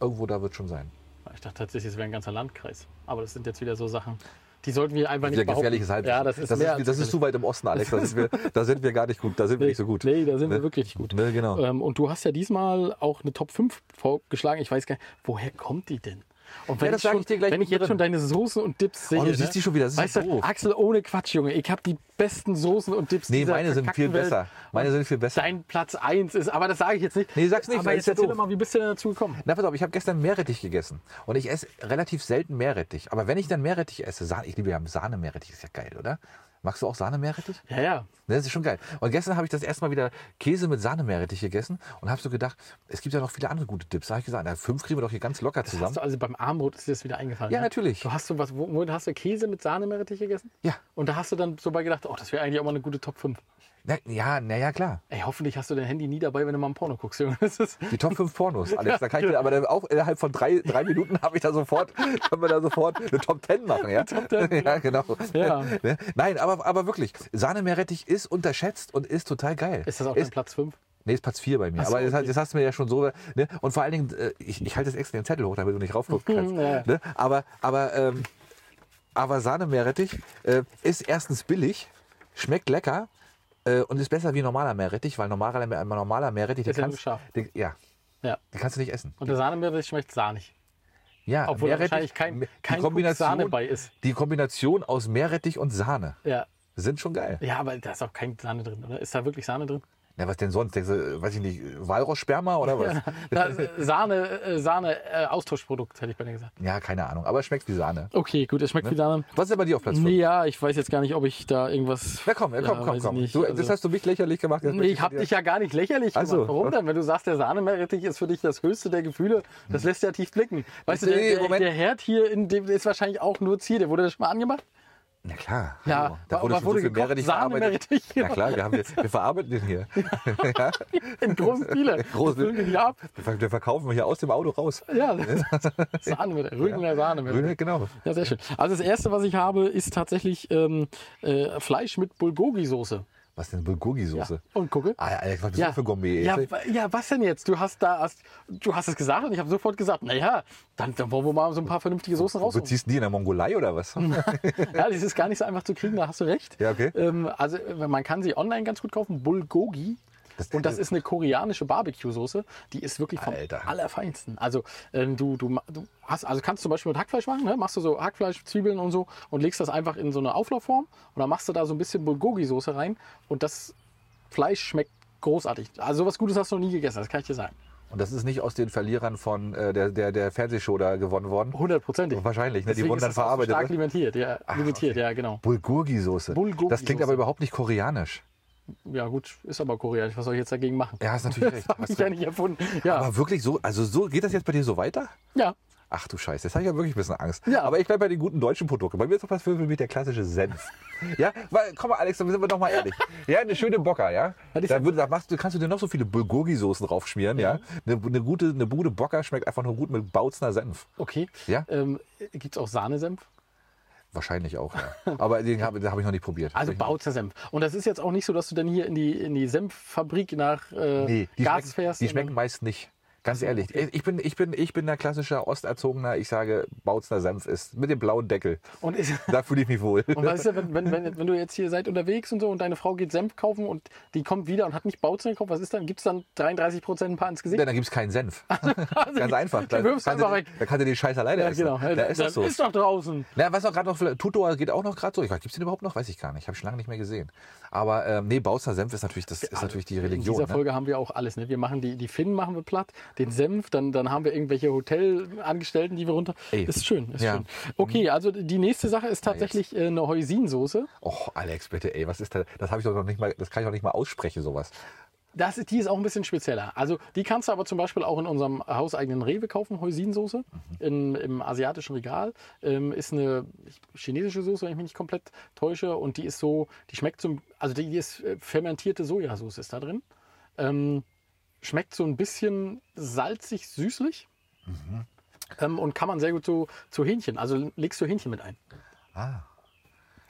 [SPEAKER 2] irgendwo da wird schon sein.
[SPEAKER 1] Ich dachte tatsächlich, es wäre ein ganzer Landkreis. Aber das sind jetzt wieder so Sachen, die sollten wir einfach
[SPEAKER 2] Wieder
[SPEAKER 1] nicht behaupten.
[SPEAKER 2] gefährliches Halbwissen.
[SPEAKER 1] Ja, das ist,
[SPEAKER 2] das,
[SPEAKER 1] mehr
[SPEAKER 2] ist,
[SPEAKER 1] als
[SPEAKER 2] das ist zu weit im Osten, Alex. Da sind, wir, da sind wir gar nicht gut. Da sind wir nicht so gut.
[SPEAKER 1] Nee, da sind wir
[SPEAKER 2] Ne?
[SPEAKER 1] wirklich nicht gut.
[SPEAKER 2] Ne, genau.
[SPEAKER 1] Ähm, und du hast ja diesmal auch eine Top 5 vorgeschlagen. Ich weiß gar nicht, woher kommt die denn? Und wenn,
[SPEAKER 2] Ja, das
[SPEAKER 1] ich,
[SPEAKER 2] sag
[SPEAKER 1] schon,
[SPEAKER 2] ich dir gleich
[SPEAKER 1] wenn ich jetzt
[SPEAKER 2] mittendrin.
[SPEAKER 1] schon deine Soßen und Dips sehe.
[SPEAKER 2] du siehst
[SPEAKER 1] ne?
[SPEAKER 2] die schon wieder, das ist
[SPEAKER 1] weißt
[SPEAKER 2] ja
[SPEAKER 1] du,
[SPEAKER 2] doof.
[SPEAKER 1] Axel, ohne Quatsch, Junge. Ich habe die besten Soßen und Dips
[SPEAKER 2] nee,
[SPEAKER 1] dieser
[SPEAKER 2] meine sind
[SPEAKER 1] verkackten
[SPEAKER 2] viel
[SPEAKER 1] Welt.
[SPEAKER 2] besser. Meine sind viel besser.
[SPEAKER 1] Dein Platz 1 ist, aber das sage ich jetzt nicht.
[SPEAKER 2] Nee, sag's nicht,
[SPEAKER 1] Aber
[SPEAKER 2] weil
[SPEAKER 1] jetzt
[SPEAKER 2] ist ja
[SPEAKER 1] erzähl
[SPEAKER 2] doof.
[SPEAKER 1] doch mal, wie bist du denn dazu gekommen?
[SPEAKER 2] Na, pass auf, ich habe gestern Meerrettich gegessen. Und ich esse relativ selten Meerrettich. Aber wenn ich dann Meerrettich esse, Sahne, ich liebe ja Sahne-Meerrettich, ist ja geil, oder? Magst du auch Sahne-Meerrettich?
[SPEAKER 1] Ja, ja.
[SPEAKER 2] Ne, Das ist schon geil. Und gestern habe ich das erstmal wieder Käse mit Sahne-Meerrettich gegessen und habe so gedacht, es gibt ja noch viele andere gute Tipps. Da habe ich gesagt, na, fünf kriegen wir doch hier ganz locker
[SPEAKER 1] Das hast
[SPEAKER 2] zusammen.
[SPEAKER 1] du also beim Armbrot ist dir das wieder eingefallen.
[SPEAKER 2] Ja,
[SPEAKER 1] ne?
[SPEAKER 2] natürlich.
[SPEAKER 1] Du hast so was, wo, wo- hast du Käse mit Sahnemeerrettich gegessen?
[SPEAKER 2] Ja.
[SPEAKER 1] Und da hast du dann so bei gedacht, oh, das wäre eigentlich auch mal eine gute Top 5.
[SPEAKER 2] Na, ja, naja, klar.
[SPEAKER 1] Ey, hoffentlich hast du dein Handy nie dabei, wenn du mal ein Porno guckst, Junge. Das ist,
[SPEAKER 2] Die Top 5 Pornos, Alex. Da kann ich mir, aber dann auch innerhalb von drei, drei Minuten habe ich da sofort, können wir da sofort eine Top 10 machen, ja? Top 10, ja, genau.
[SPEAKER 1] Ja.
[SPEAKER 2] Ne? Nein, aber, aber wirklich, Sahne-Meerrettich ist unterschätzt und ist total geil.
[SPEAKER 1] ist das auch dein
[SPEAKER 2] ist,
[SPEAKER 1] Platz 5?
[SPEAKER 2] Nee, ist Platz 4 bei mir.
[SPEAKER 1] Ach so,
[SPEAKER 2] aber jetzt,
[SPEAKER 1] okay.
[SPEAKER 2] jetzt hast du mir ja schon so. Ne? Und vor allen Dingen, äh, ich, ich halte jetzt extra den Zettel hoch, damit du nicht raufgucken kannst.
[SPEAKER 1] Ja.
[SPEAKER 2] ne? Aber, aber, ähm, aber Sahne-Meerrettich äh, ist erstens billig, schmeckt lecker äh, und ist besser wie normaler Meerrettich, weil normaler, Meer- normaler Meerrettich, den
[SPEAKER 1] Ist ja
[SPEAKER 2] kannst,
[SPEAKER 1] nur
[SPEAKER 2] den, ja,
[SPEAKER 1] Ja.
[SPEAKER 2] den kannst du nicht essen.
[SPEAKER 1] Und der Sahnemeerrettich schmeckt sahnig.
[SPEAKER 2] Ja,
[SPEAKER 1] Obwohl da wahrscheinlich kein,
[SPEAKER 2] die
[SPEAKER 1] kein Punkt
[SPEAKER 2] Kombination,
[SPEAKER 1] Sahne bei ist.
[SPEAKER 2] Die Kombination aus Meerrettich und Sahne
[SPEAKER 1] Ja.
[SPEAKER 2] sind schon geil.
[SPEAKER 1] ja, aber da ist auch kein Sahne drin, oder? Ist da wirklich Sahne drin?
[SPEAKER 2] Na, was denn sonst? Denkst du, äh, weiß ich nicht, Walross-Sperma oder was?
[SPEAKER 1] Da, äh, Sahne, äh, Sahne, äh, Austauschprodukt, hätte ich bei dir gesagt.
[SPEAKER 2] Ja, keine Ahnung. Aber es schmeckt wie Sahne.
[SPEAKER 1] Okay, gut, es schmeckt wie Sahne.
[SPEAKER 2] Was ist denn bei dir auf Ne? Platz 5?
[SPEAKER 1] Nee, ja, ich weiß jetzt gar nicht, ob ich da irgendwas.
[SPEAKER 2] Na komm, ja, komm,
[SPEAKER 1] Ja,
[SPEAKER 2] komm,
[SPEAKER 1] weiß
[SPEAKER 2] komm.
[SPEAKER 1] ich nicht.
[SPEAKER 2] du,
[SPEAKER 1] Also-
[SPEAKER 2] das hast du mich lächerlich gemacht. jetzt
[SPEAKER 1] Nee,
[SPEAKER 2] möchte
[SPEAKER 1] ich habe
[SPEAKER 2] von dir- Also,
[SPEAKER 1] dich ja gar nicht lächerlich
[SPEAKER 2] Ach
[SPEAKER 1] gemacht.
[SPEAKER 2] so.
[SPEAKER 1] Warum denn? Wenn du sagst, der Sahnemeerrettich ist für dich das höchste der Gefühle, das lässt ja tief blicken. Weißt
[SPEAKER 2] Hm. Nee,
[SPEAKER 1] du, der, der,
[SPEAKER 2] Moment.
[SPEAKER 1] der Herd hier in dem der ist wahrscheinlich auch nur Ziel. Der wurde das schon mal angemacht?
[SPEAKER 2] Na klar.
[SPEAKER 1] Ja,
[SPEAKER 2] hallo. da
[SPEAKER 1] aber
[SPEAKER 2] wurde
[SPEAKER 1] was
[SPEAKER 2] schon
[SPEAKER 1] wurde
[SPEAKER 2] so viel
[SPEAKER 1] gekocht?
[SPEAKER 2] Meerrettich
[SPEAKER 1] Sahne,
[SPEAKER 2] verarbeitet.
[SPEAKER 1] Meerrettich.
[SPEAKER 2] Na klar, wir, haben, wir, wir verarbeiten den hier.
[SPEAKER 1] In großen Stile.
[SPEAKER 2] Großen-
[SPEAKER 1] Füllen die hier ab.
[SPEAKER 2] Wir, ver- wir verkaufen ihn hier aus dem Auto raus.
[SPEAKER 1] Ja, Sahnemeerrettich. Rügener
[SPEAKER 2] Grüne,
[SPEAKER 1] Sahnemeerrettich.
[SPEAKER 2] genau.
[SPEAKER 1] Ja, sehr schön. Also das erste, was ich habe, ist tatsächlich ähm, äh, Fleisch mit Bulgogi-Soße.
[SPEAKER 2] Was denn Bulgogi-Soße?
[SPEAKER 1] Ja. Und gucke.
[SPEAKER 2] Ah, Alex, was bist du für ein Gourmet? ey?
[SPEAKER 1] Ja, wa- ja, was denn jetzt? Du hast da hast, du hast es gesagt und ich habe sofort gesagt, naja, dann, dann wollen wir mal so ein paar vernünftige Soßen
[SPEAKER 2] du
[SPEAKER 1] rausholen.
[SPEAKER 2] ziehst nie in der Mongolei oder was?
[SPEAKER 1] Ja, das ist gar nicht so einfach zu kriegen, da hast du recht.
[SPEAKER 2] Ja, okay.
[SPEAKER 1] Ähm, also äh, man kann sie online ganz gut kaufen, Bulgogi.
[SPEAKER 2] Das-
[SPEAKER 1] und das ist eine koreanische Barbecue-Soße, die ist wirklich vom
[SPEAKER 2] Alter.
[SPEAKER 1] allerfeinsten. Also ähm, du, du, ma- du hast, also kannst zum Beispiel mit Hackfleisch machen, ne? machst du so Hackfleisch, Zwiebeln und so und legst das einfach in so eine Auflaufform und dann machst du da so ein bisschen Bulgogi-Soße rein und das Fleisch schmeckt großartig. Also sowas Gutes hast du noch nie gegessen, das kann ich dir sagen.
[SPEAKER 2] Und das ist nicht aus den Verlierern von äh, der, der, der Fernsehshow da gewonnen worden.
[SPEAKER 1] Hundertprozentig.
[SPEAKER 2] Wahrscheinlich, ne? Die
[SPEAKER 1] Deswegen
[SPEAKER 2] wurden
[SPEAKER 1] ist
[SPEAKER 2] dann
[SPEAKER 1] das auch so
[SPEAKER 2] verarbeitet.
[SPEAKER 1] Stark
[SPEAKER 2] ne?
[SPEAKER 1] limitiert, ja, limitiert, ja, genau.
[SPEAKER 2] Bulgogi-Soße. Das klingt
[SPEAKER 1] Bulgogi-Soße.
[SPEAKER 2] aber überhaupt nicht koreanisch.
[SPEAKER 1] Ja gut, ist aber koreanisch, was soll ich jetzt dagegen machen?
[SPEAKER 2] Ja, hast natürlich recht.
[SPEAKER 1] Das habe
[SPEAKER 2] Hast
[SPEAKER 1] ich
[SPEAKER 2] du-
[SPEAKER 1] ja nicht erfunden. Ja,
[SPEAKER 2] Aber wirklich so, also so geht das jetzt bei dir so weiter?
[SPEAKER 1] ja.
[SPEAKER 2] Ach du Scheiße, jetzt habe ich ja wirklich ein bisschen Angst.
[SPEAKER 1] Ja.
[SPEAKER 2] Aber ich bleibe bei den guten deutschen Produkten. Bei mir ist auf Platz 5 mit der klassische Senf. ja, weil, komm mal, Alex, dann sind wir doch mal ehrlich. Ja, eine schöne Bocker, ja.
[SPEAKER 1] Was ist
[SPEAKER 2] Da,
[SPEAKER 1] das?
[SPEAKER 2] würd, da machst, du- kannst du dir noch so viele Bulgogi-Soßen draufschmieren, ja. Eine, eine gute, eine Bude Bocker schmeckt einfach nur gut mit Bautzner Senf.
[SPEAKER 1] okay.
[SPEAKER 2] Ja.
[SPEAKER 1] Ähm, Gibt es auch Sahnesenf?
[SPEAKER 2] Wahrscheinlich auch, ja. Aber den habe den hab ich noch nicht probiert.
[SPEAKER 1] Also
[SPEAKER 2] Ich-
[SPEAKER 1] Bautzer Senf. Und das ist jetzt auch nicht so, dass du dann hier in die, in die Senffabrik nach äh,
[SPEAKER 2] Nee, die,
[SPEAKER 1] Gas
[SPEAKER 2] schmecken,
[SPEAKER 1] fährst. Also,
[SPEAKER 2] die
[SPEAKER 1] und dann-
[SPEAKER 2] schmecken meist nicht. Ganz ehrlich, ich bin, ich bin, ich bin der klassische Osterzogener. Ich sage, Bautzner Senf ist mit dem blauen Deckel.
[SPEAKER 1] Und, ist,
[SPEAKER 2] Da fühle ich mich wohl.
[SPEAKER 1] und was ist denn, wenn, wenn, wenn, wenn du jetzt hier seid unterwegs und so und deine Frau geht Senf kaufen und die kommt wieder und hat nicht Bautzer gekauft, was ist dann? Gibt es dann 33 Prozent ein paar ins Gesicht? Also
[SPEAKER 2] Ja, dann gibt es keinen Senf. Ganz einfach.
[SPEAKER 1] die wirfst du
[SPEAKER 2] kannst du-
[SPEAKER 1] einfach weg. genau.
[SPEAKER 2] Da kannst du den Scheiß alleine essen. Da ist das so.
[SPEAKER 1] Ist doch draußen.
[SPEAKER 2] Na, was auch gerade noch, vielleicht- Tutor geht auch noch gerade so. Ich weiß, gibt's den überhaupt noch? Weiß ich gar nicht. Habe ich schon lange nicht mehr gesehen. Aber ähm, nee, Bautzer Senf ist natürlich, das ist natürlich die
[SPEAKER 1] also, In
[SPEAKER 2] Religion.
[SPEAKER 1] dieser
[SPEAKER 2] ne?
[SPEAKER 1] Folge haben wir auch alles. Ne? Wir machen die, die Finnen machen wir platt, den Senf, dann, dann haben wir irgendwelche Hotelangestellten, die wir runter.
[SPEAKER 2] Ey.
[SPEAKER 1] Ist schön, ist
[SPEAKER 2] Ja.
[SPEAKER 1] schön. Okay, also die nächste Sache ist tatsächlich äh, eine Heusinsoße.
[SPEAKER 2] Och, Alex, bitte, ey, was ist da? Das habe ich doch noch nicht mal, das kann ich doch nicht mal aussprechen, sowas.
[SPEAKER 1] Das ist, die ist auch ein bisschen spezieller. Also die kannst du aber zum Beispiel auch in unserem hauseigenen Rewe kaufen, Hoisinsoße, in, im asiatischen Regal. Ähm, ist eine chinesische Soße, wenn ich mich nicht komplett täusche. Und die ist so, die schmeckt zum, also die ist äh, fermentierte Sojasauce ist da drin. Ähm, schmeckt so ein bisschen salzig, süßlich. Ähm, und kann man sehr gut so zu Hähnchen, also legst du Hähnchen mit ein.
[SPEAKER 2] Ah.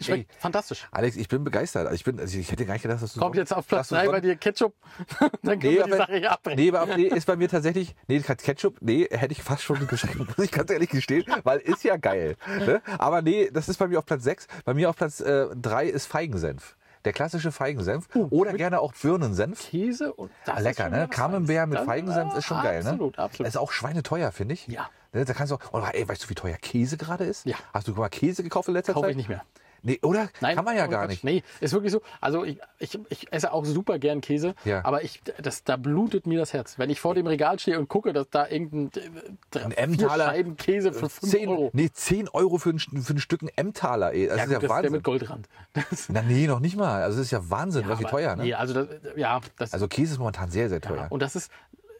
[SPEAKER 1] Schmeckt fantastisch.
[SPEAKER 2] Alex, ich bin begeistert. Also Ich, bin, also ich hätte gar nicht gedacht, dass du.
[SPEAKER 1] Kommt
[SPEAKER 2] so-
[SPEAKER 1] jetzt auf Platz
[SPEAKER 2] dass du
[SPEAKER 1] 3
[SPEAKER 2] so-
[SPEAKER 1] bei dir Ketchup, dann können
[SPEAKER 2] Nee,
[SPEAKER 1] wir die
[SPEAKER 2] aber,
[SPEAKER 1] Sache hier abbrechen.
[SPEAKER 2] nee, aber nee, ist bei mir tatsächlich, nee, Ketchup, nee, hätte ich fast schon geschrieben, muss ich ganz ehrlich gestehen, weil ist ja geil. Ne? Aber nee, das ist bei mir auf Platz 6. Bei mir auf Platz 3 ist Feigensenf. Der klassische Feigensenf oder gerne auch Birnensenf.
[SPEAKER 1] Käse und Uh, das
[SPEAKER 2] Ah,
[SPEAKER 1] ist
[SPEAKER 2] lecker,
[SPEAKER 1] schon wieder
[SPEAKER 2] ne?
[SPEAKER 1] was
[SPEAKER 2] Camembert
[SPEAKER 1] Feines.
[SPEAKER 2] mit
[SPEAKER 1] Dann-
[SPEAKER 2] Feigensenf ist schon
[SPEAKER 1] ah,
[SPEAKER 2] geil, ne?
[SPEAKER 1] Absolut, absolut.
[SPEAKER 2] Ist auch schweineteuer, finde ich.
[SPEAKER 1] Ja.
[SPEAKER 2] Ne, Da kannst du auch, oh, ey, weißt du, wie teuer Käse gerade ist?
[SPEAKER 1] Ja.
[SPEAKER 2] Hast du mal Käse gekauft in letzter
[SPEAKER 1] Kaufe
[SPEAKER 2] Zeit?
[SPEAKER 1] ich nicht mehr.
[SPEAKER 2] Nee, oder?
[SPEAKER 1] Nein,
[SPEAKER 2] Kann man ja
[SPEAKER 1] oh
[SPEAKER 2] gar
[SPEAKER 1] Quatsch.
[SPEAKER 2] nicht.
[SPEAKER 1] Nee, ist wirklich so. Also ich, ich, ich esse auch super gern Käse,
[SPEAKER 2] Ja.
[SPEAKER 1] aber ich, das, da blutet mir das Herz. Wenn ich vor dem Regal stehe und gucke, dass da irgendein äh, drei- vier
[SPEAKER 2] Emmentaler. Äh,
[SPEAKER 1] Scheiben Käse für 5
[SPEAKER 2] 10,
[SPEAKER 1] Euro.
[SPEAKER 2] Nee, 10 Euro für ein, für ein Stück ein Emmentaler, ey. Das
[SPEAKER 1] ja,
[SPEAKER 2] ist
[SPEAKER 1] gut, das
[SPEAKER 2] ja
[SPEAKER 1] ist der
[SPEAKER 2] Wahnsinn.
[SPEAKER 1] mit Goldrand. Das,
[SPEAKER 2] Na, nee, noch nicht mal. Also, das ist ja Wahnsinn, was wie
[SPEAKER 1] aber-
[SPEAKER 2] teuer, ne?
[SPEAKER 1] Nee, also das, ja, das,
[SPEAKER 2] Also, Käse ist momentan sehr, sehr teuer.
[SPEAKER 1] Und das ist,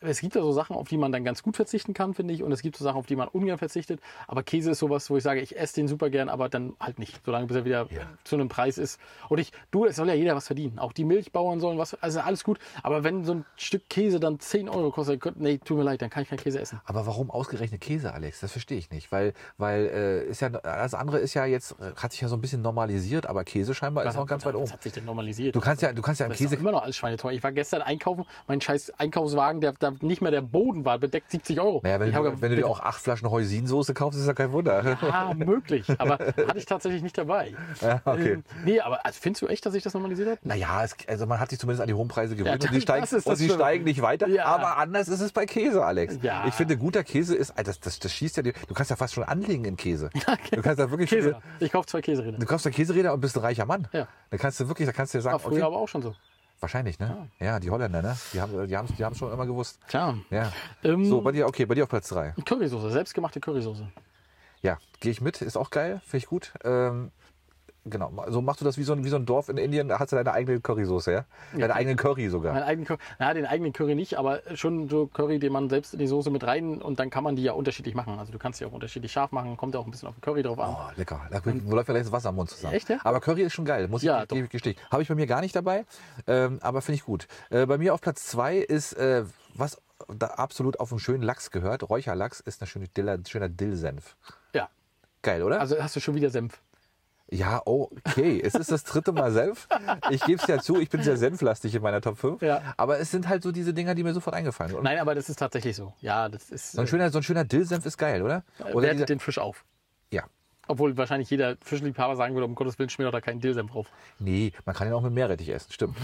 [SPEAKER 1] es gibt ja so Sachen, auf die man dann ganz gut verzichten kann, finde ich. Und es gibt so Sachen, auf die man ungern verzichtet. Aber Käse ist sowas, wo ich sage, ich esse den super gern, aber dann halt nicht, solange bis er wieder
[SPEAKER 2] Ja.
[SPEAKER 1] zu einem Preis ist. Und ich, du, es soll ja jeder was verdienen. Auch die Milchbauern sollen was, also alles gut. Aber wenn so ein Stück Käse dann 10 Euro kostet, nee, tut mir leid, dann kann ich keinen Käse essen.
[SPEAKER 2] Aber warum ausgerechnet Käse, Alex? Das verstehe ich nicht. Weil, weil äh, ist ja, das andere ist ja jetzt, äh, hat sich ja so ein bisschen normalisiert, aber Käse scheinbar ist noch ganz weit oben.
[SPEAKER 1] Das hat sich denn normalisiert.
[SPEAKER 2] Du kannst ja, du kannst ja im
[SPEAKER 1] das ist
[SPEAKER 2] Käse.
[SPEAKER 1] doch immer noch alles schweineteuer. Ich war gestern einkaufen, mein scheiß Einkaufswagen, der, der nicht mehr der Boden war, bedeckt 70 Euro.
[SPEAKER 2] Naja, wenn,
[SPEAKER 1] ich
[SPEAKER 2] du,
[SPEAKER 1] habe-
[SPEAKER 2] wenn du dir auch acht Flaschen Heusinsoße kaufst, ist ja kein Wunder.
[SPEAKER 1] Ah, möglich. Aber hatte ich tatsächlich nicht dabei.
[SPEAKER 2] Ja, okay.
[SPEAKER 1] Ähm, nee, aber also findest du echt, dass ich das normalisiert habe?
[SPEAKER 2] Naja, es, also man hat sich zumindest an die hohen Preise gewöhnt
[SPEAKER 1] Ja,
[SPEAKER 2] und die,
[SPEAKER 1] das
[SPEAKER 2] steigen,
[SPEAKER 1] ist das
[SPEAKER 2] und die
[SPEAKER 1] Schlimme.
[SPEAKER 2] steigen nicht weiter.
[SPEAKER 1] Ja.
[SPEAKER 2] Aber anders ist es bei Käse, Alex.
[SPEAKER 1] Ja.
[SPEAKER 2] Ich finde, guter Käse ist, also das, das, das schießt ja, die, du kannst ja fast schon anlegen in Käse. Du kannst da wirklich,
[SPEAKER 1] Käse. Ich kaufe zwei Käseräder.
[SPEAKER 2] du kaufst da Käseräder und bist ein reicher Mann.
[SPEAKER 1] Ja.
[SPEAKER 2] Da kannst du wirklich, da kannst du dir
[SPEAKER 1] War
[SPEAKER 2] sagen,
[SPEAKER 1] früher aber auch schon so.
[SPEAKER 2] wahrscheinlich, ne? Ja. die Holländer, ne? Die haben, die haben, die haben schon immer gewusst.
[SPEAKER 1] Klar.
[SPEAKER 2] Ja.
[SPEAKER 1] Ähm,
[SPEAKER 2] So, bei dir, okay, bei dir auf Platz drei.
[SPEAKER 1] Currysoße, selbstgemachte Currysoße.
[SPEAKER 2] Ja, gehe ich mit, ist auch geil, finde ich gut. Ähm, genau, so machst du das wie so, ein, wie so ein Dorf in Indien, da hast du deine eigene Currysoße, ja? Deine eigene Curry sogar.
[SPEAKER 1] Meinen eigenen Curry, na, den eigenen Curry nicht, aber schon so Curry, den man selbst in die Soße mit rein und dann kann man die ja unterschiedlich machen. Also du kannst die auch unterschiedlich scharf machen, kommt ja auch ein bisschen auf den Curry drauf an.
[SPEAKER 2] Oh, lecker. Da läuft vielleicht das Wasser im Mund zusammen.
[SPEAKER 1] Echt, ja?
[SPEAKER 2] Aber Curry ist schon geil, muss
[SPEAKER 1] Ja,
[SPEAKER 2] ich ge- gestehen. Habe ich bei mir gar nicht dabei, ähm, aber finde ich gut. Äh, bei mir auf Platz zwei ist, äh, was da absolut auf einen schönen Lachs gehört, Räucherlachs, ist ein schöne Diller, schöner Dillsenf.
[SPEAKER 1] Ja.
[SPEAKER 2] Geil, oder?
[SPEAKER 1] Also hast du schon wieder Senf.
[SPEAKER 2] ja, oh, okay. es ist das dritte Mal Senf. Ich gebe es ja zu, ich bin sehr senflastig in meiner Top 5.
[SPEAKER 1] Ja.
[SPEAKER 2] Aber es sind halt so diese Dinger, die mir sofort eingefallen sind. Und
[SPEAKER 1] Nein, aber das ist tatsächlich so. Ja, das ist.
[SPEAKER 2] So ein schöner, so ein schöner Dillsenf ist geil, oder?
[SPEAKER 1] äh,
[SPEAKER 2] oder
[SPEAKER 1] wertet
[SPEAKER 2] dieser,
[SPEAKER 1] den Fisch auf.
[SPEAKER 2] ja.
[SPEAKER 1] Obwohl wahrscheinlich jeder Fischliebhaber sagen würde, um Gottes Willen schmier doch da keinen Dillsenf drauf.
[SPEAKER 2] Nee, man kann ihn auch mit Meerrettich essen, stimmt.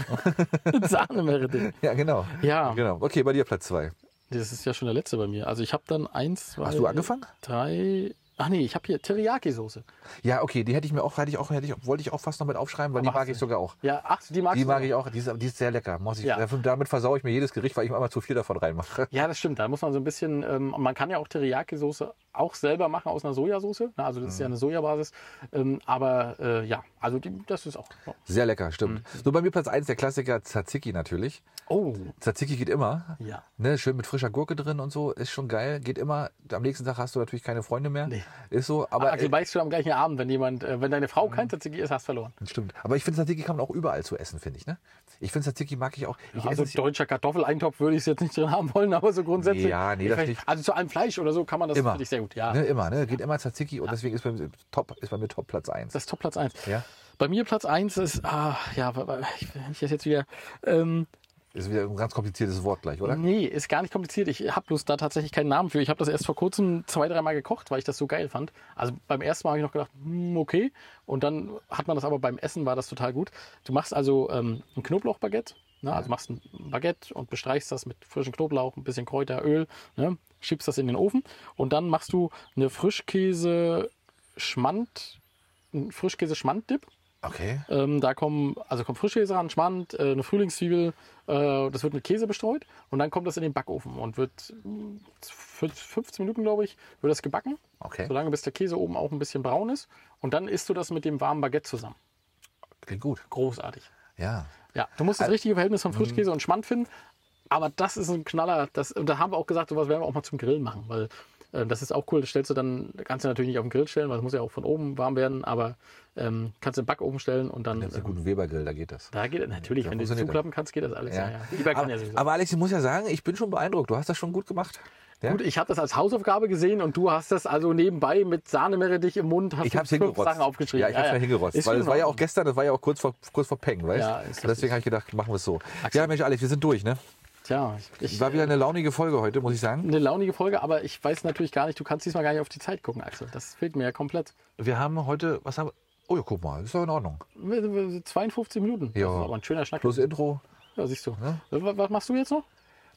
[SPEAKER 1] Sahne wäre Dill.
[SPEAKER 2] ja, genau.
[SPEAKER 1] Ja.
[SPEAKER 2] Genau. Okay, bei dir Platz zwei.
[SPEAKER 1] Das ist ja schon der letzte bei mir. Also ich habe dann eins, zwei,
[SPEAKER 2] Hast du angefangen?
[SPEAKER 1] drei. Ach nee, ich habe hier Teriyaki-Soße.
[SPEAKER 2] Ja, okay, die hätte ich mir auch, hätte ich auch, hätte ich, wollte ich auch fast noch mit aufschreiben, weil die
[SPEAKER 1] Aber
[SPEAKER 2] mag
[SPEAKER 1] hast
[SPEAKER 2] ich
[SPEAKER 1] du
[SPEAKER 2] sogar auch.
[SPEAKER 1] Ja, ach, die magst
[SPEAKER 2] Die
[SPEAKER 1] du
[SPEAKER 2] mag
[SPEAKER 1] noch.
[SPEAKER 2] ich auch, die ist, die ist sehr lecker. Muss ich,
[SPEAKER 1] Ja.
[SPEAKER 2] dafür- Damit versaue ich mir jedes Gericht, weil ich immer zu viel davon reinmache.
[SPEAKER 1] Ja, das stimmt. Da muss man so ein bisschen. Ähm, man kann ja auch Teriyaki-Soße auch selber machen aus einer Sojasauce. Na, Also das ist ja
[SPEAKER 2] Mhm.
[SPEAKER 1] eine Sojabasis. Ähm, aber äh, ja, also die, das ist auch.
[SPEAKER 2] Sehr lecker, stimmt.
[SPEAKER 1] Mhm.
[SPEAKER 2] So, bei mir Platz eins der Klassiker Tzatziki natürlich.
[SPEAKER 1] Oh,
[SPEAKER 2] Tzatziki geht immer.
[SPEAKER 1] Ja.
[SPEAKER 2] Ne, schön mit frischer Gurke drin und so, ist schon geil, geht immer. Am nächsten Tag hast du natürlich keine Freunde mehr.
[SPEAKER 1] Nee.
[SPEAKER 2] Ist so, aber.
[SPEAKER 1] aber du weißt schon am gleichen Abend, wenn jemand, äh, wenn deine Frau
[SPEAKER 2] Mhm.
[SPEAKER 1] kein Tzatziki ist, hast verloren.
[SPEAKER 2] äh, Stimmt. Aber ich finde, Tzatziki kann man auch überall zu essen, finde ich. Ne? Ich finde, Tzatziki mag ich auch. Ich
[SPEAKER 1] Also
[SPEAKER 2] esse es
[SPEAKER 1] deutscher Kartoffeleintopf würde ich es jetzt nicht drin haben wollen, aber so grundsätzlich.
[SPEAKER 2] Ja, nee,
[SPEAKER 1] Ich
[SPEAKER 2] das
[SPEAKER 1] weiß-
[SPEAKER 2] nicht.
[SPEAKER 1] Also zu einem Fleisch oder so kann man das
[SPEAKER 2] immer.
[SPEAKER 1] finde ich sehr gut. Ja,
[SPEAKER 2] Ne, immer, ne? Geht immer Tzatziki und deswegen ist bei, mir top, ist bei mir Top Platz eins.
[SPEAKER 1] das ist Top Platz 1.
[SPEAKER 2] Ja.
[SPEAKER 1] Bei mir Platz 1 ist, ah, ja, wa- wa- ich, wenn ich das jetzt wieder, ähm,
[SPEAKER 2] Ist wieder ein ganz kompliziertes Wort gleich, oder?
[SPEAKER 1] nee, ist gar nicht kompliziert. Ich habe bloß da tatsächlich keinen Namen für. Ich habe das erst vor kurzem zwei, dreimal gekocht, weil ich das so geil fand. Also beim ersten Mal habe ich noch gedacht, hm, okay. Und dann hat man das aber beim Essen war das total gut. Du machst also ähm, ein Knoblauchbaguette, ne? also machst ein Baguette und bestreichst das mit frischem Knoblauch, ein bisschen Kräuter, Öl, ne? schiebst das in den Ofen und dann machst du eine Frischkäse-Schmand, einen Frischkäse-Schmand-Dip
[SPEAKER 2] Okay.
[SPEAKER 1] Ähm, da kommen, also kommt Frischkäse ran, Schmand, äh, eine Frühlingszwiebel, äh, das wird mit Käse bestreut und dann kommt das in den Backofen und wird mh, für 15 Minuten, glaube ich, wird das gebacken,
[SPEAKER 2] Okay.
[SPEAKER 1] solange bis der Käse oben auch ein bisschen braun ist und dann isst du das mit dem warmen Baguette zusammen.
[SPEAKER 2] Klingt gut.
[SPEAKER 1] Großartig.
[SPEAKER 2] Ja.
[SPEAKER 1] Ja, du musst das richtige Verhältnis von Frischkäse und Schmand finden. Aber das ist ein Knaller. Das, und da haben wir auch gesagt, sowas werden wir auch mal zum Grill machen, weil äh, das ist auch cool. Das stellst du dann, kannst du natürlich nicht auf den Grill stellen, weil es muss ja auch von oben warm werden, aber ähm, kannst du in den Backofen stellen und dann. äh,
[SPEAKER 2] Nimmst du einen guten Webergrill, da geht das.
[SPEAKER 1] Da geht natürlich, wenn du die
[SPEAKER 2] funktioniert
[SPEAKER 1] zuklappen kannst, geht das alles. Ja. Ja, Lieber kann
[SPEAKER 2] Aber,
[SPEAKER 1] ja sowieso.
[SPEAKER 2] aber Alex, ich muss ja sagen, ich bin schon beeindruckt. Du hast das schon gut gemacht. Ja?
[SPEAKER 1] Gut, ich habe das als Hausaufgabe gesehen und du hast das also nebenbei mit Sahnemeerrettich im Mund hast
[SPEAKER 2] ich
[SPEAKER 1] du
[SPEAKER 2] hab's
[SPEAKER 1] fünf
[SPEAKER 2] hingerotzt.
[SPEAKER 1] Sachen aufgeschrieben.
[SPEAKER 2] Ja, ich hab's mir hingerotzt.
[SPEAKER 1] Ist
[SPEAKER 2] weil
[SPEAKER 1] schon
[SPEAKER 2] es war ja
[SPEAKER 1] in
[SPEAKER 2] auch gestern, das war ja auch kurz vor, kurz vor Peng, weißt
[SPEAKER 1] Ja,
[SPEAKER 2] du?
[SPEAKER 1] ist
[SPEAKER 2] Und
[SPEAKER 1] richtig.
[SPEAKER 2] Deswegen habe ich gedacht, machen wir es so. Ja, Mensch, Alex, wir sind durch, ne?
[SPEAKER 1] Ordnung. Tja, ich, äh, ich,
[SPEAKER 2] War wieder eine launige Folge heute, muss ich sagen.
[SPEAKER 1] eine launige Folge, aber ich weiß natürlich gar nicht, du kannst diesmal gar nicht auf die Zeit gucken, Axel. Das fehlt mir ja komplett.
[SPEAKER 2] Wir haben heute, was haben wir? Oh ja, guck mal, ist doch in Ordnung.
[SPEAKER 1] 52 Minuten.
[SPEAKER 2] Ja.
[SPEAKER 1] Das ist aber ein schöner Schnack.
[SPEAKER 2] Plus Intro.
[SPEAKER 1] Ja, siehst du. Äh, Wa- Was machst du jetzt noch?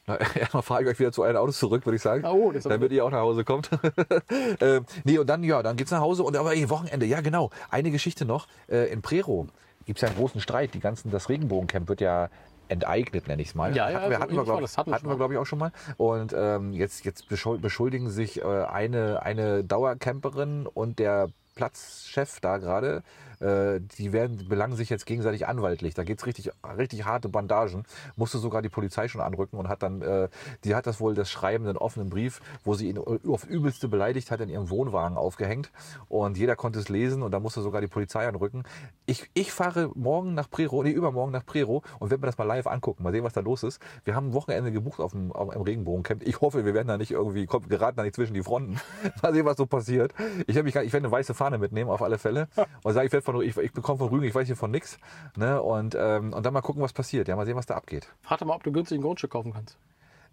[SPEAKER 2] Na, erstmal fahre ich euch wieder zu euren Autos zurück, würde ich sagen.
[SPEAKER 1] Oh, das ist aber
[SPEAKER 2] damit ihr auch nach Hause kommt. ähm, nee, und dann, ja, dann geht's nach Hause und aber ey, Wochenende, ja genau. Eine Geschichte noch. Äh, in Prero gibt's ja einen großen Streit. Die ganzen, das Regenbogencamp wird ja enteignet, nenne ich es mal.
[SPEAKER 1] Ja, ja,
[SPEAKER 2] hatten
[SPEAKER 1] so
[SPEAKER 2] wir, hatten wir,
[SPEAKER 1] ähnlich war
[SPEAKER 2] glaube
[SPEAKER 1] das,
[SPEAKER 2] hatten
[SPEAKER 1] hatten wir schon
[SPEAKER 2] wir,
[SPEAKER 1] mal.
[SPEAKER 2] glaub ich, auch schon mal. Und ähm, jetzt, jetzt beschul- beschuldigen sich äh, eine, eine Dauercamperin und der Platzchef da gerade, äh, die werden, belangen sich jetzt gegenseitig anwaltlich. Da geht's richtig, richtig harte Bandagen. Musste sogar die Polizei schon anrücken und hat dann, äh, die hat das wohl, das Schreiben, einen offenen Brief, wo sie ihn äh, auf übelste beleidigt hat, in ihrem Wohnwagen aufgehängt. Und jeder konnte es lesen und da musste sogar die Polizei anrücken. Ich, ich fahre morgen nach Prero, nee, übermorgen nach Prero und werde mir das mal live angucken. Mal sehen, was da los ist. Wir haben ein Wochenende gebucht auf dem, auf dem Regenbogencamp. Ich hoffe, wir werden da nicht irgendwie, kommt, geraten da nicht zwischen die Fronten. Mal sehen, was so passiert. Ich, hab mich, gar- ich werde eine weiße Fahne mitnehmen, auf alle Fälle. Und sage, ich, werd von, ich, ich bekomme von Rügen, ich weiß hier von nix. Ne? Und, ähm, und dann mal gucken, was passiert. Ja, mal sehen, was da abgeht.
[SPEAKER 1] Frag doch mal, ob du günstigen Grundstück kaufen kannst.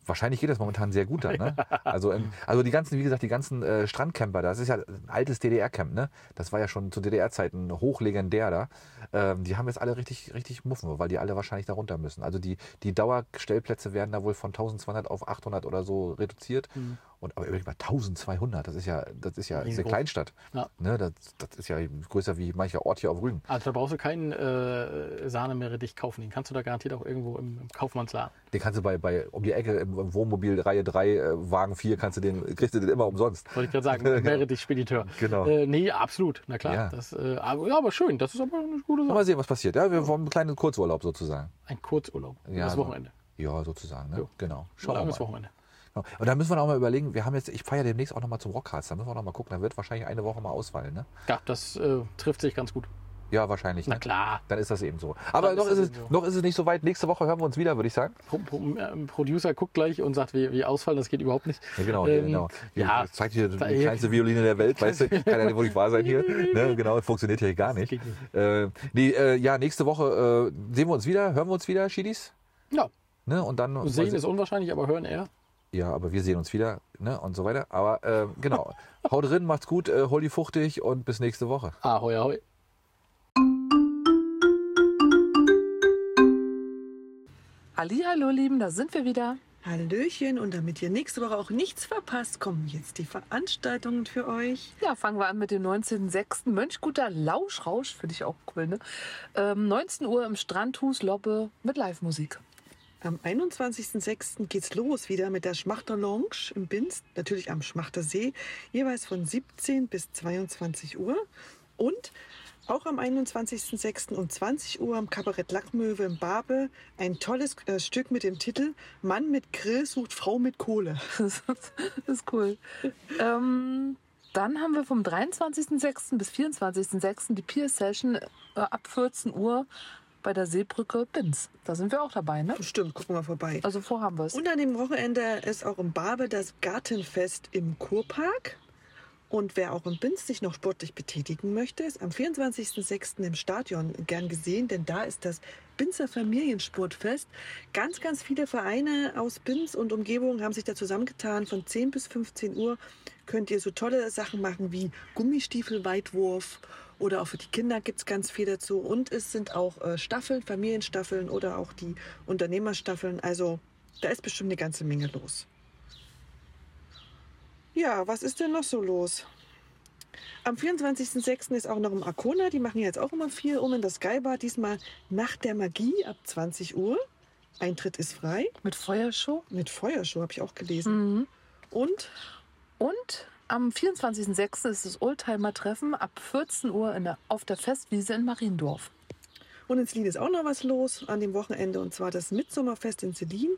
[SPEAKER 2] Wahrscheinlich geht das momentan sehr gut da, ne? Also, ähm, also die ganzen, wie gesagt, die ganzen äh, Strandcamper, das ist ja ein altes DDR-Camp, ne? Das war ja schon zu DDR-Zeiten hochlegendär da. Ähm, die haben jetzt alle richtig, richtig Muffen, weil die alle wahrscheinlich da runter müssen. Also die, die Dauerstellplätze werden da wohl von 1200 auf 800 oder so reduziert. Und aber übrigens mal 1200, das ist ja, das ist ja eine
[SPEAKER 1] Riesengroß.
[SPEAKER 2] Kleinstadt.
[SPEAKER 1] Ja.
[SPEAKER 2] Ne? Das, das ist ja größer wie mancher Ort hier auf Rügen.
[SPEAKER 1] Also da brauchst du keinen äh, Sahnemeerrettich kaufen. Den kannst du da garantiert auch irgendwo im, im Kaufmannsladen.
[SPEAKER 2] Den kannst du bei, bei um die Ecke im, im Wohnmobil Reihe 3, äh, Wagen 4, kannst du den, kriegst du den immer umsonst.
[SPEAKER 1] Wollte ich gerade sagen, Meerrettich-Spediteur.
[SPEAKER 2] Genau.
[SPEAKER 1] Äh, nee, absolut. Na klar.
[SPEAKER 2] Ja.
[SPEAKER 1] Das, äh, aber, ja, aber schön. Das ist aber eine gute
[SPEAKER 2] Mal
[SPEAKER 1] Sache.
[SPEAKER 2] sehen, was passiert. Ja, wir wollen einen kleinen Kurzurlaub sozusagen.
[SPEAKER 1] Ein Kurzurlaub.
[SPEAKER 2] Ja,
[SPEAKER 1] das
[SPEAKER 2] so.
[SPEAKER 1] Wochenende.
[SPEAKER 2] Ja, sozusagen. Ne?
[SPEAKER 1] Jo.
[SPEAKER 2] Genau.
[SPEAKER 1] Ein
[SPEAKER 2] Schauen wir
[SPEAKER 1] langes
[SPEAKER 2] mal.
[SPEAKER 1] Wochenende.
[SPEAKER 2] Genau. Und da müssen wir auch mal überlegen, wir haben jetzt, ich feiere demnächst auch noch mal zum Rockharz, da müssen wir auch noch mal gucken, da wird wahrscheinlich eine Woche mal ausfallen, ne?
[SPEAKER 1] Ja, das äh, trifft sich ganz gut.
[SPEAKER 2] Ja, wahrscheinlich.
[SPEAKER 1] Na
[SPEAKER 2] Ne?
[SPEAKER 1] klar.
[SPEAKER 2] Dann ist das eben so. Aber
[SPEAKER 1] Dann
[SPEAKER 2] noch
[SPEAKER 1] ist
[SPEAKER 2] ist,
[SPEAKER 1] das
[SPEAKER 2] es,
[SPEAKER 1] eben so.
[SPEAKER 2] noch ist es nicht so weit. Nächste Woche hören wir uns wieder, würde ich sagen.
[SPEAKER 1] Pro, Pro, äh, Producer guckt gleich und sagt, wie, wie ausfallen, das geht überhaupt nicht.
[SPEAKER 2] Ja, genau,
[SPEAKER 1] Ähm,
[SPEAKER 2] genau. Hier,
[SPEAKER 1] ja,
[SPEAKER 2] ich zeig dir die
[SPEAKER 1] da- hier-
[SPEAKER 2] kleinste Violine der Welt, weißt du, kann ja nicht wirklich wahr sein hier. Ne? Genau, funktioniert hier gar nicht.
[SPEAKER 1] geht nicht.
[SPEAKER 2] Äh, nee, äh, ja, nächste Woche äh, sehen wir uns wieder, hören wir uns wieder, Schiedis.
[SPEAKER 1] Ja,
[SPEAKER 2] Ne? Und dann
[SPEAKER 1] sehen ist unwahrscheinlich, aber hören eher.
[SPEAKER 2] ja, aber wir sehen uns wieder ne, und so weiter. Aber ähm, genau, haut drin, macht's gut, äh, hol die fuchtig und bis nächste Woche.
[SPEAKER 1] Ahoi, ahoi.
[SPEAKER 4] Hallihallo, Lieben, da sind wir wieder.
[SPEAKER 5] Hallöchen und damit ihr nächste Woche auch nichts verpasst, kommen jetzt die Veranstaltungen für euch.
[SPEAKER 4] Ja, fangen wir an mit dem 19.06. Mönchguter Lauschrausch, finde ich auch cool, ne? Ähm, 19 Uhr im Strandhus Lobbe mit Live-Musik.
[SPEAKER 5] Am 21.06. geht's los wieder mit der Schmachter Lounge im Binz, natürlich am Schmachter See, jeweils von 17 bis 22 Uhr. Und auch am 21.06. um 20 Uhr am Kabarett Lackmöwe in Babel ein tolles äh, Stück mit dem Titel Mann mit Grill sucht Frau mit Kohle.
[SPEAKER 4] Das ist- das ist cool. Ähm, dann haben wir vom 23.06. bis 24.06. die Peer-Session äh, ab 14 Uhr bei der Seebrücke Binz. Da sind wir auch dabei, ne?
[SPEAKER 5] Bestimmt, gucken wir vorbei.
[SPEAKER 4] Also vorhaben wir es.
[SPEAKER 5] Und an dem Wochenende ist auch in Barbe das Gartenfest im Kurpark. Und wer auch in Binz sich noch sportlich betätigen möchte, ist am 24.06. im Stadion gern gesehen, denn da ist das Binzer Familiensportfest. Ganz, ganz viele Vereine aus Binz und Umgebung haben sich da zusammengetan. Von 10 bis 15 Uhr könnt ihr so tolle Sachen machen wie Gummistiefelweitwurf oder auch für die Kinder gibt es ganz viel dazu. Und es sind auch äh, Staffeln, Familienstaffeln oder auch die Unternehmerstaffeln. Also da ist bestimmt eine ganze Menge los. Ja, was ist denn noch so los? Am 24.06. ist auch noch im Arkona. Die machen ja jetzt auch immer viel um in das Skybar. Diesmal Nacht der Magie ab 20 Uhr. Eintritt ist frei.
[SPEAKER 4] Mit Feuershow.
[SPEAKER 5] Mit Feuershow habe ich auch gelesen.
[SPEAKER 4] Mhm.
[SPEAKER 5] Und
[SPEAKER 4] Und am 24.06. ist das Oldtimer-Treffen ab 14 Uhr in der, auf der Festwiese in Mariendorf.
[SPEAKER 5] Und in Selin ist auch noch was los an dem Wochenende und zwar das Mitsommerfest in Selin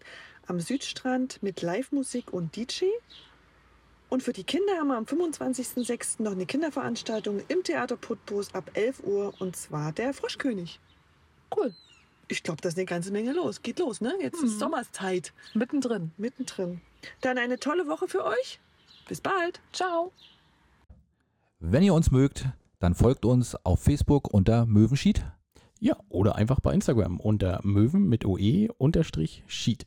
[SPEAKER 5] am Südstrand mit Live-Musik und DJ. Und für die Kinder haben wir am 25.06. noch eine Kinderveranstaltung im Theater Putbus ab 11 Uhr und zwar der Froschkönig.
[SPEAKER 4] Cool.
[SPEAKER 5] Ich glaube, da ist eine ganze Menge los. Geht los, ne? Jetzt ist
[SPEAKER 4] Mhm.
[SPEAKER 5] Sommerszeit.
[SPEAKER 4] Mittendrin.
[SPEAKER 5] Mittendrin. Dann eine tolle Woche für euch. Bis bald.
[SPEAKER 4] Ciao.
[SPEAKER 3] Wenn ihr uns mögt, dann folgt uns auf Facebook unter Möwenschied.
[SPEAKER 1] Ja, oder einfach bei Instagram unter Möwen mit OE E unterstrich Sheet.